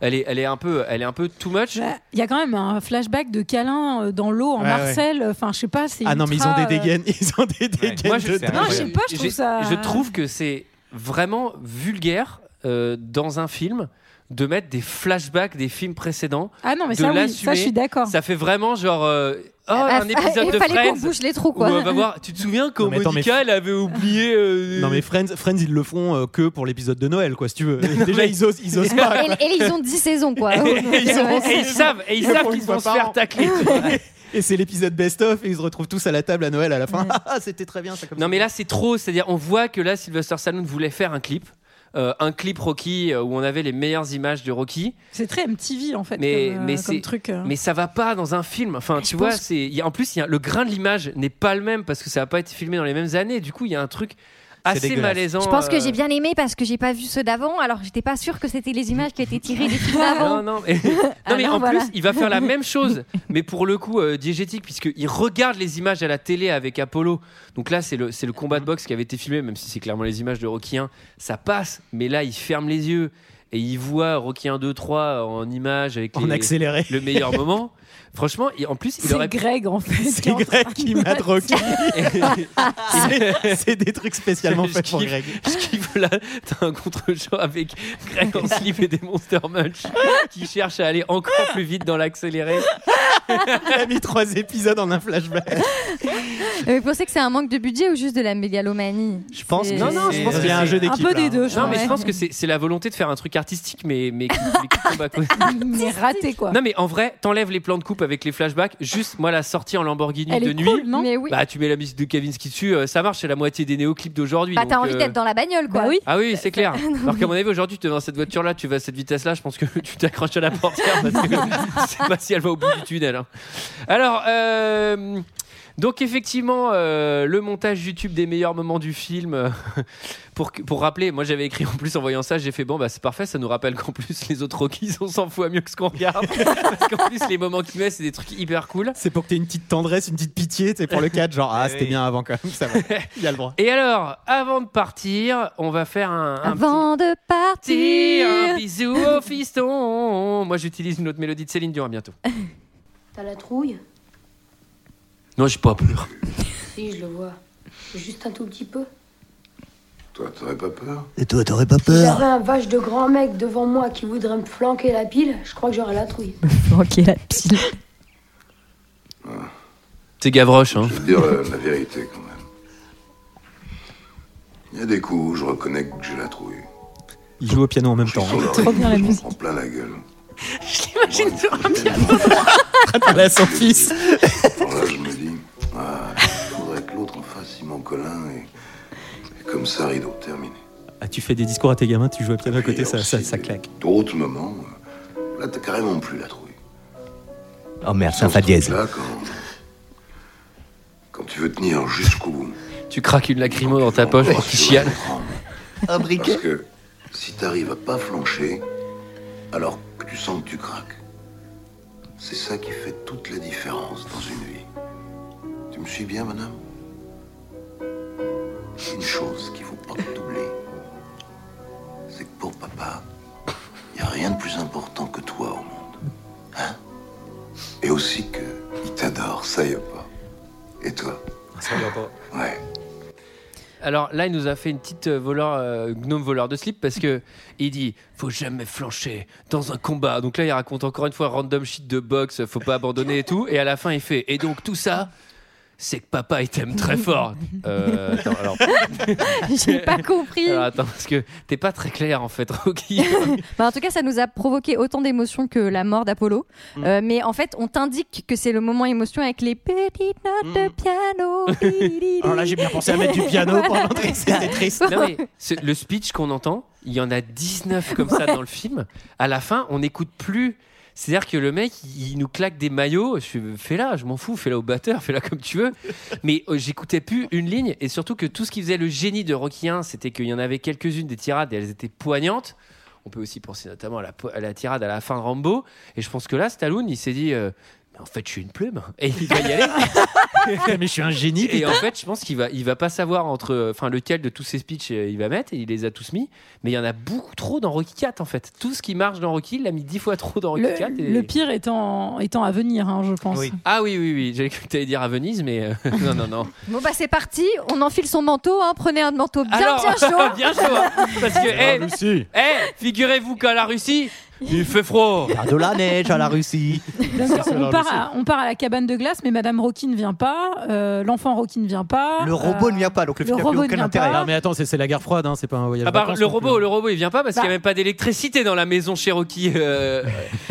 [SPEAKER 1] Elle est, elle est un peu, elle est un peu too much.
[SPEAKER 7] Il y a quand même un flashback de câlin euh, dans l'eau en
[SPEAKER 1] Ouais,
[SPEAKER 7] Marcel. Enfin, je sais pas. c'est
[SPEAKER 11] ah non mais ils ont
[SPEAKER 7] ultra,
[SPEAKER 11] des
[SPEAKER 7] euh,
[SPEAKER 11] dégaines ils ont des dégaines
[SPEAKER 1] Moi, je,
[SPEAKER 11] de
[SPEAKER 7] Non, je sais pas, je trouve
[SPEAKER 1] j'ai-
[SPEAKER 7] ça-
[SPEAKER 1] je trouve que c'est vraiment vulgaire euh, dans un film de mettre des flashbacks des films précédents.
[SPEAKER 7] Ah non, mais
[SPEAKER 1] de
[SPEAKER 7] ça, oui,
[SPEAKER 1] l'assumer.
[SPEAKER 7] ça, je suis d'accord.
[SPEAKER 1] Ça fait vraiment genre. euh, oh,
[SPEAKER 7] Ah,
[SPEAKER 12] Bah,
[SPEAKER 1] un épisode
[SPEAKER 12] il
[SPEAKER 1] de
[SPEAKER 12] fallait qu'on
[SPEAKER 1] Friends.
[SPEAKER 12] bouche les trous,
[SPEAKER 1] où
[SPEAKER 12] quoi.
[SPEAKER 1] on va voir, tu te souviens quand
[SPEAKER 11] Non, mais attends, mais-
[SPEAKER 1] Monica elle avait oublié euh,
[SPEAKER 11] Non mais Friends, Friends ils le font euh, que pour l'épisode de Noël quoi si tu veux. Déjà ils osent, ils osent pas.
[SPEAKER 12] Et,
[SPEAKER 11] quoi.
[SPEAKER 12] et ils ont 10 saisons,
[SPEAKER 7] Ah,
[SPEAKER 12] quoi.
[SPEAKER 11] Et- et ils ont-
[SPEAKER 1] et ils savent, et ils
[SPEAKER 11] Ils
[SPEAKER 1] savent
[SPEAKER 11] font
[SPEAKER 1] qu'ils
[SPEAKER 11] une
[SPEAKER 1] vont
[SPEAKER 11] fois
[SPEAKER 1] se
[SPEAKER 11] par
[SPEAKER 1] faire
[SPEAKER 11] an.
[SPEAKER 1] tacler. tu vois.
[SPEAKER 11] Ouais. Et c'est l'épisode best-of et ils se retrouvent tous à la table à Noël à la fin. Ah, c'était très bien ça comme
[SPEAKER 1] Non, mais là, c'est trop. C'est-à-dire, on voit que là, Sylvester Stallone voulait faire un clip. euh, un clip Rocky euh, où on avait les meilleures images de Rocky,
[SPEAKER 7] C'est très MTV en fait.
[SPEAKER 1] mais
[SPEAKER 7] comme, euh,
[SPEAKER 1] mais
[SPEAKER 7] comme
[SPEAKER 1] c'est
[SPEAKER 7] truc.
[SPEAKER 12] Hein
[SPEAKER 7] euh.
[SPEAKER 1] mais ça va pas dans un film. Enfin, tu
[SPEAKER 7] je
[SPEAKER 1] vois,
[SPEAKER 7] pense-
[SPEAKER 1] c'est il y a- en plus il y a- le grain de l'image n'est pas le même parce que ça n'a pas été filmé dans les mêmes années. Du coup, il y a un truc assez
[SPEAKER 11] dégueulasse.
[SPEAKER 1] malaisant.
[SPEAKER 12] Je pense que
[SPEAKER 1] euh,
[SPEAKER 12] j'ai bien aimé parce que j'ai pas vu ceux d'avant, alors j'étais pas sûre que c'était les images qui étaient tirées des films
[SPEAKER 1] Non,
[SPEAKER 12] d'avant.
[SPEAKER 1] non, mais, non, mais
[SPEAKER 12] Ah Alors,
[SPEAKER 1] en
[SPEAKER 12] voilà.
[SPEAKER 1] plus, il va faire la même chose, mais pour le coup euh, diégétique, puisqu'il regarde les images à la télé avec Apollo. Donc là, c'est le, c'est le combat de boxe qui avait été filmé, même si c'est clairement les images de Rocky 1. Ça passe, mais là, il ferme les yeux et il voit Rocky 1, 2, 3 en images avec
[SPEAKER 11] En
[SPEAKER 1] les-
[SPEAKER 11] accéléré.
[SPEAKER 1] le meilleur moment. Franchement, et en plus, il
[SPEAKER 7] C'est
[SPEAKER 1] aurait pu-
[SPEAKER 7] Greg en fait. qui est en
[SPEAKER 11] Greg
[SPEAKER 7] train
[SPEAKER 11] qui
[SPEAKER 7] de
[SPEAKER 11] m'a drogué.
[SPEAKER 1] Et-
[SPEAKER 11] C'est- C'est des trucs spécialement
[SPEAKER 1] Je
[SPEAKER 11] faits pour
[SPEAKER 1] kiffe.
[SPEAKER 11] Greg.
[SPEAKER 1] Je kiffe là, t'as un contre-champ avec Greg en slip et des Monster Munch qui cherchent à aller encore plus vite dans l'accéléré.
[SPEAKER 11] Il a mis trois épisodes en un flashback.
[SPEAKER 12] Euh, Vous pensez que c'est un manque de budget ou juste de la mégalomanie
[SPEAKER 11] Je pense
[SPEAKER 12] C'est-
[SPEAKER 11] que
[SPEAKER 1] Non, non, je pense
[SPEAKER 11] c'est-
[SPEAKER 1] que
[SPEAKER 11] il y a un
[SPEAKER 1] c'est-
[SPEAKER 11] jeu d'équipe.
[SPEAKER 7] Un peu
[SPEAKER 11] là. hein.
[SPEAKER 7] des deux, je
[SPEAKER 1] Non, mais je
[SPEAKER 7] pense.
[SPEAKER 1] pense que c'est c'est la volonté de faire un truc artistique, mais, mais, qui- mais qui tombe à côté.
[SPEAKER 7] Mais raté quoi.
[SPEAKER 1] Non, mais en vrai, t'enlèves les plans de coupe avec les flashbacks. Juste, moi, la sortie en Lamborghini
[SPEAKER 7] Elle
[SPEAKER 1] de
[SPEAKER 7] est
[SPEAKER 1] nuit,
[SPEAKER 7] cool, non
[SPEAKER 12] Mais oui. Bah,
[SPEAKER 1] bah, tu mets la musique de Kavinsky dessus, euh, ça marche, c'est la moitié des néoclips d'aujourd'hui.
[SPEAKER 12] Bah, t'as
[SPEAKER 1] donc,
[SPEAKER 12] envie
[SPEAKER 1] euh,
[SPEAKER 12] d'être dans la bagnole, quoi.
[SPEAKER 7] Bah oui.
[SPEAKER 1] Ah oui, c'est clair. Alors qu'à mon avis, aujourd'hui, tu vas dans cette voiture-là, tu vas à cette vitesse-là, je pense que tu t'accroches à la portière parce que je sais pas si elle va au bout du tunnel. hein. Alors, euh, donc effectivement, euh, le montage YouTube des meilleurs moments du film, euh, pour, que- pour rappeler, moi j'avais écrit en plus en voyant ça, j'ai fait bon, bah c'est parfait, ça nous rappelle qu'en plus les autres Rockies, on s'en fout à mieux que ce qu'on regarde. parce qu'en plus, les moments qu'il met, c'est des trucs hyper cool.
[SPEAKER 11] C'est pour que t'aies une petite tendresse, une petite pitié, c'est pour le cadre, genre ah c'était bien avant quand même, ça va. Il y a le droit.
[SPEAKER 1] Et alors, avant de partir, on va faire un, un petit-
[SPEAKER 12] Avant de
[SPEAKER 1] Petit un
[SPEAKER 12] partir.
[SPEAKER 1] bisou au fiston. Moi, j'utilise une autre mélodie de Céline Dion à bientôt.
[SPEAKER 8] T'as la trouille
[SPEAKER 1] Non, j'ai pas peur.
[SPEAKER 8] Si, je le vois. Juste un tout petit peu.
[SPEAKER 14] Toi, t'aurais pas peur
[SPEAKER 6] Et toi, t'aurais pas
[SPEAKER 8] Si
[SPEAKER 6] peur
[SPEAKER 8] j'avais un vache de grand mec devant moi qui voudrait me flanquer la pile, je crois que j'aurais la trouille.
[SPEAKER 12] Ok, la pile.
[SPEAKER 1] C'est Gavroche, hein.
[SPEAKER 14] Je vais te dire euh, la vérité quand même. Il y a des coups où je reconnais que j'ai la trouille.
[SPEAKER 11] Il joue au piano en même temps. hein.
[SPEAKER 14] Son
[SPEAKER 7] Trop
[SPEAKER 14] oreille,
[SPEAKER 7] bien la
[SPEAKER 14] je m'en
[SPEAKER 7] musique.
[SPEAKER 14] prends plein la gueule.
[SPEAKER 1] J'imagine sur un piano.
[SPEAKER 11] Là son fils.
[SPEAKER 14] Alors là, je me dis, ah, il faudrait que l'autre en fasse Simon Colin et, et comme ça, rideau terminé.
[SPEAKER 11] Ah, tu fais des discours à tes gamins, tu joues au piano à côté,
[SPEAKER 14] Et
[SPEAKER 11] ça,
[SPEAKER 14] aussi,
[SPEAKER 11] ça, ça claque.
[SPEAKER 14] D'autres moments, euh, là, t'as carrément plus la trouille.
[SPEAKER 6] Oh merde, c'est un
[SPEAKER 14] Dans ce
[SPEAKER 6] fa dièse.
[SPEAKER 14] truc-là, quand, quand tu veux tenir jusqu'au bout.
[SPEAKER 1] Tu craques une lacrymo dans ta poche pour qu'il chiale.
[SPEAKER 6] Un
[SPEAKER 14] Parce
[SPEAKER 6] briquet.
[SPEAKER 14] que si t'arrives à pas flancher, alors que tu sens que tu craques, c'est ça qui fait toute la différence dans une vie. Tu me suis bien, madame Une chose qu'il faut pas t'oublier, c'est que pour papa, il n'y a rien de plus important que toi au monde. Hein Et aussi que il t'adore, ça y est pas. Et toi Ouais.
[SPEAKER 1] Alors là, il nous a fait une petite euh, voleur, euh, gnome voleur de slip parce que il dit faut jamais flancher dans un combat. Donc là, il raconte encore une fois random shit de boxe, faut pas abandonner et tout. Et à la fin, il fait et donc tout ça. C'est que papa il t'aime très fort. Euh, attends, alors,
[SPEAKER 12] J'ai pas compris.
[SPEAKER 1] alors, attends, parce que t'es pas très clair en fait, Rocky.
[SPEAKER 12] Bah, en tout cas, ça nous a provoqué autant d'émotions que la mort d'Apollo.
[SPEAKER 1] Mm.
[SPEAKER 12] Euh, mais en fait, on t'indique que c'est le moment émotion avec les petites notes
[SPEAKER 1] Mm.
[SPEAKER 12] de piano. Di, di, di.
[SPEAKER 11] Hmm. Alors là j'ai bien pensé à mettre du piano pour l'entrée, c'était triste.
[SPEAKER 1] Non, mais ce- le speech qu'on entend, il y en a 19 comme ça dans le film. À la fin, on n'écoute plus. C'est-à-dire que le mec, il il nous claque des maillots. Je fais, fais-la, je m'en fous, fais-la au batteur, fais-la comme tu veux. Mais euh, j'écoutais plus une ligne. Et surtout que tout ce qui faisait le génie de Rocky 1, c'était qu'il y en avait quelques-unes des tirades et elles étaient poignantes. On peut aussi penser notamment à la, po- à la tirade à la fin de Rambo. Et je pense que là, Stallone, il s'est dit. euh, mais en fait, je suis une plume. Et il va y aller.
[SPEAKER 11] Mais je suis un génie.
[SPEAKER 1] Et en fait, je pense qu'il va, il va pas savoir entre, euh, enfin, lequel de tous ces speeches euh, il va mettre. Et il les a tous mis. Mais il y en a beaucoup trop dans Rocky 4 en fait. Tout ce qui marche dans Rocky, il l'a mis dix fois trop dans Rocky 4.
[SPEAKER 7] Le, le pire étant, étant à venir, hein, je pense.
[SPEAKER 1] Ah oui, oui, oui. J'avais cru que t'allais dire à Venise, mais euh, non, non, non.
[SPEAKER 12] Bon bah c'est parti, on enfile son manteau, hein, prenez un manteau bien bien chaud.
[SPEAKER 1] bien chaud, hein. Parce que,
[SPEAKER 11] eh,
[SPEAKER 12] Ah,
[SPEAKER 1] hey, hey, figurez-vous qu'à la Russie, il fait froid.
[SPEAKER 6] Il y a de la neige à la Russie.
[SPEAKER 7] Bien sûr, on, part à, on part à la cabane de glace, mais Madame Rocky ne vient pas, euh, l'enfant Rocky ne vient pas. euh,
[SPEAKER 6] Le robot ne vient pas, donc le
[SPEAKER 7] Ah,
[SPEAKER 6] film
[SPEAKER 7] le
[SPEAKER 6] n'a plus
[SPEAKER 7] robot ne
[SPEAKER 6] aucun
[SPEAKER 7] vient
[SPEAKER 6] intérêt.
[SPEAKER 7] pas.
[SPEAKER 11] Non, mais attends, c'est c'est la guerre froide, hein, c'est pas un voyage.
[SPEAKER 1] Ah bah,
[SPEAKER 11] vacances
[SPEAKER 1] le
[SPEAKER 11] non plus,
[SPEAKER 1] robot,
[SPEAKER 11] hein.
[SPEAKER 1] le robot, il vient pas parce qu'il n'y a même pas d'électricité dans la maison Cherokee. euh.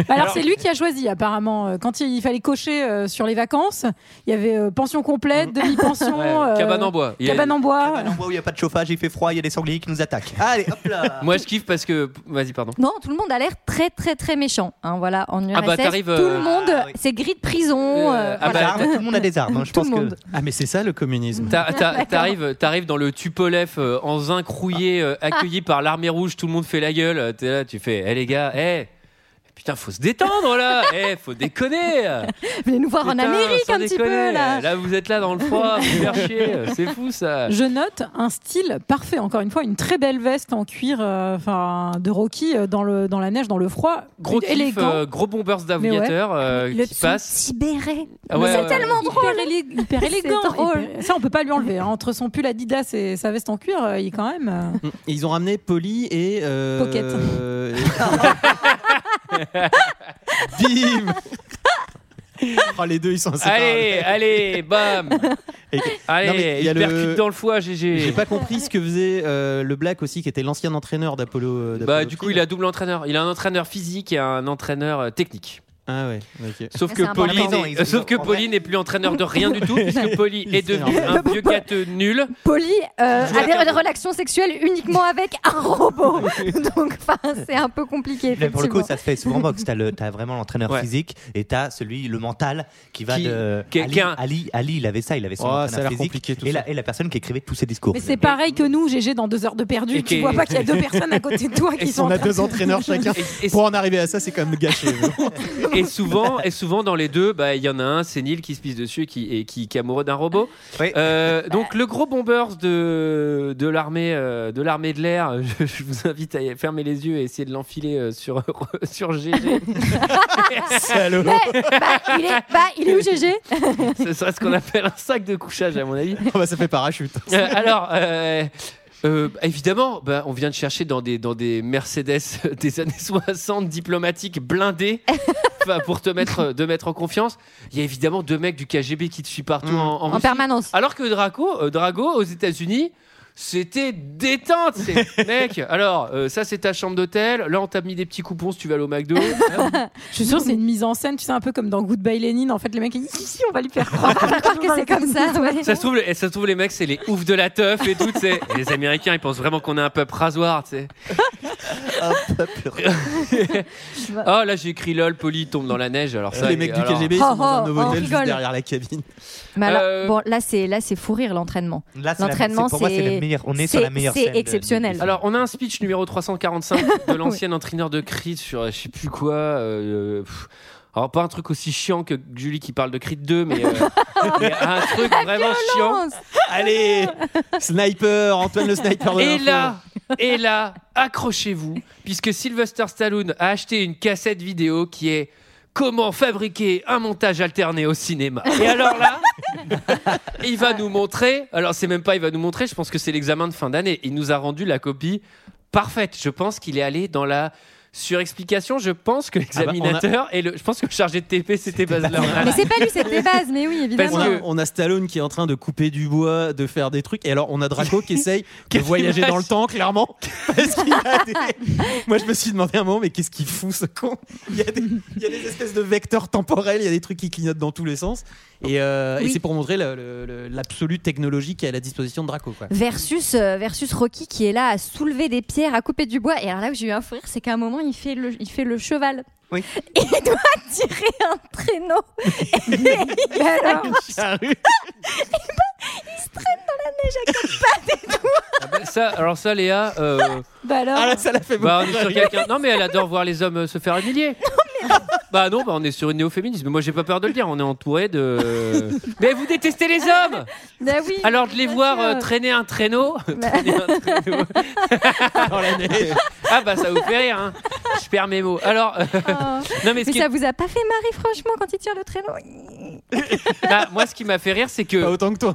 [SPEAKER 7] Bah alors, c'est lui qui a choisi apparemment. Euh, Quand il, il fallait cocher euh, sur les vacances, il y avait euh, pension complète, demi-pension,
[SPEAKER 1] Ouais,
[SPEAKER 7] euh,
[SPEAKER 1] cabane en bois. Il y a-
[SPEAKER 7] cabane en bois.
[SPEAKER 6] Un endroit Ah. où il n'y a pas de chauffage, il fait froid, il y a des sangliers qui nous attaquent. Allez, hop là
[SPEAKER 1] Moi, je kiffe parce que. Vas-y, pardon.
[SPEAKER 12] Non, tout le monde a l'air très très très méchant. hein, voilà, en URSS,
[SPEAKER 1] Ah bah, t'arrives,
[SPEAKER 12] tout
[SPEAKER 1] euh,
[SPEAKER 12] le monde, c'est gris de prison.
[SPEAKER 1] ah
[SPEAKER 12] euh,
[SPEAKER 11] bah,
[SPEAKER 12] voilà.
[SPEAKER 6] hein, je
[SPEAKER 12] Tout le pense que- monde.
[SPEAKER 11] Ah mais c'est ça le communisme.
[SPEAKER 1] T'a- t'a-
[SPEAKER 12] D'accord.
[SPEAKER 1] T'arrives, t'arrives dans le Tupolev euh, en zinc rouillé,
[SPEAKER 12] Ah.
[SPEAKER 1] euh, accueilli par l'armée rouge, tout le monde fait la gueule. euh, T'es là, tu fais, hé les gars, hé, putain, faut se détendre là, hé, faut déconner.
[SPEAKER 12] Venez nous voir en
[SPEAKER 1] bah, Putain,
[SPEAKER 12] Amérique
[SPEAKER 1] sans
[SPEAKER 12] un petit
[SPEAKER 1] déconner,
[SPEAKER 12] peu là.
[SPEAKER 1] Là, vous êtes là dans le froid, vous faire chier, euh, c'est fou ça.
[SPEAKER 7] Je note un style parfait. Encore une fois, une très belle veste en cuir, euh, enfin de Rocky euh, dans le dans la neige, dans le froid,
[SPEAKER 1] Gros kiff,
[SPEAKER 7] élégant.
[SPEAKER 1] euh, gros bombers d'aviateur euh,
[SPEAKER 12] Le
[SPEAKER 1] qui passe.
[SPEAKER 12] petit béret.
[SPEAKER 1] Ah ouais,
[SPEAKER 12] c'est
[SPEAKER 1] ouais, ouais.
[SPEAKER 12] tellement drôle.
[SPEAKER 7] Hyper, élé- hyper
[SPEAKER 12] C'est
[SPEAKER 7] élégant,
[SPEAKER 12] drôle.
[SPEAKER 7] hyper- ça on peut pas lui enlever. hein. Entre son pull Adidas et sa veste en cuir, euh, il est quand même. euh,
[SPEAKER 11] Et Mm. ils ont ramené Polly et. euh,
[SPEAKER 7] Pocket.
[SPEAKER 11] euh, Bim Oh, les deux, ils sont inséparables.
[SPEAKER 1] Allez, allez, bam
[SPEAKER 11] Et- Non,
[SPEAKER 1] Allez,
[SPEAKER 11] mais
[SPEAKER 1] il,
[SPEAKER 11] y a le-
[SPEAKER 1] percute dans le foie,
[SPEAKER 11] J'ai
[SPEAKER 1] GG.
[SPEAKER 11] pas compris ce que faisait euh, le Black aussi, qui était l'ancien entraîneur d'Apollo. euh,
[SPEAKER 1] Bah,
[SPEAKER 11] d'Apollo
[SPEAKER 1] du coup,
[SPEAKER 11] Creed.
[SPEAKER 1] il a double entraîneur. Il a un entraîneur physique et un entraîneur euh, technique.
[SPEAKER 11] Ah ouais, ok.
[SPEAKER 1] Sauf
[SPEAKER 12] Mais
[SPEAKER 1] que
[SPEAKER 12] c'est important.
[SPEAKER 1] Pauline,
[SPEAKER 6] Attends,
[SPEAKER 1] est-
[SPEAKER 6] ils ont-
[SPEAKER 1] sauf que
[SPEAKER 6] en vrai-
[SPEAKER 1] Pauline n'est plus entraîneur de rien du tout, puisque Polly est devenu
[SPEAKER 11] énorme.
[SPEAKER 1] un vieux gâteux nul.
[SPEAKER 12] Polly euh,
[SPEAKER 1] Je vous
[SPEAKER 12] a des
[SPEAKER 1] l'accorde.
[SPEAKER 12] relations sexuelles uniquement avec un robot. Donc, enfin, c'est un peu compliqué.
[SPEAKER 6] Là, pour le coup,
[SPEAKER 12] effectivement.
[SPEAKER 6] ça se fait souvent box. T'as, le, t'as vraiment l'entraîneur
[SPEAKER 1] Ouais.
[SPEAKER 6] physique et t'as celui, le mental, qui va
[SPEAKER 1] Qui-
[SPEAKER 6] de.
[SPEAKER 1] qui-
[SPEAKER 6] Ali,
[SPEAKER 1] qui a un-
[SPEAKER 6] Ali, Ali, il avait ça, il avait son
[SPEAKER 11] Oh, ça a
[SPEAKER 6] entraîneur
[SPEAKER 11] l'air
[SPEAKER 6] physique.
[SPEAKER 11] compliqué, tout
[SPEAKER 6] et,
[SPEAKER 11] ça.
[SPEAKER 6] La, et la personne qui écrivait tous ses discours.
[SPEAKER 7] Mais c'est pareil que nous, GG, dans deux heures de
[SPEAKER 1] Et
[SPEAKER 7] perdu.
[SPEAKER 1] qui-
[SPEAKER 7] Tu vois pas qu'il y a deux personnes à côté de toi qui sont.
[SPEAKER 11] On
[SPEAKER 7] en
[SPEAKER 11] a
[SPEAKER 7] train
[SPEAKER 11] deux
[SPEAKER 7] de-
[SPEAKER 11] entraîneurs chacun.
[SPEAKER 1] Et- et-
[SPEAKER 11] Pour en arriver à ça, c'est quand même gâché.
[SPEAKER 1] Et souvent, et souvent dans les deux, bah, il y en a un sénile qui se pisse dessus et qui, et qui, qui est amoureux d'un robot.
[SPEAKER 6] Oui.
[SPEAKER 1] Euh, donc le gros bombers de de l'armée euh, de l'armée de l'air, je, je vous invite à y- fermer les yeux et essayer de l'enfiler euh, sur sur GG.
[SPEAKER 11] Salaud.
[SPEAKER 12] Bah, il est, bah, il est où, GG
[SPEAKER 1] ce serait ce qu'on appelle un sac de couchage à mon avis.
[SPEAKER 11] Oh, bah, ça fait parachute.
[SPEAKER 1] Euh, alors, euh, euh, évidemment, bah, on vient de chercher dans des, dans des Mercedes des années 60 diplomatiques blindés enfin, pour te mettre, de mettre en confiance. Il y a évidemment deux mecs du KGB qui te suivent partout en, en
[SPEAKER 12] En
[SPEAKER 1] Russie.
[SPEAKER 12] permanence.
[SPEAKER 1] Alors que Draco, euh, Drago, aux États-Unis, c'était détente, ces mecs. Alors, euh, ça, c'est ta chambre d'hôtel. Là, on t'a mis des petits coupons si tu vas aller au McDo.
[SPEAKER 7] Je suis sûre, c'est une mise en scène, tu sais, un peu comme dans Goodbye Lénine. En fait, les mecs, ils disent si, si, on va lui faire croire.
[SPEAKER 12] que c'est comme ça, ouais.
[SPEAKER 1] ça, se trouve, le- ça se trouve, les mecs, c'est les oufs de la teuf et tout. tu sais. Et Les Américains, ils pensent vraiment qu'on est un peuple rasoir. tu sais. Ah là j'ai écrit lol, Polly tombe dans la neige. Alors ça,
[SPEAKER 11] les mecs du
[SPEAKER 1] alors-
[SPEAKER 11] KGB ils sont
[SPEAKER 12] Oh,
[SPEAKER 11] dans un
[SPEAKER 12] oh,
[SPEAKER 11] nouveau
[SPEAKER 12] on
[SPEAKER 11] hôtel juste
[SPEAKER 12] rigole.
[SPEAKER 11] derrière la cabine.
[SPEAKER 12] Mais alors,
[SPEAKER 1] Euh,
[SPEAKER 12] bon, là, c'est là, c'est fou rire l'entraînement.
[SPEAKER 6] Là, c'est la-
[SPEAKER 12] L'entraînement,
[SPEAKER 6] c'est- pour moi, c'est la meilleure- on est sur la
[SPEAKER 12] c'est-
[SPEAKER 6] meilleure scène
[SPEAKER 12] C'est
[SPEAKER 6] de-
[SPEAKER 12] exceptionnel.
[SPEAKER 6] du-
[SPEAKER 1] Alors on a un speech numéro 345 de l'ancien entraîneur de Creed sur euh, je sais plus quoi. euh, pff, alors pas un truc aussi chiant que Julie qui parle de Creed 2, mais, euh, mais un truc vraiment chiant.
[SPEAKER 12] Violence.
[SPEAKER 11] Allez, sniper, Antoine le sniper. de
[SPEAKER 1] Et
[SPEAKER 11] l'info.
[SPEAKER 1] là, et là, accrochez-vous, puisque Sylvester Stallone a acheté une cassette vidéo qui est Comment fabriquer un montage alterné au cinéma. Et alors là, il va nous montrer, alors c'est même pas il va nous montrer, je pense que c'est l'examen de fin d'année, il nous a rendu la copie parfaite. Je pense qu'il est allé dans la surexplication, je pense que
[SPEAKER 11] bah, on a-
[SPEAKER 1] l'examinateur et le je pense que le chargé de TP c'était Baz Luhrmann.
[SPEAKER 12] Mais c'est pas lui, c'était Baz, mais oui,
[SPEAKER 1] Parce
[SPEAKER 12] évidemment.
[SPEAKER 11] on, a,
[SPEAKER 1] que-
[SPEAKER 11] on a Stallone qui est en train de couper du bois, de faire des trucs. Et alors, on a Draco qui essaye de
[SPEAKER 1] Quelle
[SPEAKER 11] voyager
[SPEAKER 1] image.
[SPEAKER 11] dans le temps, clairement. Parce qu'il a des- Moi, je me suis demandé un moment, mais qu'est-ce qu'il fout, ce con il y, a des, il y a des espèces de vecteurs temporels, il y a des trucs qui clignotent dans tous les sens. Et, euh, et
[SPEAKER 12] Oui.
[SPEAKER 11] c'est pour montrer le- le- le- l'absolue technologie qui est à la disposition de Draco. Quoi.
[SPEAKER 12] Versus, euh, versus Rocky qui est là à soulever des pierres, à couper du bois. Et alors là où j'ai eu un fou rire, c'est qu'à un moment, il fait le, il fait le cheval.
[SPEAKER 6] Oui.
[SPEAKER 12] Et il doit tirer un traîneau. Et il s'accroche
[SPEAKER 1] Ah bah, ça alors ça Léa euh,
[SPEAKER 7] Bah alors,
[SPEAKER 11] Ah là, ça l'a fait
[SPEAKER 1] bah, on
[SPEAKER 11] beaucoup
[SPEAKER 1] est sur
[SPEAKER 11] rire.
[SPEAKER 1] quelqu'un. Non mais elle adore voir les hommes euh, se faire humilier. Bah non, bah on est sur une néo-féminisme. Moi, j'ai pas peur de le dire. On est entouré de. Mais vous détestez les hommes
[SPEAKER 12] Bah oui.
[SPEAKER 1] Alors de les voir euh, traîner un traîneau. traîner un traîneau. Dans la neige. Ah bah ça vous fait rire. hein. Je perds mes mots. Alors. euh, Non mais,
[SPEAKER 12] Ah. mais
[SPEAKER 1] ce qui
[SPEAKER 12] ça vous a pas fait marrer, franchement, quand il tire le traîneau
[SPEAKER 1] Bah, moi, ce qui m'a fait rire, c'est que.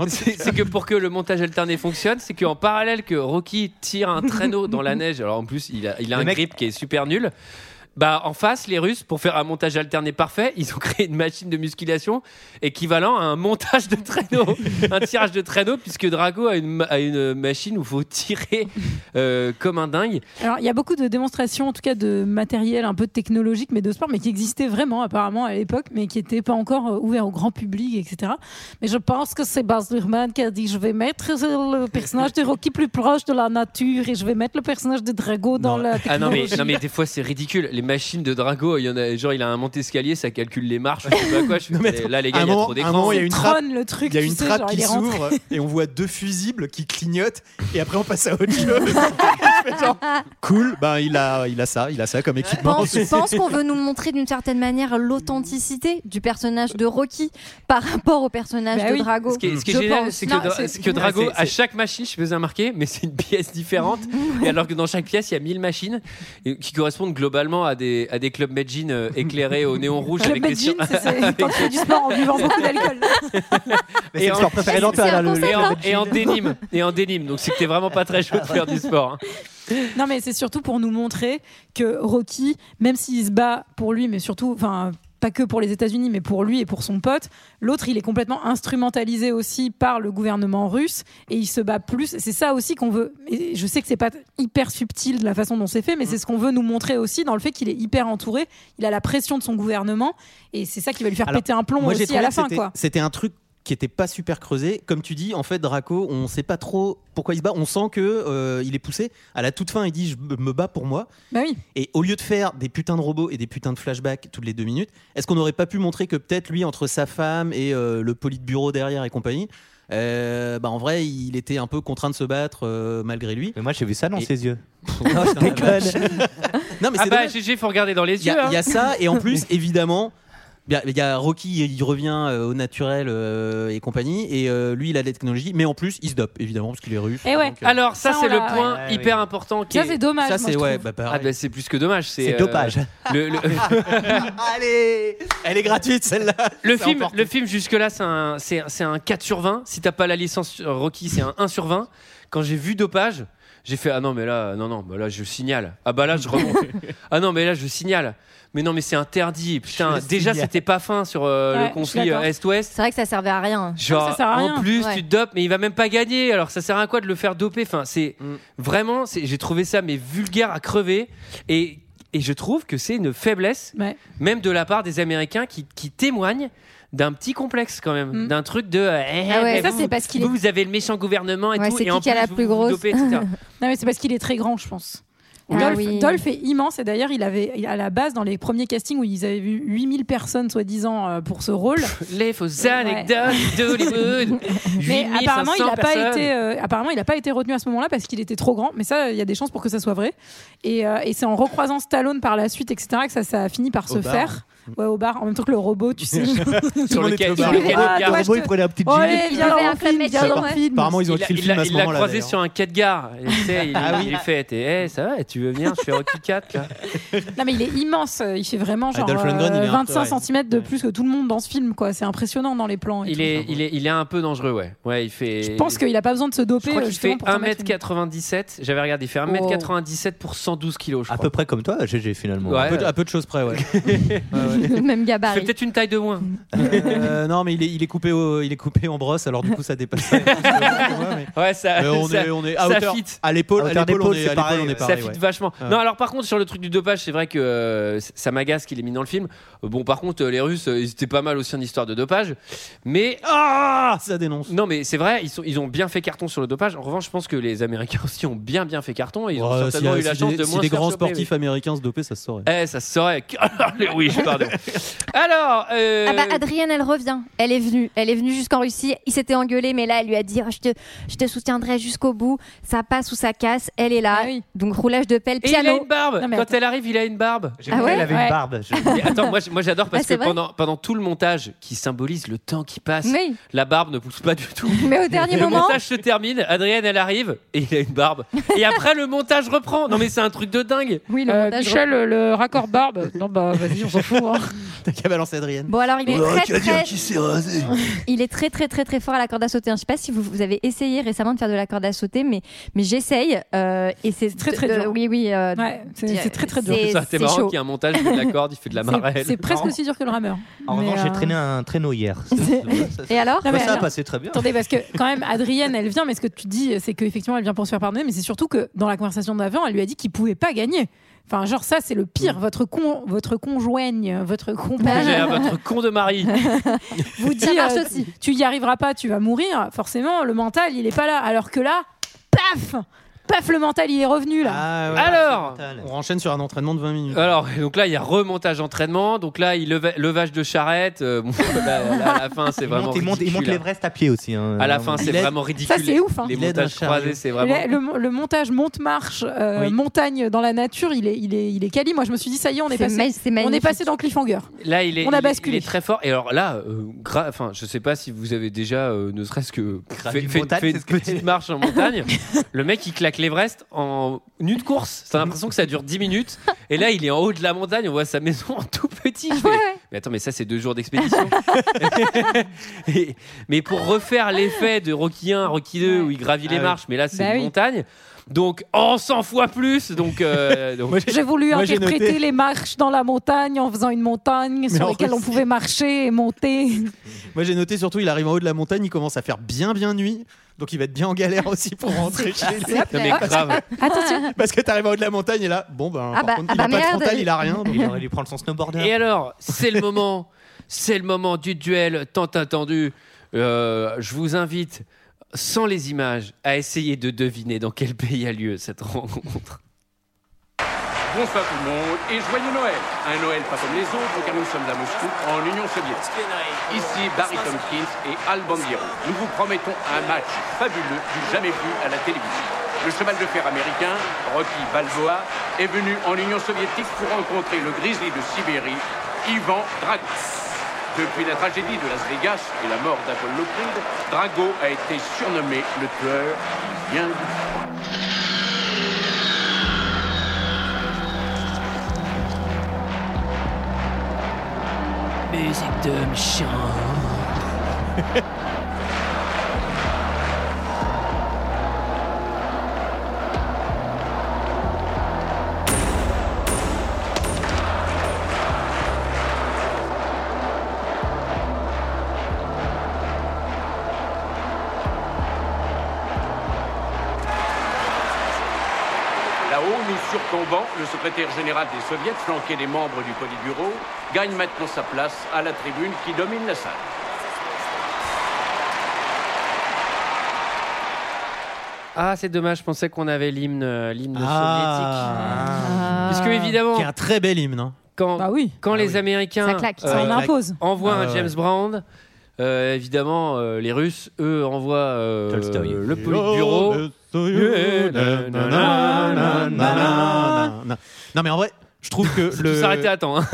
[SPEAKER 1] C'est c'est que pour que le montage alterné fonctionne, c'est qu'en parallèle que Rocky tire un traîneau dans la neige, alors en plus, il a, il a un grip qui est super nul. Bah, en face, les Russes, pour faire un montage alterné parfait, ils ont créé une machine de musculation équivalent à un montage de traîneau, un tirage de traîneau, puisque Drago a une, ma- a une machine où il faut tirer euh, comme un dingue.
[SPEAKER 7] Alors, il y a beaucoup de démonstrations, en tout cas de matériel un peu technologique, mais de sport, mais qui existait vraiment apparemment à l'époque, mais qui n'était pas encore euh, ouvert au grand public, etc. Mais je pense que c'est Baz Luhrmann qui a dit je vais mettre euh, le personnage de Rocky plus proche de la nature et je vais mettre le personnage de Drago dans la
[SPEAKER 1] Ah non mais,
[SPEAKER 7] technologie.
[SPEAKER 1] non mais des fois c'est ridicule les machines de Drago il y en a genre il a un monte escalier ça calcule les marches je sais pas quoi je fais, là les gars
[SPEAKER 11] à un
[SPEAKER 1] il y a
[SPEAKER 11] moment-
[SPEAKER 1] trop
[SPEAKER 11] à un
[SPEAKER 1] d'écran
[SPEAKER 11] moment, il y a une
[SPEAKER 7] trône,
[SPEAKER 11] trappe,
[SPEAKER 7] le truc,
[SPEAKER 11] il y a
[SPEAKER 7] tu
[SPEAKER 11] une
[SPEAKER 7] sais,
[SPEAKER 11] trappe
[SPEAKER 7] genre,
[SPEAKER 11] qui
[SPEAKER 7] il est rentré.
[SPEAKER 11] s'ouvre et on voit deux fusibles qui clignotent et après on passe à autre chose. cool, ben il a, il a ça, il a ça comme équipement.
[SPEAKER 12] pense, pense qu'on veut nous montrer d'une certaine manière l'authenticité du personnage de Rocky par rapport au personnage
[SPEAKER 7] Bah
[SPEAKER 12] de
[SPEAKER 7] oui.
[SPEAKER 12] Drago.
[SPEAKER 1] ce qui est, ce qui est
[SPEAKER 12] Je
[SPEAKER 1] génial,
[SPEAKER 12] pense.
[SPEAKER 1] c'est que,
[SPEAKER 12] Non,
[SPEAKER 1] Dra-
[SPEAKER 12] c'est-
[SPEAKER 1] c'est que
[SPEAKER 12] ouais.
[SPEAKER 1] Drago,
[SPEAKER 11] c'est-
[SPEAKER 1] à chaque machine, je faisais remarquer, mais c'est une pièce différente. et alors que dans chaque pièce, il y a 1000 machines et- qui correspondent globalement à des, à des clubs Medjin euh, éclairés au néon rouge.
[SPEAKER 7] Club
[SPEAKER 1] avec des
[SPEAKER 7] Medjin,
[SPEAKER 1] cir-
[SPEAKER 7] c'est- c'est quand tu fais du sport en buvant beaucoup d'alcool.
[SPEAKER 6] Mais c'est le sport préféré d'Antoine, là, le-
[SPEAKER 1] et,
[SPEAKER 6] le
[SPEAKER 1] en,
[SPEAKER 6] Medjin.
[SPEAKER 1] et en dénime. Et en dénime. Donc c'est que t'es vraiment pas très chaud de faire du sport. hein.
[SPEAKER 7] Non, mais c'est surtout pour nous montrer que Rocky, même s'il se bat pour lui, mais surtout, enfin, pas que pour les États-Unis, mais pour lui et pour son pote, l'autre, il est complètement instrumentalisé aussi par le gouvernement russe et il se bat plus. C'est ça aussi qu'on veut. Et je sais que c'est pas hyper subtil de la façon dont c'est fait, mais c'est ce qu'on veut nous montrer aussi dans le fait qu'il est hyper entouré. Il a la pression de son gouvernement et c'est ça qui va lui faire
[SPEAKER 11] Alors,
[SPEAKER 7] péter un plomb
[SPEAKER 11] moi, j'ai
[SPEAKER 7] aussi
[SPEAKER 11] trouvé
[SPEAKER 7] à la
[SPEAKER 11] que
[SPEAKER 7] fin,
[SPEAKER 11] c'était-
[SPEAKER 7] quoi.
[SPEAKER 11] C'était un truc qui était pas super creusé. Comme tu dis, en fait, Draco, on sait pas trop pourquoi il se bat. On sent que euh, il est poussé. À la toute fin, il dit Je me me bats pour moi.
[SPEAKER 7] Bah oui.
[SPEAKER 11] Et au lieu de faire des putains de robots et des putains de flashbacks toutes les deux minutes, est-ce qu'on n'aurait pas pu montrer que peut-être lui, entre sa femme et euh, le politburo derrière et compagnie, euh, bah en vrai, il était un peu contraint de se battre euh, malgré lui.
[SPEAKER 6] Mais moi, j'ai vu ça dans ses yeux.
[SPEAKER 11] non, je
[SPEAKER 6] déconne.
[SPEAKER 1] bah, ah
[SPEAKER 11] non, mais c'est
[SPEAKER 1] bah,
[SPEAKER 11] dommage.
[SPEAKER 1] GG, faut regarder dans les
[SPEAKER 11] Il y,
[SPEAKER 1] yeux.
[SPEAKER 11] a-
[SPEAKER 1] hein.
[SPEAKER 11] il y a ça, et en plus, évidemment, il y a- il y a Rocky, il revient euh, au naturel euh, et compagnie, et euh, lui, il a la technologie, mais en plus, il se dope, évidemment, parce qu'il est russe.
[SPEAKER 7] Et Eh ouais.
[SPEAKER 11] donc, euh,
[SPEAKER 1] hein. Alors ça,
[SPEAKER 7] Ça, on
[SPEAKER 1] c'est le
[SPEAKER 7] l'a,
[SPEAKER 1] point
[SPEAKER 11] ouais. Ouais,
[SPEAKER 1] hyper
[SPEAKER 11] oui.
[SPEAKER 1] important. qui
[SPEAKER 7] Ça,
[SPEAKER 1] est-
[SPEAKER 7] c'est dommage.
[SPEAKER 11] ça,
[SPEAKER 7] moi,
[SPEAKER 11] c'est
[SPEAKER 7] je
[SPEAKER 11] ouais,
[SPEAKER 7] trouve.
[SPEAKER 11] bah,
[SPEAKER 1] Ah
[SPEAKER 11] pareil.
[SPEAKER 1] bah, c'est plus que dommage. C'est
[SPEAKER 11] C'est
[SPEAKER 1] euh,
[SPEAKER 11] dopage.
[SPEAKER 1] le- le-
[SPEAKER 6] Allez
[SPEAKER 11] Elle est gratuite, celle-là.
[SPEAKER 1] Le
[SPEAKER 11] Ça
[SPEAKER 1] film,
[SPEAKER 11] emporte.
[SPEAKER 1] le film jusque-là, c'est un, c'est, un- c'est un 4 sur 20. Si t'as pas la licence sur Rocky, c'est un 1 sur 20. Quand j'ai vu Dopage, j'ai fait Ah non, mais là, non, non, bah là, je signale. Ah bah là, je remonte. ah non, mais là, je signale. Mais non, mais c'est interdit. Putain,
[SPEAKER 11] Je
[SPEAKER 1] déjà,
[SPEAKER 11] signale.
[SPEAKER 1] c'était pas fin sur euh,
[SPEAKER 7] Ouais,
[SPEAKER 1] le
[SPEAKER 7] je
[SPEAKER 1] conflit
[SPEAKER 7] suis
[SPEAKER 1] euh,
[SPEAKER 7] d'accord.
[SPEAKER 1] Est-Ouest.
[SPEAKER 12] C'est vrai que ça servait à rien. hein.
[SPEAKER 1] Genre,
[SPEAKER 7] Ah, ça sert à rien.
[SPEAKER 1] en plus,
[SPEAKER 12] Ouais.
[SPEAKER 1] tu te dopes, mais il va même pas gagner. Alors, ça sert à quoi de le faire doper Enfin, c'est
[SPEAKER 12] Mm.
[SPEAKER 1] vraiment, c'est, j'ai trouvé ça, mais vulgaire à crever. Et, et je trouve que c'est une faiblesse
[SPEAKER 7] Ouais.
[SPEAKER 1] même de la part des Américains qui, qui témoignent d'un petit complexe quand même,
[SPEAKER 7] Mm.
[SPEAKER 1] d'un truc de euh, Eh,
[SPEAKER 12] Ah ouais,
[SPEAKER 1] mais
[SPEAKER 12] ça,
[SPEAKER 1] vous-
[SPEAKER 12] c'est parce qu'il
[SPEAKER 1] vous,
[SPEAKER 12] est-
[SPEAKER 1] vous avez le méchant gouvernement et
[SPEAKER 12] Ouais,
[SPEAKER 1] tout
[SPEAKER 12] c'est
[SPEAKER 1] et en
[SPEAKER 12] qui qui a
[SPEAKER 1] plus,
[SPEAKER 12] la
[SPEAKER 1] vous
[SPEAKER 12] plus
[SPEAKER 1] vous
[SPEAKER 12] grosse
[SPEAKER 1] dopez, etc.
[SPEAKER 7] Non, mais c'est parce qu'il est très grand, je pense.
[SPEAKER 12] Ah
[SPEAKER 7] Dolph,
[SPEAKER 12] oui.
[SPEAKER 7] Dolph est immense et d'ailleurs, il avait il- à la base, dans les premiers castings où ils avaient vu 8000 personnes, soi-disant, euh, pour ce rôle.
[SPEAKER 1] Les fausses
[SPEAKER 7] Ouais.
[SPEAKER 1] anecdotes d'Hollywood. 8500
[SPEAKER 7] Mais apparemment, il n'a pas,
[SPEAKER 1] personnes.
[SPEAKER 7] été, euh, apparemment, il a pas été retenu à ce moment-là parce qu'il était trop grand. Mais ça, il y a des chances pour que ça soit vrai. Et, euh, et c'est en recroisant Stallone par la suite, etc., que ça, ça a fini par
[SPEAKER 11] Au
[SPEAKER 7] se
[SPEAKER 11] bar.
[SPEAKER 7] faire. Ouais, au bar, en même temps que le robot, tu sais.
[SPEAKER 1] sur
[SPEAKER 11] monde
[SPEAKER 1] lequel
[SPEAKER 11] était au
[SPEAKER 1] sur
[SPEAKER 11] bar.
[SPEAKER 1] lequel
[SPEAKER 7] Ah,
[SPEAKER 1] il y a-
[SPEAKER 7] toi, je
[SPEAKER 6] Bon, il
[SPEAKER 7] te-
[SPEAKER 6] prenait un petit
[SPEAKER 7] Oh,
[SPEAKER 6] jean.
[SPEAKER 7] allez, viens dans
[SPEAKER 12] Ouais.
[SPEAKER 7] mon film, viens dans mon film.
[SPEAKER 11] Apparemment, ils ont
[SPEAKER 1] il a-
[SPEAKER 11] écrit le
[SPEAKER 1] il
[SPEAKER 11] film
[SPEAKER 1] a-
[SPEAKER 11] à ce
[SPEAKER 1] il l'a
[SPEAKER 11] moment-là.
[SPEAKER 1] croisé
[SPEAKER 11] d'ailleurs.
[SPEAKER 1] sur un quai de gare. Et, tu sais, il,
[SPEAKER 11] Ah oui.
[SPEAKER 1] il lui fait t'es- Eh, ça va, tu veux venir Je fais Rocky 4 là.
[SPEAKER 7] Non mais il est immense, euh, il fait vraiment genre
[SPEAKER 11] Ah, Dolph Lundgren, il
[SPEAKER 7] euh,
[SPEAKER 11] est un peu,
[SPEAKER 7] 25
[SPEAKER 11] ouais.
[SPEAKER 7] cm de plus que tout le monde dans ce film quoi, c'est impressionnant dans les plans. et
[SPEAKER 1] Il
[SPEAKER 7] tout.
[SPEAKER 1] est, il, est, il est un peu dangereux, ouais. ouais il fait,
[SPEAKER 7] Je pense qu'il a pas besoin de se
[SPEAKER 1] Je
[SPEAKER 7] doper
[SPEAKER 1] crois
[SPEAKER 7] euh,
[SPEAKER 1] qu'il
[SPEAKER 7] justement
[SPEAKER 1] fait
[SPEAKER 7] pour s'en mettre une.
[SPEAKER 1] 1m97. J'avais regardé, il fait 1m97 pour 112 kilos, je
[SPEAKER 6] À
[SPEAKER 1] crois.
[SPEAKER 6] peu près comme toi, GG finalement.
[SPEAKER 1] Ouais.
[SPEAKER 11] À peu de- à peu de choses près, ouais.
[SPEAKER 12] Le
[SPEAKER 1] Il
[SPEAKER 12] même
[SPEAKER 1] fait
[SPEAKER 12] gabarit.
[SPEAKER 1] peut-être une taille de moins.
[SPEAKER 11] Euh, non, mais il est, il, est coupé au- il est coupé en brosse, alors du coup, ça dépasse. Ouais, mais-
[SPEAKER 1] Ouais, ça.
[SPEAKER 11] mais on,
[SPEAKER 1] ça-
[SPEAKER 11] est, on est à
[SPEAKER 1] ça
[SPEAKER 11] hauteur.
[SPEAKER 1] fit.
[SPEAKER 11] À l'épaule,
[SPEAKER 6] À
[SPEAKER 11] à
[SPEAKER 6] hauteur
[SPEAKER 11] l'épaule, on
[SPEAKER 6] d'épaule,
[SPEAKER 11] est,
[SPEAKER 6] c'est
[SPEAKER 11] à l'épaule,
[SPEAKER 6] pareil,
[SPEAKER 11] on est
[SPEAKER 6] ouais.
[SPEAKER 1] ça
[SPEAKER 11] pareil.
[SPEAKER 1] fit
[SPEAKER 11] ouais.
[SPEAKER 1] vachement.
[SPEAKER 11] Ouais.
[SPEAKER 1] Non, alors par contre, sur le truc du dopage, c'est vrai que euh, c- ça m'agace qu'il est mis dans le film. Euh, Bon, par contre, euh, les Russes, euh, ils étaient pas mal aussi en histoire de dopage. Mais.
[SPEAKER 11] Ah, ça dénonce.
[SPEAKER 1] Non, mais c'est vrai, ils, sont- ils ont bien fait carton sur le dopage. En revanche, je pense que les Américains aussi ont bien, bien fait carton. Et ils ont
[SPEAKER 11] Ouais,
[SPEAKER 1] certainement
[SPEAKER 11] si-
[SPEAKER 1] eu la
[SPEAKER 11] si
[SPEAKER 1] chance
[SPEAKER 11] des-
[SPEAKER 1] de
[SPEAKER 11] si
[SPEAKER 1] moins
[SPEAKER 11] des
[SPEAKER 1] se faire
[SPEAKER 11] grands
[SPEAKER 1] choper, oui.
[SPEAKER 11] sportifs américains se dopaient, ça se saurait.
[SPEAKER 1] Eh, ça se saurait. oui, je parle pardon. Alors. euh,
[SPEAKER 12] Ah bah Adrienne, elle revient. Elle est venue. Elle est venue jusqu'en Russie. Il s'était engueulé, mais là, elle lui a dit Ah, je, te, je te soutiendrai jusqu'au bout. Ça passe ou ça casse. Elle est là. Donc roulage de pelle,
[SPEAKER 1] Ah Et il
[SPEAKER 12] piano.
[SPEAKER 1] a une barbe.
[SPEAKER 12] Non, mais
[SPEAKER 1] Quand elle arrive, il a une barbe.
[SPEAKER 12] J'ai Ah vu ouais qu'elle avait une Ouais. barbe.
[SPEAKER 1] Mais attends, moi, j- moi, j'adore parce
[SPEAKER 12] Ah, c'est
[SPEAKER 1] que
[SPEAKER 12] vrai
[SPEAKER 1] pendant, pendant tout le montage qui symbolise le temps qui passe,
[SPEAKER 12] Oui.
[SPEAKER 1] la barbe ne pousse pas du tout.
[SPEAKER 12] Mais au dernier moment-
[SPEAKER 1] Le montage se termine, Adrienne elle arrive et il a une barbe. Et après le montage reprend. Non mais c'est un truc de dingue.
[SPEAKER 12] Oui, le montage
[SPEAKER 15] Michel,
[SPEAKER 12] reprend.
[SPEAKER 15] le, le raccord barbe. Non, bah vas-y, on s'en fout. hein.
[SPEAKER 11] T'as qu'à balancer Adrienne.
[SPEAKER 12] Bon alors il est
[SPEAKER 15] On aura
[SPEAKER 12] très
[SPEAKER 15] qu'à dire
[SPEAKER 12] très...
[SPEAKER 15] qu'il s'est rasé.
[SPEAKER 12] il est très très très très fort à la corde à sauter. Je sais pas si vous, vous avez essayé récemment de faire de la corde à sauter, mais mais j'essaye euh, et c'est
[SPEAKER 7] très, très
[SPEAKER 12] de-
[SPEAKER 7] dur.
[SPEAKER 12] Oui oui. euh,
[SPEAKER 7] Ouais, c'est-
[SPEAKER 12] dire-
[SPEAKER 7] c'est très, très dur.
[SPEAKER 12] c'est-
[SPEAKER 1] Ça, C'est
[SPEAKER 12] c'est
[SPEAKER 1] marrant
[SPEAKER 12] chaud.
[SPEAKER 1] qu'il y a un montage, il fait de la corde, il fait de la marelle.
[SPEAKER 7] C'est presque aussi dur que le rameur.
[SPEAKER 6] En
[SPEAKER 7] Mais,
[SPEAKER 6] revanche, j'ai
[SPEAKER 7] euh,
[SPEAKER 6] traîné un traîneau hier.
[SPEAKER 7] Et alors
[SPEAKER 6] Bah, ça a passé très bien.
[SPEAKER 7] Attendez, parce que quand même, Adrienne, elle vient, mais ce que tu dis, c'est qu'effectivement, elle vient pour se faire pardonner, mais c'est surtout que dans la conversation d'avant, elle lui a dit qu'il pouvait pas gagner. Enfin, genre, ça, c'est le pire. Votre, con, votre conjoigne, votre compagne.
[SPEAKER 1] Mm. J'ai un votre con de mari.
[SPEAKER 7] vous
[SPEAKER 12] Ça
[SPEAKER 7] dit
[SPEAKER 12] marche
[SPEAKER 7] euh,
[SPEAKER 12] aussi.
[SPEAKER 7] tu y arriveras pas, tu vas mourir, forcément le mental il est pas là. Alors que là, paf, paf le mental il est revenu
[SPEAKER 1] Ah,
[SPEAKER 7] là.
[SPEAKER 1] Alors
[SPEAKER 11] Ah On enchaîne sur un entraînement de 20 minutes.
[SPEAKER 1] Alors, donc là, il y a remontage entraînement. Donc là, il leva- levage de charrette. Euh, bon, là, là, à la fin, c'est
[SPEAKER 6] Il
[SPEAKER 1] vraiment
[SPEAKER 6] monte- il monte- il
[SPEAKER 1] ridicule,
[SPEAKER 6] monte
[SPEAKER 1] hein.
[SPEAKER 6] l'Everest à pied aussi. hein.
[SPEAKER 1] À la fin, c'est
[SPEAKER 6] Il est-
[SPEAKER 1] vraiment ridicule.
[SPEAKER 7] Ça, c'est ouf, hein.
[SPEAKER 1] Les
[SPEAKER 7] Il aide un
[SPEAKER 1] montages
[SPEAKER 6] chariot.
[SPEAKER 1] croisés, c'est vraiment.
[SPEAKER 7] Le, le mon- le montage monte-marche, euh,
[SPEAKER 1] Oui.
[SPEAKER 7] montagne dans la nature, il est, il, est, il est quali. Moi, je me suis dit, ça y est, on est,
[SPEAKER 12] C'est ma-
[SPEAKER 7] passé,
[SPEAKER 12] c'est
[SPEAKER 7] on est
[SPEAKER 12] magnifique.
[SPEAKER 7] passé dans Cliffhanger.
[SPEAKER 1] Là, il est,
[SPEAKER 7] On a
[SPEAKER 1] il est-
[SPEAKER 7] basculé.
[SPEAKER 1] il est très fort. Et alors là, euh, gra- enfin, je sais pas si vous avez déjà, euh, ne serait-ce que fait,
[SPEAKER 6] une
[SPEAKER 1] fait-
[SPEAKER 6] montagne,
[SPEAKER 1] fait
[SPEAKER 6] c'est
[SPEAKER 1] une
[SPEAKER 6] ce que-
[SPEAKER 1] petite marche en montagne. le mec, il claque l'Everest en une course. T'as l'impression que ça dure 10 minutes. Et là, il est en haut de la montagne. On voit sa maison en tout petit. Je fais, Mais attends, mais ça, c'est deux jours d'expédition. Et- mais pour refaire l'effet de Rocky 1, Rocky 2, où il gravit les
[SPEAKER 11] Ah oui.
[SPEAKER 1] marches, mais là, c'est
[SPEAKER 7] Bah
[SPEAKER 1] une
[SPEAKER 7] oui.
[SPEAKER 1] montagne. Donc, en 100 fois plus. Donc, euh, donc-
[SPEAKER 7] J'ai voulu interpréter les marches dans la montagne en faisant une montagne sur
[SPEAKER 11] en
[SPEAKER 7] laquelle on
[SPEAKER 11] Russie.
[SPEAKER 7] pouvait marcher et monter.
[SPEAKER 11] Moi j'ai noté surtout, il arrive en haut de la montagne, il commence à faire bien bien nuit, donc il va être bien en galère aussi pour rentrer chez lui.
[SPEAKER 1] Non, mais grave.
[SPEAKER 11] Attention Parce que t'arrives en haut de la montagne et là, bon ben,
[SPEAKER 1] Ah
[SPEAKER 11] par
[SPEAKER 1] bah-
[SPEAKER 11] contre,
[SPEAKER 1] ah
[SPEAKER 11] il
[SPEAKER 1] bah
[SPEAKER 11] a pas
[SPEAKER 1] merde.
[SPEAKER 11] de frontal, il a rien. donc-
[SPEAKER 6] Il aurait dû prendre son snowboarder.
[SPEAKER 1] Et alors, c'est le moment, c'est le moment du duel tant attendu. Euh, je vous invite, sans les images, à essayer de deviner dans quel pays a lieu cette rencontre.
[SPEAKER 16] Bonsoir tout le monde et joyeux Noël. Un Noël pas comme les autres car nous sommes à Moscou en Union soviétique. Ici Barry Tompkins et Al Bandiero. Nous vous promettons un match fabuleux du jamais vu à la télévision. Le cheval de fer américain, Rocky Balboa, est venu en Union soviétique pour rencontrer le grizzly de Sibérie, Ivan Drago. Depuis la tragédie de Las Vegas et la mort d'Apollo Creed, Drago a été surnommé le tueur qui vient du
[SPEAKER 1] Musique de méchant.
[SPEAKER 16] Là-haut, nous surtombant, le secrétaire général des soviets, flanqué des membres du Politburo, gagne maintenant sa place à la tribune qui domine la salle.
[SPEAKER 1] Ah, c'est dommage, je pensais qu'on avait l'hymne euh, l'hymne
[SPEAKER 11] Ah.
[SPEAKER 1] soviétique. Puisque, évidemment,
[SPEAKER 11] Qui est un très bel hymne. hein.
[SPEAKER 1] quand,
[SPEAKER 7] Bah
[SPEAKER 1] quand les Américains euh,
[SPEAKER 11] Ça claque, ça en impose.
[SPEAKER 1] envoient
[SPEAKER 11] Ah
[SPEAKER 1] un
[SPEAKER 11] ouais.
[SPEAKER 1] James Brown, euh, évidemment, euh, les Russes, eux, envoient euh,
[SPEAKER 11] Tolstoï. Oh,
[SPEAKER 1] le Politburo.
[SPEAKER 11] Nanana. Non mais en vrai, je trouve que
[SPEAKER 1] Je
[SPEAKER 11] le,
[SPEAKER 1] s'arrêter à temps. hein.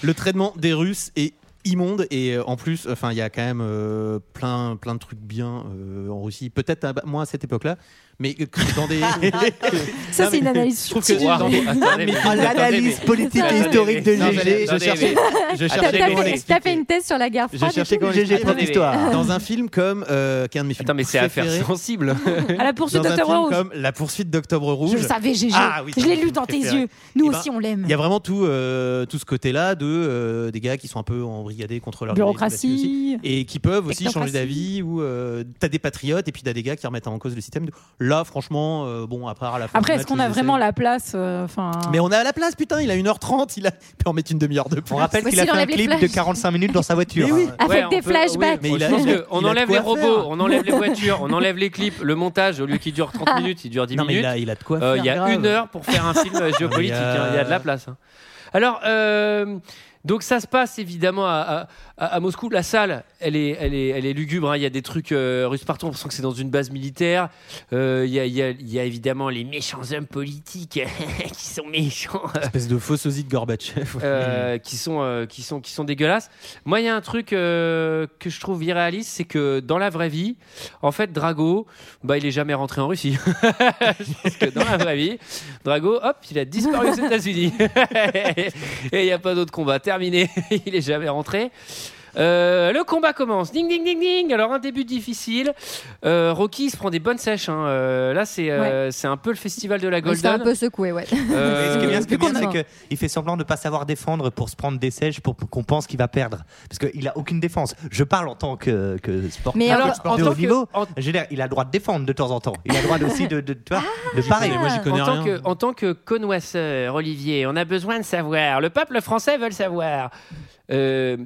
[SPEAKER 11] le traitement des Russes est immonde et euh, en plus, enfin, il y a quand même euh, plein, plein de trucs bien euh, en Russie. Peut-être à- moi à cette époque-là, mais que dans des
[SPEAKER 7] Ça,
[SPEAKER 11] Non,
[SPEAKER 7] c'est
[SPEAKER 11] mais
[SPEAKER 7] une analyse
[SPEAKER 11] je trouve
[SPEAKER 7] subtile.
[SPEAKER 11] que dans des- Ah,
[SPEAKER 7] Attendez,
[SPEAKER 11] mais-
[SPEAKER 7] mais-
[SPEAKER 11] attendez,
[SPEAKER 6] L'analyse
[SPEAKER 11] mais-
[SPEAKER 6] politique et historique de
[SPEAKER 11] Non,
[SPEAKER 6] GG.
[SPEAKER 11] j'allais- Je
[SPEAKER 6] Attendez,
[SPEAKER 11] cherchais, je
[SPEAKER 12] T'as
[SPEAKER 11] cherchais
[SPEAKER 12] t'as
[SPEAKER 11] comment
[SPEAKER 12] fait,
[SPEAKER 11] l'expliquer.
[SPEAKER 12] t'as fait une thèse sur la guerre
[SPEAKER 11] Je
[SPEAKER 12] froide. et
[SPEAKER 11] cherchais
[SPEAKER 12] tout.
[SPEAKER 11] comment
[SPEAKER 6] GG
[SPEAKER 11] l'expliquer.
[SPEAKER 6] pour l'histoire.
[SPEAKER 11] Ah. Dans un film comme euh, qui est un de mes films
[SPEAKER 1] Attends, mais c'est affaire
[SPEAKER 11] préférés.
[SPEAKER 1] sensible.
[SPEAKER 7] À la poursuite
[SPEAKER 11] Dans un
[SPEAKER 7] d'Octobre
[SPEAKER 11] film
[SPEAKER 7] Rouge.
[SPEAKER 11] comme La poursuite d'Octobre Rouge.
[SPEAKER 7] Je le savais, GG.
[SPEAKER 11] Ah oui, c'est
[SPEAKER 7] je l'ai
[SPEAKER 11] mon
[SPEAKER 7] lu
[SPEAKER 11] film
[SPEAKER 7] dans tes
[SPEAKER 11] préféré.
[SPEAKER 7] yeux. Nous
[SPEAKER 11] Eh ben,
[SPEAKER 7] aussi, on l'aime.
[SPEAKER 11] Il y a vraiment tout, euh, tout ce côté-là de euh, des gars qui sont un peu embrigadés contre leur
[SPEAKER 7] Bureaucratie.
[SPEAKER 11] idéologie aussi, et qui peuvent aussi changer
[SPEAKER 7] Technocratie.
[SPEAKER 11] d'avis ou euh, t'as des patriotes et puis t'as des gars qui remettent en cause le système. Là, franchement, euh, bon, à part à la fin.
[SPEAKER 7] Après,
[SPEAKER 11] du
[SPEAKER 7] est-ce
[SPEAKER 11] match,
[SPEAKER 7] qu'on a
[SPEAKER 11] je sais.
[SPEAKER 7] vraiment la place euh, Enfin,
[SPEAKER 11] Mais on a la place, putain, il a 1h30, il, a... il peut en mettre une demi-heure de plus.
[SPEAKER 6] On rappelle qu'il a fait un clip de 45 minutes dans sa voiture.
[SPEAKER 11] Mais oui.
[SPEAKER 6] hein.
[SPEAKER 12] Avec
[SPEAKER 1] on
[SPEAKER 12] des
[SPEAKER 1] peut-
[SPEAKER 12] flashbacks.
[SPEAKER 1] oui,
[SPEAKER 11] Mais il a-
[SPEAKER 1] je pense
[SPEAKER 11] il a-
[SPEAKER 1] que on
[SPEAKER 11] il a de
[SPEAKER 1] enlève les
[SPEAKER 11] quoi
[SPEAKER 1] robots,
[SPEAKER 11] faire.
[SPEAKER 1] on enlève les voitures, on enlève les clips, le montage, au lieu qu'il dure
[SPEAKER 12] Ah.
[SPEAKER 1] 30 minutes, il dure 10
[SPEAKER 11] Non, mais
[SPEAKER 1] minutes.
[SPEAKER 11] il a- il a de quoi
[SPEAKER 1] Euh,
[SPEAKER 11] faire,
[SPEAKER 1] Il y a
[SPEAKER 11] grave.
[SPEAKER 1] une heure pour faire un film euh, géopolitique,
[SPEAKER 11] Non, mais il y a-
[SPEAKER 1] hein, il y a de la place. hein. Alors, euh, donc ça se passe évidemment à, à- à Moscou. La salle, elle est, elle est, elle est lugubre. hein. Il y a des trucs euh, russes partout. On sent que c'est dans une base militaire. Euh, Il y, a, il y a- il y a évidemment les méchants hommes politiques qui sont méchants.
[SPEAKER 11] Espèce de faux sosie de Gorbatchev.
[SPEAKER 1] euh, qui sont euh, qui sont qui sont dégueulasses. Moi, il y a un truc euh, que je trouve irréaliste, c'est que dans la vraie vie, en fait, Drago, bah, il est jamais rentré en Russie. je pense que dans la vraie vie, Drago, hop, il a disparu aux États-Unis. Et il n'y a pas d'autre combat. Terminé. il est jamais rentré. Euh, le combat commence. Ding ding ding ding. Alors un début difficile. Euh, Rocky il se prend des bonnes sèches. hein. Euh, là c'est euh, c'est un peu le festival de la
[SPEAKER 12] Il s'est un
[SPEAKER 1] Golden.
[SPEAKER 12] peu secoué, ouais.
[SPEAKER 1] Euh,
[SPEAKER 6] Ce qui est bien, ce qui est bien,
[SPEAKER 12] Plus qu'on
[SPEAKER 6] c'est qu'il fait semblant de ne pas savoir défendre pour se prendre des sèches pour, pour qu'on pense qu'il va perdre. Parce qu'il a aucune défense. Je parle en tant que, que sportif,
[SPEAKER 12] Mais alors,
[SPEAKER 6] que sportif
[SPEAKER 12] en
[SPEAKER 6] de
[SPEAKER 12] tant
[SPEAKER 6] haut niveau. J'ai l'air- il a le droit de défendre de temps en temps. Il a le droit aussi de, de, tu vois,
[SPEAKER 12] Ah.
[SPEAKER 6] de parer.
[SPEAKER 1] en tant que en tant que connoisseur, Olivier, on a besoin de savoir. Le peuple français veut le savoir. Euh,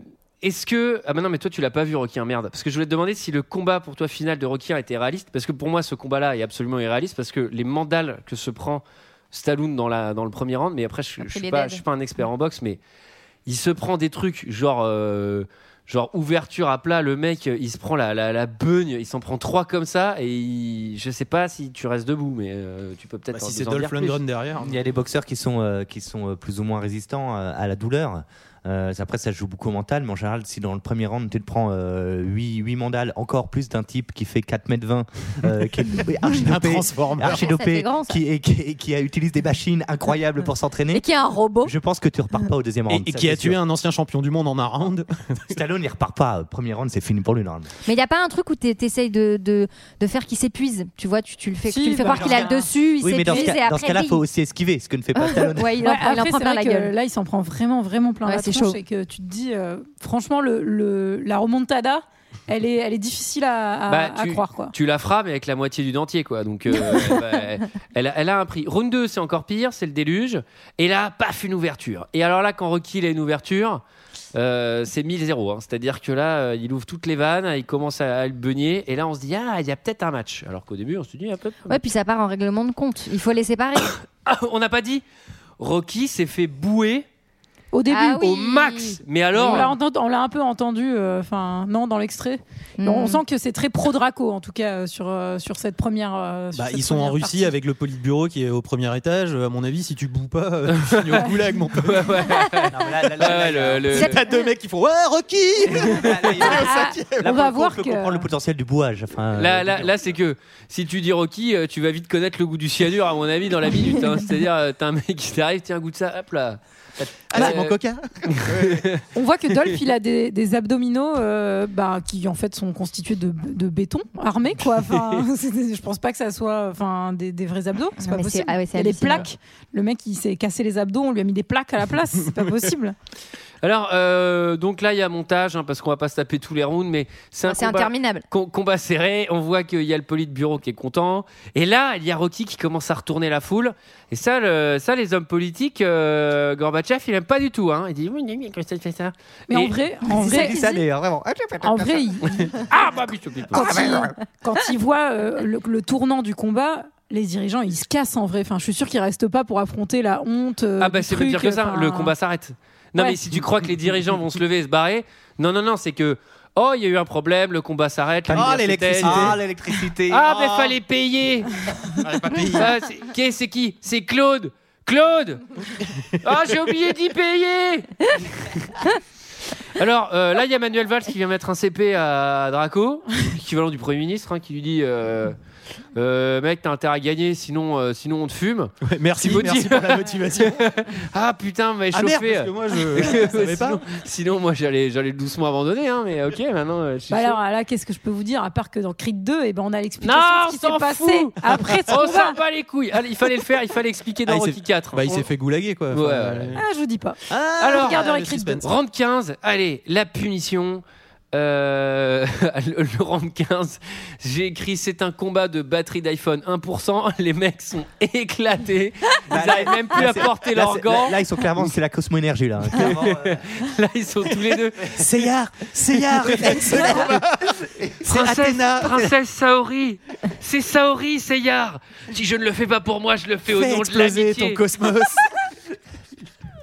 [SPEAKER 1] est-ce que ah bah non mais toi tu l'as pas vu Rocky 1 merde parce que je voulais te demander si le combat pour toi final de Rocky 1 était réaliste parce que pour moi ce combat là est absolument irréaliste parce que les mandales que se prend Stallone dans la dans le premier round mais après je, je
[SPEAKER 17] il
[SPEAKER 1] suis
[SPEAKER 17] est
[SPEAKER 1] pas
[SPEAKER 17] dead.
[SPEAKER 1] je suis pas un expert en boxe mais il se prend des trucs genre euh, genre ouverture à plat le mec il se prend la, la, la beugne il s'en prend trois comme ça et il- je sais pas si tu restes debout mais euh, tu peux peut-être
[SPEAKER 11] Bah, si
[SPEAKER 1] nous
[SPEAKER 11] c'est
[SPEAKER 1] en
[SPEAKER 11] Dolph
[SPEAKER 1] dire plus.
[SPEAKER 11] Lundgren derrière. hein.
[SPEAKER 6] Il y a des boxeurs qui sont, euh, qui sont euh, plus ou moins résistants euh, à la douleur. Euh, après, ça se joue beaucoup au mental, mais en général, si dans le premier round, tu te prends 8, mandales, encore plus d'un type qui fait 4m20, euh, qui est archidopé,
[SPEAKER 11] transformeur.
[SPEAKER 6] archidopé,
[SPEAKER 12] Ça fait grand, ça.
[SPEAKER 6] qui, et qui- et qui a- utilise des machines incroyables pour s'entraîner.
[SPEAKER 12] Et qui est un robot.
[SPEAKER 6] Je pense que tu repars pas au deuxième round.
[SPEAKER 11] Et, et
[SPEAKER 6] ça,
[SPEAKER 11] qui a
[SPEAKER 6] c'est sûr.
[SPEAKER 11] tué un ancien champion du monde en un round.
[SPEAKER 6] Stallone, il repart pas. Premier round, c'est fini pour lui, normalement.
[SPEAKER 12] Mais il n'y a pas un truc où tu essayes de, de, de faire qu'il s'épuise. Tu vois, tu, tu le fais,
[SPEAKER 7] Si,
[SPEAKER 12] tu le fais
[SPEAKER 7] bah,
[SPEAKER 12] croire qu'il a le
[SPEAKER 7] dans-
[SPEAKER 12] dessus, il
[SPEAKER 6] oui, mais dans
[SPEAKER 12] s'épuise
[SPEAKER 6] ce
[SPEAKER 12] et
[SPEAKER 6] cas- dans ce
[SPEAKER 12] après.
[SPEAKER 6] cas-là,
[SPEAKER 12] bing.
[SPEAKER 6] faut aussi esquiver, ce que ne fait pas Stallone.
[SPEAKER 12] Ouais, il en
[SPEAKER 7] Ouais,
[SPEAKER 12] prend- il en
[SPEAKER 7] après,
[SPEAKER 12] prend
[SPEAKER 7] c'est
[SPEAKER 12] plein
[SPEAKER 7] vrai
[SPEAKER 12] la
[SPEAKER 7] que
[SPEAKER 12] gueule.
[SPEAKER 7] Là, il s'en prend vraiment, vraiment plein
[SPEAKER 12] Ouais,
[SPEAKER 7] la
[SPEAKER 12] c'est
[SPEAKER 7] tronche
[SPEAKER 12] chaud.
[SPEAKER 7] et que tu te dis, euh, franchement, le, le- la remontada, elle est, elle est difficile à, à-
[SPEAKER 1] Bah,
[SPEAKER 7] à croire, quoi.
[SPEAKER 1] tu la frappes mais avec la moitié du dentier, quoi. Donc, euh, bah, elle, a- elle a un prix. Round 2, c'est encore pire, c'est le déluge. Et là, paf, une ouverture. Et alors là, quand Rocky, il a une ouverture, euh, c'est 1000-0. hein. C'est-à-dire que là, euh, il ouvre toutes les vannes, il commence à, à le beugner. Et là, on se dit, ah, il y a peut-être un match. Alors qu'au début, on se dit, Ah, peut-être pas.
[SPEAKER 12] Ouais, puis ça part en règlement de compte. Il faut les séparer.
[SPEAKER 1] Ah, on n'a pas dit, Rocky s'est fait bouer
[SPEAKER 7] Au début,
[SPEAKER 12] Ah oui.
[SPEAKER 1] au max. Mais alors.
[SPEAKER 7] on l'a entendu- on l'a un peu entendu, euh, enfin, non, dans l'extrait.
[SPEAKER 12] Hmm.
[SPEAKER 7] Et On
[SPEAKER 11] Mm.
[SPEAKER 7] sent que c'est très pro-Draco, en tout cas, euh, sur, euh, sur cette première. euh, sur
[SPEAKER 11] Bah,
[SPEAKER 7] cette
[SPEAKER 11] ils sont en
[SPEAKER 7] première
[SPEAKER 11] Russie
[SPEAKER 7] partie.
[SPEAKER 11] avec le Politburo qui est au premier étage. Euh, À mon avis, si tu boues pas, euh, tu finis au goulag, mon pote.
[SPEAKER 1] Ouais, le- le-
[SPEAKER 11] T'as deux mecs qui font Ouais, Rocky
[SPEAKER 12] Ah,
[SPEAKER 6] Là,
[SPEAKER 7] Ah, on
[SPEAKER 6] pour
[SPEAKER 7] va
[SPEAKER 6] le coup,
[SPEAKER 7] voir
[SPEAKER 6] peut
[SPEAKER 7] que-
[SPEAKER 6] comprendre le potentiel du bouage. Enfin, euh,
[SPEAKER 1] Là, là, là, c'est que si tu dis Rocky, euh, tu vas vite connaître le goût du cyanure, à mon avis, dans la minute. hein. C'est-à-dire, euh, t'as un mec qui t'arrive, tiens, goûte ça, hop là. Euh,
[SPEAKER 11] Ah, c'est mon coca
[SPEAKER 7] On voit que Dolph, il a des, des abdominaux euh, bah, qui, en fait, sont constitués de, de béton armé, quoi. Enfin, c'est- je pense pas que ça soit enfin, des, des vrais abdos. C'est
[SPEAKER 12] Non,
[SPEAKER 7] pas
[SPEAKER 12] mais
[SPEAKER 7] possible.
[SPEAKER 12] c'est- ah ouais,
[SPEAKER 7] il
[SPEAKER 12] c'est
[SPEAKER 7] y a des
[SPEAKER 12] hallucinant.
[SPEAKER 7] plaques. Le mec, il s'est cassé les abdos, on lui a mis des plaques à la place. C'est pas possible.
[SPEAKER 1] Alors, euh, donc là, il y a montage, hein, parce qu'on va pas se taper tous les rounds, mais c'est un
[SPEAKER 12] Ah, C'est
[SPEAKER 1] combat,
[SPEAKER 12] interminable.
[SPEAKER 1] com- combat serré. On voit qu'il y a le poli de bureau qui est content. Et là, il y a Rocky qui commence à retourner la foule. Et ça, le- ça les hommes politiques, euh, Gorbatchev, il aime pas du tout. Hein. Il dit, oui, oui, oui, Christophe fait ça.
[SPEAKER 7] Mais
[SPEAKER 1] Et-
[SPEAKER 7] en vrai, en
[SPEAKER 6] Il
[SPEAKER 7] vrai,
[SPEAKER 6] dit ça, d'ailleurs, vraiment.
[SPEAKER 7] en vrai, il-
[SPEAKER 1] Ah, bah, bichou, bichou.
[SPEAKER 7] quand, il, quand il voit euh, le, le tournant du combat, les dirigeants, ils se cassent en vrai. Enfin, je suis sûr qu'ils restent pas pour affronter la honte. euh,
[SPEAKER 1] Ah bah
[SPEAKER 7] du
[SPEAKER 1] c'est même
[SPEAKER 7] truc,
[SPEAKER 1] pire que ça,
[SPEAKER 7] enfin,
[SPEAKER 1] le combat s'arrête. Non
[SPEAKER 7] Ouais.
[SPEAKER 1] mais si tu crois que les dirigeants vont se lever et se barrer, non non non c'est que oh il y a eu un problème, le combat s'arrête.
[SPEAKER 11] Ah,
[SPEAKER 1] l'université-
[SPEAKER 11] l'électricité.
[SPEAKER 1] Ah,
[SPEAKER 6] Ah, l'électricité.
[SPEAKER 1] ah ben fallait payer. Ah, c'est- qui- c'est qui C'est Claude. Claude. Ah j'ai oublié d'y payer. Alors euh, là il y a Manuel Valls qui vient mettre un CP à Draco, équivalent du Premier ministre, hein, qui lui dit euh, Euh, mec t'as intérêt à gagner sinon euh, sinon on te fume.
[SPEAKER 11] Ouais, Merci,
[SPEAKER 1] Thibaut
[SPEAKER 11] merci
[SPEAKER 1] dit-
[SPEAKER 11] pour la motivation.
[SPEAKER 1] Ah putain, mais
[SPEAKER 11] Ah,
[SPEAKER 1] chauffé.
[SPEAKER 11] merde, parce que moi, je- je savais pas.
[SPEAKER 1] sinon, sinon, moi j'allais j'allais doucement abandonner hein, mais OK, maintenant euh, je suis
[SPEAKER 7] Bah
[SPEAKER 1] chaud.
[SPEAKER 7] alors là, qu'est-ce que je peux vous dire à part que dans Creed 2, eh ben on a l'explication
[SPEAKER 1] Non,
[SPEAKER 7] de
[SPEAKER 1] on
[SPEAKER 7] ce qui s'est
[SPEAKER 1] s'en
[SPEAKER 7] passé
[SPEAKER 1] fout.
[SPEAKER 7] après ce
[SPEAKER 1] on s'en
[SPEAKER 7] combat.
[SPEAKER 1] Oh, bat les couilles. Allez, il fallait le faire, il fallait expliquer dans
[SPEAKER 11] Ah, il s'est-
[SPEAKER 1] Rocky 4.
[SPEAKER 11] Bah, il s'est fait goulaguer, quoi.
[SPEAKER 1] Ouais,
[SPEAKER 11] Enfin,
[SPEAKER 1] ouais.
[SPEAKER 11] euh,
[SPEAKER 7] Ah, je vous dis pas.
[SPEAKER 1] Alors,
[SPEAKER 7] regardez
[SPEAKER 11] le
[SPEAKER 7] Creed 2.
[SPEAKER 11] suspense.
[SPEAKER 1] Round 15, allez, la punition. Euh, le, le round 15, j'ai écrit c'est un combat de batterie d'iPhone 1%. Les mecs sont éclatés, ils n'arrivent même plus à porter
[SPEAKER 6] Là,
[SPEAKER 1] leur
[SPEAKER 6] c'est-
[SPEAKER 1] gant.
[SPEAKER 6] là, là, ils sont clairement, c'est la cosmo-énergie, là.
[SPEAKER 1] Là, ils sont tous les deux.
[SPEAKER 11] Seyar Seyar Excellent C'est
[SPEAKER 1] Princesse,
[SPEAKER 11] Athéna
[SPEAKER 1] princesse Saori, c'est Saori, c'est Yar. Si je ne le fais pas pour moi, je le fais au
[SPEAKER 11] Fais
[SPEAKER 1] nom de
[SPEAKER 11] exploser
[SPEAKER 1] l'amitié.
[SPEAKER 11] ton cosmos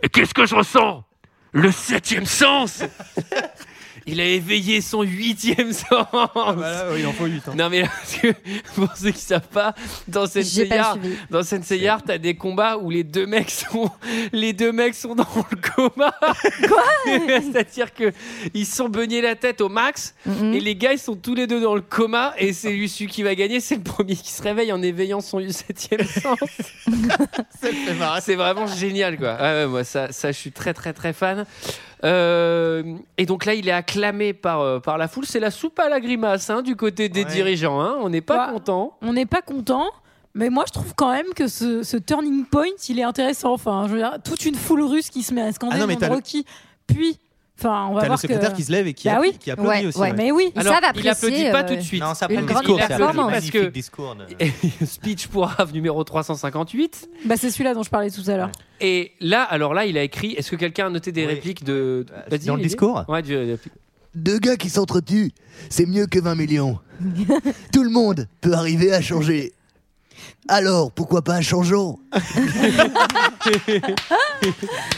[SPEAKER 1] Et qu'est-ce que je ressens Le septième sens Il a éveillé son huitième sens
[SPEAKER 11] Ah, bah il en faut huit. hein.
[SPEAKER 1] Non mais là, parce que, pour ceux qui savent pas, dans
[SPEAKER 11] J'ai pas
[SPEAKER 1] Senseiya,
[SPEAKER 11] suivi.
[SPEAKER 1] dans Senseiya, t'as des combats où les deux mecs sont, les deux mecs sont dans le coma. Quoi C'est-à-dire que ils se sont beignés la tête au max
[SPEAKER 11] Mm.
[SPEAKER 1] et
[SPEAKER 12] Mm.
[SPEAKER 1] les gars ils sont tous les deux dans le coma et c'est lui celui qui va gagner, c'est le premier qui se réveille en éveillant son septième sens. c'est vraiment génial quoi. Ah Ouais, ouais, moi ça, ça je suis très très très fan. Euh, et donc là, il est acclamé par, euh, par la foule. C'est la soupe à la grimace hein, du côté des dirigeants. hein. On n'est pas
[SPEAKER 7] Bah,
[SPEAKER 1] content.
[SPEAKER 7] On n'est pas content. Mais moi, je trouve quand même que ce, ce turning point, il est intéressant. Enfin, je veux dire, toute une foule russe qui se met à scander
[SPEAKER 11] Ah non, mais
[SPEAKER 7] le nom
[SPEAKER 11] t'as
[SPEAKER 7] de
[SPEAKER 11] le-
[SPEAKER 7] Rocky. Puis, enfin, on va
[SPEAKER 11] T'as le
[SPEAKER 7] voir
[SPEAKER 11] secrétaire
[SPEAKER 7] que...
[SPEAKER 11] qui se lève et qui
[SPEAKER 7] Bah
[SPEAKER 11] appla-
[SPEAKER 7] oui.
[SPEAKER 11] qui applaudit Ouais, aussi, ouais. ouais.
[SPEAKER 7] Mais oui,
[SPEAKER 11] Ils savent
[SPEAKER 1] il applaudit
[SPEAKER 11] apprécier,
[SPEAKER 1] pas
[SPEAKER 11] euh,
[SPEAKER 1] tout de suite.
[SPEAKER 11] Non, ça
[SPEAKER 1] Il
[SPEAKER 11] prend le discours, c'est
[SPEAKER 1] applaudit
[SPEAKER 11] après.
[SPEAKER 1] parce que
[SPEAKER 11] Magnifique discours, là.
[SPEAKER 1] speech pour Havre numéro 358.
[SPEAKER 7] Bah, c'est celui-là dont je parlais tout à l'heure.
[SPEAKER 1] Et là, alors là, il a écrit. Est-ce que quelqu'un a noté des répliques de Vas-y,
[SPEAKER 6] Euh, dans le
[SPEAKER 1] Olivier.
[SPEAKER 6] discours
[SPEAKER 1] Ouais, du-
[SPEAKER 6] Deux gars qui s'entretuent, c'est mieux que 20 millions. Tout le monde peut arriver à changer. Alors, pourquoi pas changeons
[SPEAKER 1] Non,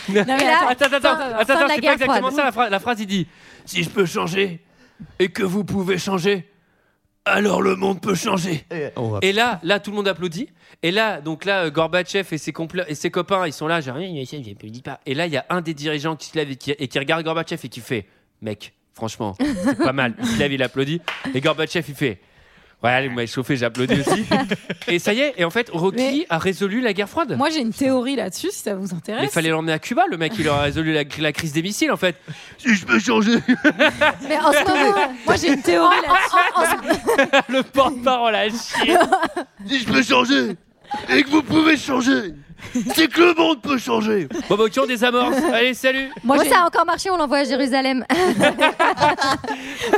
[SPEAKER 6] mais là,
[SPEAKER 1] attends, attends, attends,
[SPEAKER 6] fin- fin
[SPEAKER 1] attends, c'est
[SPEAKER 6] de la
[SPEAKER 1] pas
[SPEAKER 6] guerre
[SPEAKER 1] exactement
[SPEAKER 6] froide.
[SPEAKER 1] ça la phrase. La phrase, il dit Si je peux changer et que vous pouvez changer, alors le monde peut changer. Et là, là, tout le monde applaudit. Et là, donc là, euh, Gorbatchev et ses, compla- et ses copains, ils sont là, genre, il dit pas. Et là, il y a un des dirigeants qui se lève et qui, et qui regarde Gorbatchev et qui fait Mec, franchement, c'est pas mal. Il se lève, il applaudit. Et Gorbatchev, il fait Ouais, allez, vous m'avez chauffé, j'applaudis aussi. et ça y est, et en fait, Rocky a résolu la guerre froide.
[SPEAKER 7] Moi, j'ai une théorie là-dessus, Hein, si ça vous
[SPEAKER 1] Mais il
[SPEAKER 7] intéresse.
[SPEAKER 1] fallait l'emmener à Cuba, le mec, il aurait résolu la, la crise des missiles en fait. Si je peux changer
[SPEAKER 7] Mais en ce moment, moi, j'ai une théorie là-dessus.
[SPEAKER 1] Le porte-parole à chier Si je peux changer Et que vous pouvez changer C'est que le monde peut changer Bon, bah, ok, on désamorce. Allez, salut
[SPEAKER 12] Moi, ça a encore marché, on l'envoie à Jérusalem.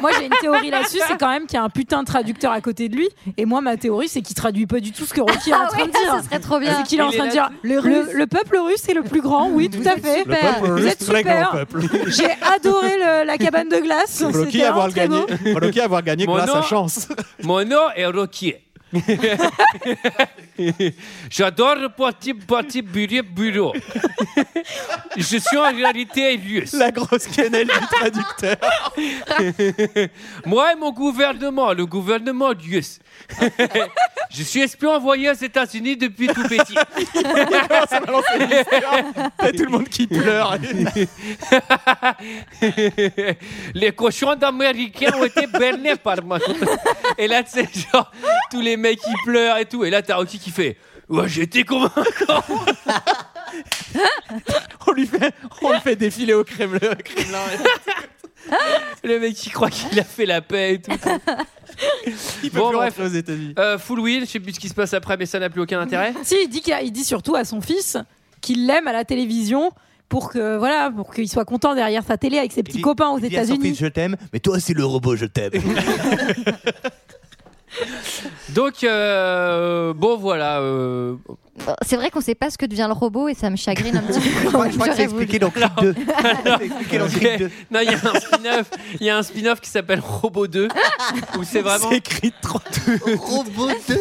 [SPEAKER 7] moi, j'ai une théorie là-dessus, c'est quand même qu'il y a un putain de traducteur à côté de lui. Et moi, ma théorie, c'est qu'il traduit pas du tout ce que Rocky est en
[SPEAKER 12] Ah
[SPEAKER 7] train
[SPEAKER 12] ouais,
[SPEAKER 7] de dire.
[SPEAKER 12] ce serait trop bien.
[SPEAKER 7] C'est qu'il est en
[SPEAKER 12] Il est
[SPEAKER 7] train de dire
[SPEAKER 12] là-
[SPEAKER 7] le,
[SPEAKER 12] Russes.
[SPEAKER 7] le peuple russe est le plus grand, oui, tout à fait.
[SPEAKER 11] Le peuple
[SPEAKER 7] Vous
[SPEAKER 11] russe,
[SPEAKER 7] êtes
[SPEAKER 11] très
[SPEAKER 7] super.
[SPEAKER 11] grand peuple.
[SPEAKER 7] J'ai adoré le- la cabane de glace.
[SPEAKER 11] Rocky
[SPEAKER 7] C'était
[SPEAKER 11] avoir
[SPEAKER 7] vraiment très
[SPEAKER 11] gagné,
[SPEAKER 7] beau.
[SPEAKER 11] Rocky avoir gagné
[SPEAKER 1] Mon
[SPEAKER 11] grâce à
[SPEAKER 1] nom-
[SPEAKER 11] chance.
[SPEAKER 1] Mon nom est Rocky. J'adore le parti, parti bureau, bureau. Je suis en réalité russe.
[SPEAKER 11] La grosse cannelle du traducteur.
[SPEAKER 1] Moi et mon gouvernement, le gouvernement russe. Je suis espion envoyé aux États-Unis depuis tout petit.
[SPEAKER 11] T'as tout le monde qui pleure.
[SPEAKER 1] les cochons d'Américains ont été bernés par moi. Et là, tu sais, genre, tous les mecs qui pleurent et tout. Et là, t'as Rocky qui fait Ouais, j'étais convaincu.
[SPEAKER 11] on lui fait, on le fait défiler au Kremlin. Kremlin.
[SPEAKER 1] Le mec qui croit qu'il a fait la paix et tout.
[SPEAKER 11] Il peut
[SPEAKER 1] Bon,
[SPEAKER 11] plus
[SPEAKER 1] bref.
[SPEAKER 11] rentrer aux États-Unis.
[SPEAKER 1] Euh, full win, je sais plus ce qui se passe après, mais ça n'a plus aucun intérêt.
[SPEAKER 7] Si, il dit, qu'il a- il dit surtout à son fils qu'il l'aime à la télévision pour que voilà pour qu'il soit content derrière sa télé avec ses petits copains aux
[SPEAKER 6] Il dit à son
[SPEAKER 7] États-Unis.
[SPEAKER 6] fils, je t'aime, mais toi aussi le robot, je t'aime.
[SPEAKER 1] Donc, euh, bon, voilà. euh,
[SPEAKER 12] C'est vrai qu'on sait pas ce que devient le robot et ça me chagrine un petit peu.
[SPEAKER 6] Je crois, je crois que
[SPEAKER 12] J'aurais
[SPEAKER 6] c'est
[SPEAKER 12] voulu.
[SPEAKER 6] expliqué dans Clip 2.
[SPEAKER 1] Ok. Non, il y a un spin-off. Il y a un spin-off qui s'appelle Robot 2 où c'est vraiment
[SPEAKER 11] C'est écrit trop
[SPEAKER 6] Robot 2.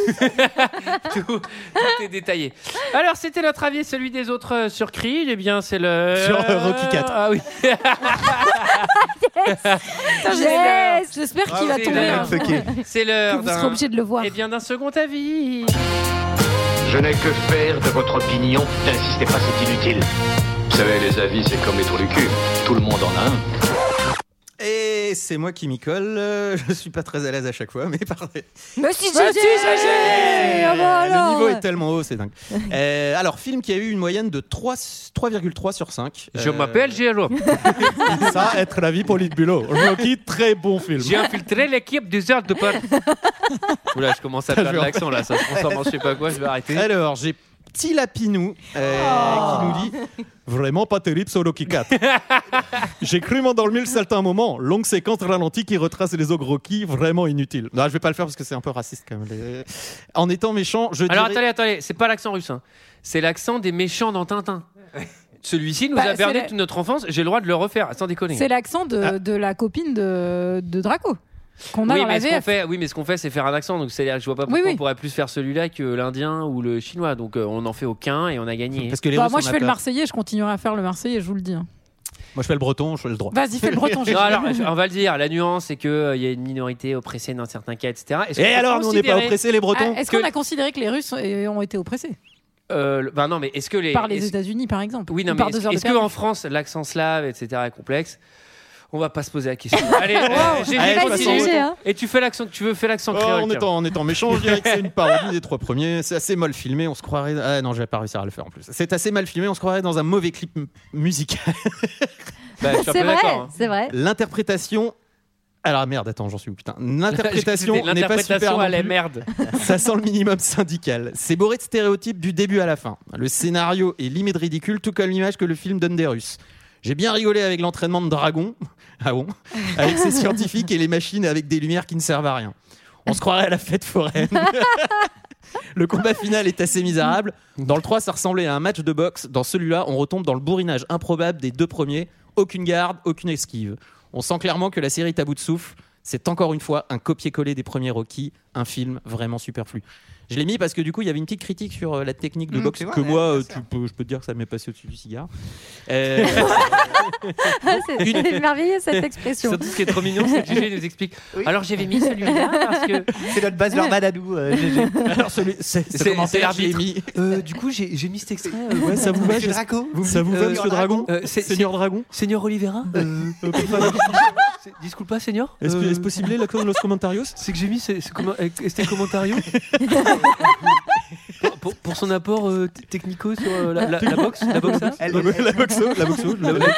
[SPEAKER 1] tout, tout est détaillé. Alors, c'était notre avis, et celui des autres euh, sur Creed. Eh bien, c'est le
[SPEAKER 11] Sur, euh, Rocky 4.
[SPEAKER 1] Ah oui.
[SPEAKER 7] Putain, j'ai-
[SPEAKER 12] Yes
[SPEAKER 7] J'espère qu'il va
[SPEAKER 1] C'est
[SPEAKER 7] tomber.
[SPEAKER 1] l'heure.
[SPEAKER 7] un jour.
[SPEAKER 1] C'est l'heure.
[SPEAKER 7] Vous serez
[SPEAKER 1] d'un-
[SPEAKER 7] obligé de le voir.
[SPEAKER 1] Eh bien, d'un second avis.
[SPEAKER 17] Je n'ai que faire de votre opinion. N'insistez pas, c'est inutile. Vous savez, les avis, c'est comme les trous du cul. Tout le monde en a un.
[SPEAKER 11] Et c'est moi qui m'y colle. Euh, Je suis pas très à l'aise à chaque fois, mais pardon.
[SPEAKER 12] Monsieur
[SPEAKER 11] Monsieur
[SPEAKER 12] Gégé
[SPEAKER 7] Eh,
[SPEAKER 11] Gégé
[SPEAKER 12] Ah bah alors.
[SPEAKER 11] Le niveau est tellement haut, c'est dingue. Euh, alors, film qui a eu une moyenne de 3 3,3 sur 5.
[SPEAKER 1] Je m'appelle Jérôme.
[SPEAKER 11] Ça, être la vie Politbulot. Rocky, très bon film.
[SPEAKER 1] J'ai infiltré l'équipe des heures de Paris. Oula, je commence à
[SPEAKER 11] Ça, je
[SPEAKER 1] perdre
[SPEAKER 11] vais
[SPEAKER 1] l'accent
[SPEAKER 11] en-
[SPEAKER 1] là. Ça se transforme en je sais pas quoi. Je vais arrêter.
[SPEAKER 11] Alors, j'ai Petit Lapinou euh,
[SPEAKER 7] Oh.
[SPEAKER 11] qui nous dit Vraiment pas terrible sur Rocky 4. j'ai cru m'endormir le salto un moment. Longue séquence ralentie qui retrace les ogres Rocky, vraiment inutile. Non, je vais pas le faire parce que c'est un peu raciste quand même. Les- En étant méchant, je
[SPEAKER 1] Alors, attendez,
[SPEAKER 11] dirais.
[SPEAKER 1] attendez. C'est pas l'accent russe. hein. C'est l'accent des méchants dans Tintin. Celui-ci nous
[SPEAKER 7] Bah,
[SPEAKER 1] a
[SPEAKER 7] c'est
[SPEAKER 1] perdu
[SPEAKER 7] la-
[SPEAKER 1] toute notre enfance. J'ai le droit de le refaire. Sans déconner.
[SPEAKER 7] C'est l'accent de, de la copine de, de Draco. qu'on a
[SPEAKER 1] oui,
[SPEAKER 7] dans la Bah,
[SPEAKER 1] mais ce qu'on
[SPEAKER 7] VF.
[SPEAKER 1] fait, oui, mais ce qu'on fait, c'est faire un accent. Donc, c'est-à-dire que je vois pas pourquoi
[SPEAKER 7] Oui, oui.
[SPEAKER 1] on pourrait plus faire celui-là que l'indien ou le chinois. Donc, euh, on n'en fait aucun et on a gagné.
[SPEAKER 11] Parce que les
[SPEAKER 7] Bah,
[SPEAKER 11] Russes,
[SPEAKER 7] moi,
[SPEAKER 11] on
[SPEAKER 7] je
[SPEAKER 11] a
[SPEAKER 7] fais le
[SPEAKER 11] peur.
[SPEAKER 7] Marseillais, je continuerai à faire le Marseillais, je vous le dis. hein.
[SPEAKER 11] Moi, je fais le breton, je fais le droit.
[SPEAKER 7] Vas-y, fais le breton, j'ai
[SPEAKER 1] Non,
[SPEAKER 7] jamais
[SPEAKER 1] alors,
[SPEAKER 7] vu.
[SPEAKER 1] on va le dire. La nuance, c'est qu'il il y a une minorité oppressée dans certains cas, etc. Est-ce
[SPEAKER 11] Et
[SPEAKER 1] qu'on peut
[SPEAKER 11] Eh, alors, nous, on n'est pas
[SPEAKER 1] considérer
[SPEAKER 11] oppressés, les Bretons
[SPEAKER 7] Bah, Ah, Est-ce
[SPEAKER 1] que-
[SPEAKER 7] qu'on a considéré que les Russes euh, ont été oppressés
[SPEAKER 1] euh, le- ben non, mais est-ce que les
[SPEAKER 7] par les
[SPEAKER 1] est-ce-
[SPEAKER 7] États-Unis, par exemple
[SPEAKER 1] Oui, non,
[SPEAKER 7] ou
[SPEAKER 1] mais
[SPEAKER 7] par deux
[SPEAKER 1] est-ce
[SPEAKER 7] heures de
[SPEAKER 1] est-ce
[SPEAKER 7] perdu
[SPEAKER 1] qu'en France, l'accent slave, etc., est complexe On va pas se poser la question. Allez, euh, Gégé,
[SPEAKER 11] Allez,
[SPEAKER 1] continue.
[SPEAKER 11] passons. Gégé,
[SPEAKER 12] hein.
[SPEAKER 1] Et tu fais l'accent que tu veux, fais l'accent
[SPEAKER 11] Oh,
[SPEAKER 1] créole.
[SPEAKER 11] en,
[SPEAKER 1] tiens.
[SPEAKER 11] étant, en étant méchant, je dirais que c'est une parodie des trois premiers. C'est assez mal filmé, on se croirait. Ah non, je vais pas réussir à le faire en plus. C'est assez mal filmé, on se croirait dans un mauvais clip m- musical.
[SPEAKER 1] Bah, je suis un peu d'accord. hein.
[SPEAKER 12] c'est vrai.
[SPEAKER 11] L'interprétation. Alors merde, attends, j'en suis où putain. L'interprétation
[SPEAKER 1] C'était
[SPEAKER 11] n'est pas super.
[SPEAKER 1] l'interprétation
[SPEAKER 11] non
[SPEAKER 1] à la
[SPEAKER 11] plus.
[SPEAKER 1] merde.
[SPEAKER 11] Ça sent le minimum syndical. C'est bourré de stéréotypes du début à la fin. Le scénario est limite ridicule, tout comme l'image que le film donne des Russes. J'ai bien rigolé avec l'entraînement de Dragon, ah bon, avec ses scientifiques et les machines avec des lumières qui ne servent à rien. On se croirait à la fête foraine. Le combat final est assez misérable. Dans le 3, ça ressemblait à un match de boxe. Dans celui-là, on retombe dans le bourrinage improbable des deux premiers. Aucune garde, aucune esquive. On sent clairement que la série est à bout de souffle. C'est encore une fois un copier-coller des premiers Rocky, un film vraiment superflu. Je l'ai mis parce que du coup, il y avait une petite critique sur euh, la technique de
[SPEAKER 6] Mm,
[SPEAKER 11] boxe
[SPEAKER 6] tu vois,
[SPEAKER 11] que
[SPEAKER 6] ouais,
[SPEAKER 11] moi,
[SPEAKER 6] bien
[SPEAKER 11] euh,
[SPEAKER 6] sûr.
[SPEAKER 11] tu peux- je peux te dire que ça m'est passé au-dessus du cigare. Euh,
[SPEAKER 12] Ah, c'est
[SPEAKER 11] Une-
[SPEAKER 12] c'est merveilleux cette expression.
[SPEAKER 1] Surtout ce qui est trop mignon, c'est que Gégé nous explique. Alors j'avais mis celui-là parce que.
[SPEAKER 6] C'est notre base verbale à nous, euh, GG.
[SPEAKER 11] alors, celui- c'est- ce
[SPEAKER 1] C'est- c'est
[SPEAKER 11] commentaire, je l'ai
[SPEAKER 1] l'arbitre.
[SPEAKER 11] mis.
[SPEAKER 6] Euh, du coup, j'ai j'ai mis cet extrait. euh,
[SPEAKER 11] Ouais, ça vous va,
[SPEAKER 6] Monsieur
[SPEAKER 11] je-
[SPEAKER 6] Draco
[SPEAKER 11] Ça vous va,
[SPEAKER 6] Euh,
[SPEAKER 11] monsieur Dragon
[SPEAKER 1] Euh, c'est-
[SPEAKER 11] Seigneur Dragon
[SPEAKER 1] Seigneur Olivera
[SPEAKER 6] Euh,
[SPEAKER 11] Euh, papa-
[SPEAKER 1] Disculpe pas, Seigneur
[SPEAKER 11] Est-ce
[SPEAKER 1] Euh,
[SPEAKER 11] est possible la clause de los commentarios
[SPEAKER 1] C'est que j'ai mis ce, ce comment- euh, este commentario pour, pour- pour son apport euh, t- technico sur euh, la, la- la boxe, la boxe,
[SPEAKER 6] Elle-
[SPEAKER 11] La bo- la boxo, la boxo, la boxo.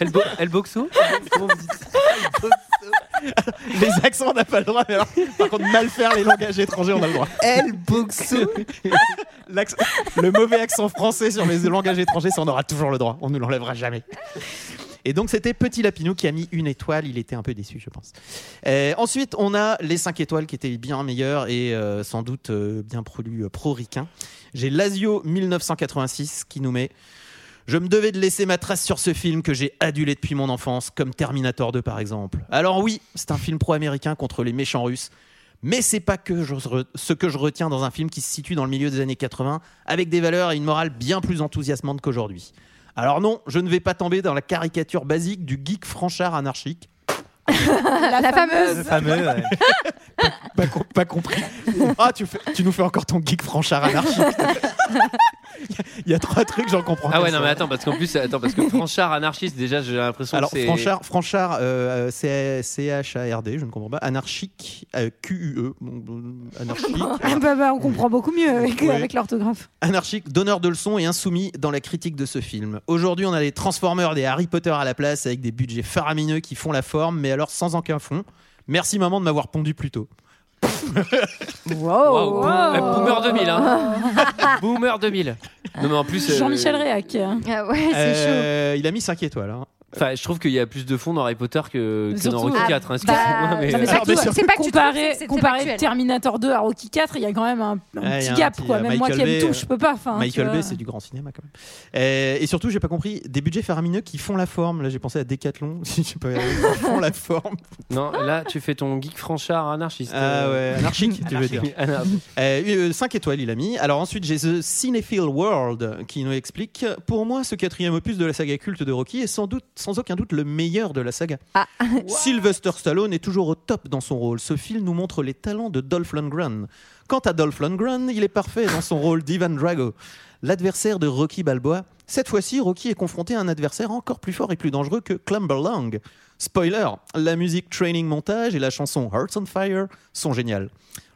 [SPEAKER 1] elle, bo- elle boxo Comment vous dites
[SPEAKER 11] Les accents, on n'a pas le droit, mais alors, par contre, mal faire les langages étrangers, on a le droit.
[SPEAKER 6] El Boxo
[SPEAKER 11] L'acc- Le mauvais accent français sur les langages étrangers, ça on aura toujours le droit. On ne l'enlèvera jamais. Et donc c'était Petit Lapinou qui a mis une étoile. Il était un peu déçu, je pense. Euh, ensuite, on a les 5 étoiles qui étaient bien meilleurs et euh, sans doute euh, bien produits euh, pro-ricains. J'ai Lazio 1986 qui nous met. Je me devais de laisser ma trace sur ce film que j'ai adulé depuis mon enfance, comme Terminator 2 par exemple. Alors oui, c'est un film pro-américain contre les méchants russes, mais c'est pas que je re- ce que je retiens dans un film qui se situe dans le milieu des années 80, avec des valeurs et une morale bien plus enthousiasmantes qu'aujourd'hui. Alors non, je ne vais pas tomber dans la caricature basique du geek franchard anarchique.
[SPEAKER 12] La, fameuse.
[SPEAKER 6] Le fameux. ouais.
[SPEAKER 11] Pas, com- pas compris. Ah, tu, fais- tu nous fais encore ton geek franchard anarchique. Il y, a- il y a trois trucs, j'en comprends.
[SPEAKER 1] Ah ouais,
[SPEAKER 11] que
[SPEAKER 1] non,
[SPEAKER 11] ça.
[SPEAKER 1] mais attends, parce qu'en plus, attends, parce que Franchard anarchiste, déjà, j'ai l'impression
[SPEAKER 11] Alors,
[SPEAKER 1] que c'est.
[SPEAKER 11] Franchard, Franchard euh, euh, c'est C-H-A-R-D, je ne comprends pas. Anarchique, euh, Q-U-E, donc, euh, anarchique.
[SPEAKER 7] Ah bah, bah, on comprend beaucoup mieux avec,
[SPEAKER 11] Ouais.
[SPEAKER 7] avec l'orthographe.
[SPEAKER 11] anarchique, donneur de leçons et insoumis dans la critique de ce film. Aujourd'hui, on a les Transformers, des Harry Potter à la place, avec des budgets faramineux qui font la forme, mais alors sans aucun fond. Merci maman de m'avoir pondu plus tôt.
[SPEAKER 1] Waouh,
[SPEAKER 7] Oh, Wow.
[SPEAKER 1] boom- eh, Boomer 2000, hein. Boomer 2000. Non, mais en plus. euh,
[SPEAKER 7] Jean-Michel Réac. hein.
[SPEAKER 12] Ah ouais, c'est chaud.
[SPEAKER 11] Euh, Il a mis 5 étoiles. hein.
[SPEAKER 1] Enfin, je trouve qu'il y a plus de fond dans Harry Potter que,
[SPEAKER 11] euh,
[SPEAKER 1] que dans
[SPEAKER 7] Surtout,
[SPEAKER 1] Rocky
[SPEAKER 7] ah,
[SPEAKER 1] 4. hein,
[SPEAKER 12] bah,
[SPEAKER 1] Excusez-moi, mais.
[SPEAKER 12] ça
[SPEAKER 1] euh,
[SPEAKER 12] fait
[SPEAKER 11] Alors,
[SPEAKER 12] surtout-
[SPEAKER 11] bien sûr.
[SPEAKER 12] c'est pas que tu trouves,
[SPEAKER 7] Comparé,
[SPEAKER 12] c'est- c'est
[SPEAKER 7] comparé
[SPEAKER 12] factuel.
[SPEAKER 7] Terminator 2 à Rocky 4, il y a quand même un,
[SPEAKER 11] Ouais, il
[SPEAKER 7] un
[SPEAKER 11] y a
[SPEAKER 7] petit
[SPEAKER 11] un
[SPEAKER 7] gap.
[SPEAKER 11] petit,
[SPEAKER 7] quoi.
[SPEAKER 11] euh,
[SPEAKER 7] Même moi qui
[SPEAKER 11] Michael
[SPEAKER 7] aime
[SPEAKER 11] Bay,
[SPEAKER 7] tout, je peux pas. enfin, Oh, tu
[SPEAKER 11] Michael
[SPEAKER 7] vois.
[SPEAKER 11] Bay, c'est du grand cinéma quand même. Euh, et surtout, j'ai pas compris, des budgets faramineux qui font la forme. Là, j'ai pensé à Decathlon, si je peux qui font la forme.
[SPEAKER 1] Non, là, tu fais ton geek Franchard anarchiste. euh, Ah,
[SPEAKER 11] Ah ouais, anarchique, tu veux dire.
[SPEAKER 1] 5
[SPEAKER 11] 5 Euh, étoiles, il a mis. Alors ensuite, j'ai The Cinephile World qui nous explique Pour moi, ce quatrième opus de la saga culte de Rocky est sans, doute, sans aucun doute le meilleur de la saga.
[SPEAKER 12] Ah.
[SPEAKER 11] Sylvester Stallone est toujours au top dans son rôle. Ce film nous montre les talents de Dolph Lundgren. Quant à Dolph Lundgren, il est parfait dans son rôle d'Ivan Drago, l'adversaire de Rocky Balboa. Cette fois-ci, Rocky est confronté à un adversaire encore plus fort et plus dangereux que Clumberlong. Spoiler, la musique Training Montage et la chanson Hearts on Fire sont géniales.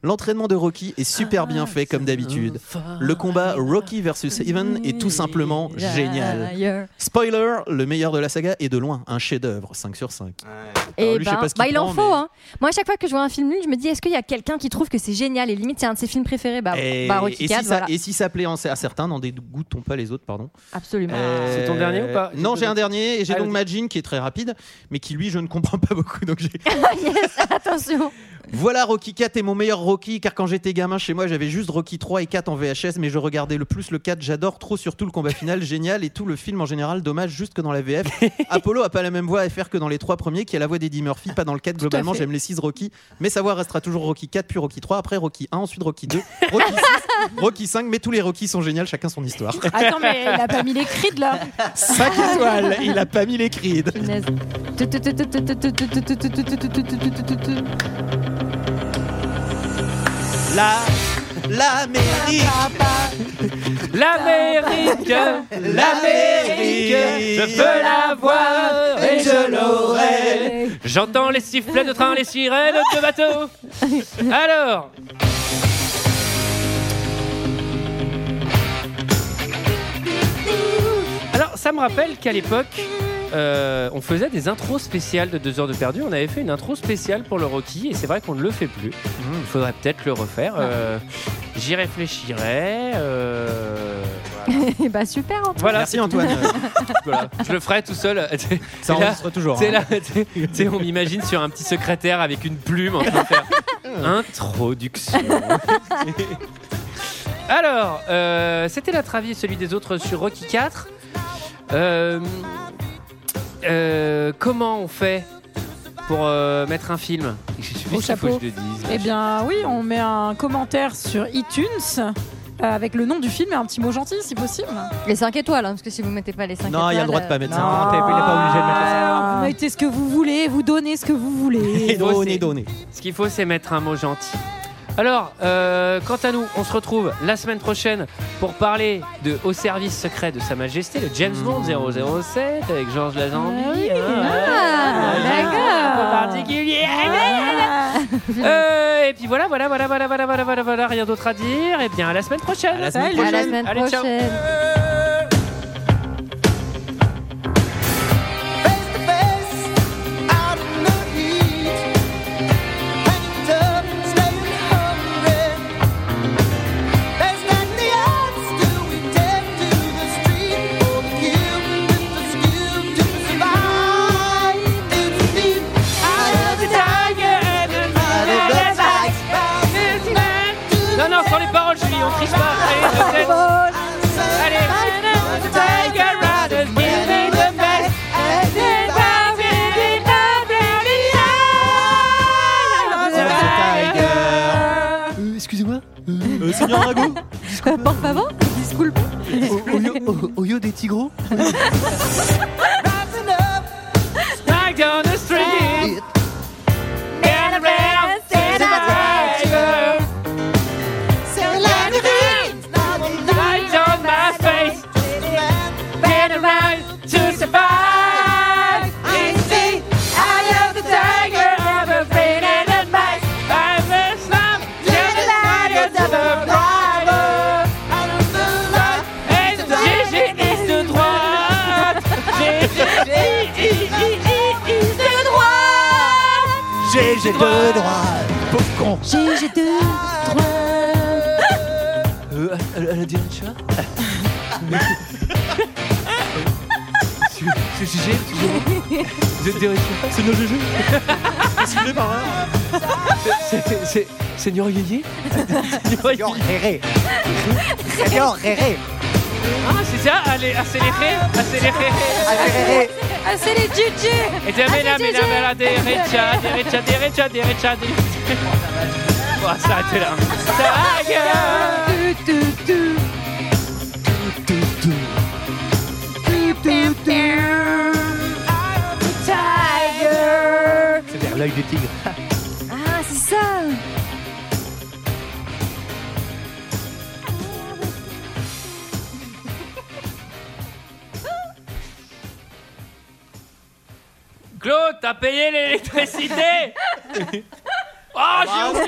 [SPEAKER 11] L'entraînement de Rocky est super bien fait comme d'habitude. Le combat
[SPEAKER 7] Ah,
[SPEAKER 11] Rocky versus Evan est tout simplement génial.
[SPEAKER 12] Ailleurs.
[SPEAKER 11] Spoiler, le meilleur de la saga est de loin un chef-d'œuvre, 5 sur 5.
[SPEAKER 7] Ah
[SPEAKER 11] Alors
[SPEAKER 12] Et
[SPEAKER 11] lui, je sais
[SPEAKER 12] ben,
[SPEAKER 11] pas ce qu'il
[SPEAKER 12] bah, il en
[SPEAKER 11] prend,
[SPEAKER 12] faut.
[SPEAKER 11] mais-
[SPEAKER 12] hein. Moi, à chaque fois que je vois un film nul, je me dis est-ce qu'il y a quelqu'un qui trouve que c'est génial Et limite, c'est un de ses films préférés. Bah,
[SPEAKER 11] Et,
[SPEAKER 12] bah Rocky
[SPEAKER 11] et
[SPEAKER 12] IV,
[SPEAKER 11] si ça,
[SPEAKER 12] voilà.
[SPEAKER 11] et si ça plaît en- à certains, n'en dégoûtons pas les autres, pardon.
[SPEAKER 12] Absolument.
[SPEAKER 11] Euh,
[SPEAKER 1] C'est ton dernier ou pas
[SPEAKER 11] Non, j'ai un dernier et j'ai
[SPEAKER 1] Ah,
[SPEAKER 11] donc
[SPEAKER 1] vas-y.
[SPEAKER 11] Majin qui est très rapide, mais qui lui, je ne comprends pas beaucoup. Donc j'ai-
[SPEAKER 12] Yes, attention.
[SPEAKER 11] Voilà, Rocky 4 est mon meilleur Rocky, car quand j'étais gamin chez moi, j'avais juste Rocky 3 et 4 en VHS, mais je regardais le plus le 4, j'adore trop, surtout le combat final, génial, et tout le film en général, dommage juste que dans la VF. Apollo a pas la même voix à faire que dans les trois premiers, qui a la voix d'Eddie Murphy, pas dans le 4. Globalement,
[SPEAKER 1] fait.
[SPEAKER 11] j'aime les 6 Rocky, mais sa voix restera toujours Rocky 4, puis Rocky 3, après Rocky 1, ensuite Rocky 2, Rocky 6, Rocky 5, mais tous les Rocky sont géniaux, chacun son histoire.
[SPEAKER 7] Attends, mais il a pas mis les crides là
[SPEAKER 11] 5 étoiles, il a pas mis les crides. La, l'Amérique,
[SPEAKER 1] L'Amérique, l'Amérique, je veux la voir et je l'aurai. J'entends les sifflets de train, les sirènes de bateau. Alors, alors ça me rappelle qu'à l'époque. euh, on faisait des intros spéciales de 2 heures de perdu. On avait fait une intro spéciale pour le Rocky et c'est vrai qu'on ne le fait plus. Il faudrait peut-être le refaire. euh, J'y réfléchirai. euh,
[SPEAKER 12] Et bah super Antoine.
[SPEAKER 1] Voilà,
[SPEAKER 11] Merci
[SPEAKER 1] c'est
[SPEAKER 11] Antoine.
[SPEAKER 1] Voilà. Je le ferai tout seul.
[SPEAKER 11] Ça enregistre toujours,
[SPEAKER 1] C'est
[SPEAKER 11] hein.
[SPEAKER 1] là, t'sais- t'sais, on m'imagine sur un petit secrétaire avec une plume en train de faire introduction. Alors, euh, c'était notre avis, et celui des autres sur Rocky 4. euh, comment on fait pour euh, mettre un film
[SPEAKER 7] Au
[SPEAKER 1] Qu'est-ce qu'il faut que
[SPEAKER 7] chapeau.
[SPEAKER 1] je le dise, là
[SPEAKER 7] Eh bien oui, on met un commentaire sur iTunes euh, avec le nom du film et un petit mot gentil si possible.
[SPEAKER 12] Les 5 étoiles, hein, parce que si vous mettez pas les 5 étoiles.
[SPEAKER 11] Non, il y a le droit de pas mettre ça.
[SPEAKER 1] Non, t'es- il est Ah, pas obligé de mettre ça.
[SPEAKER 7] Ah, Vous mettez ce que vous voulez, vous donnez ce que vous
[SPEAKER 11] Ah,
[SPEAKER 7] voulez.
[SPEAKER 1] faut, c'est- Ce qu'il faut, c'est mettre un mot gentil. Alors, euh, quant à nous, on se retrouve la semaine prochaine pour parler de Au service secret de Sa Majesté, le James
[SPEAKER 12] Mm.
[SPEAKER 1] Bond 007 avec Georges Lazenby. hein,
[SPEAKER 12] Ah,
[SPEAKER 1] ouais.
[SPEAKER 12] d'accord.
[SPEAKER 1] Un peu particulier. Euh, et puis voilà, voilà, voilà, voilà, voilà, voilà, voilà, voilà, rien d'autre à dire. Et bien, à la semaine prochaine.
[SPEAKER 11] la semaine
[SPEAKER 12] À la semaine
[SPEAKER 1] Allez, ciao.
[SPEAKER 12] prochaine.
[SPEAKER 1] Non, non, sans les paroles, Julie, on triche pas. Allez, de tête. Allez. Tiger Brothers, give me the best.
[SPEAKER 6] Euh, Excusez-moi
[SPEAKER 11] Euh, Seigneur Rago
[SPEAKER 12] Euh, Por favor, disculpe.
[SPEAKER 6] Au- au lieu- au- Au lieu des tigros
[SPEAKER 1] Back down the street. And around and tiger. Light on my face. And around to survive. You see, I love the tiger. I'm a afraid and a mice. I'm a slum. You're the tiger survivor. Et Gigi is de droite. Gigi is de droite.
[SPEAKER 6] GG de droit Pauvre con
[SPEAKER 11] Euh, elle, elle a dit un chat
[SPEAKER 1] C'est Gégé, c'est Gégé.
[SPEAKER 11] C'est nos GG Excusez par là
[SPEAKER 1] C'est- c'est- C'est Seigneur Yéyé Seigneur
[SPEAKER 6] Réré Seigneur Réré
[SPEAKER 1] Ah, c'est ça Allez, accéléré, accéléré.
[SPEAKER 6] Réré
[SPEAKER 7] Ah, c'est les DJ
[SPEAKER 1] Et jamais la
[SPEAKER 7] Allez,
[SPEAKER 1] mena
[SPEAKER 7] Gégé.
[SPEAKER 1] vers la derecha, derecha, derecha, derecha, derecha. Bon, ça, t'es là. Ta gueule
[SPEAKER 6] C'est vers l'œil du tigre
[SPEAKER 12] Ah, c'est ça.
[SPEAKER 1] Claude, t'as payé l'électricité Oh, j'ai oublié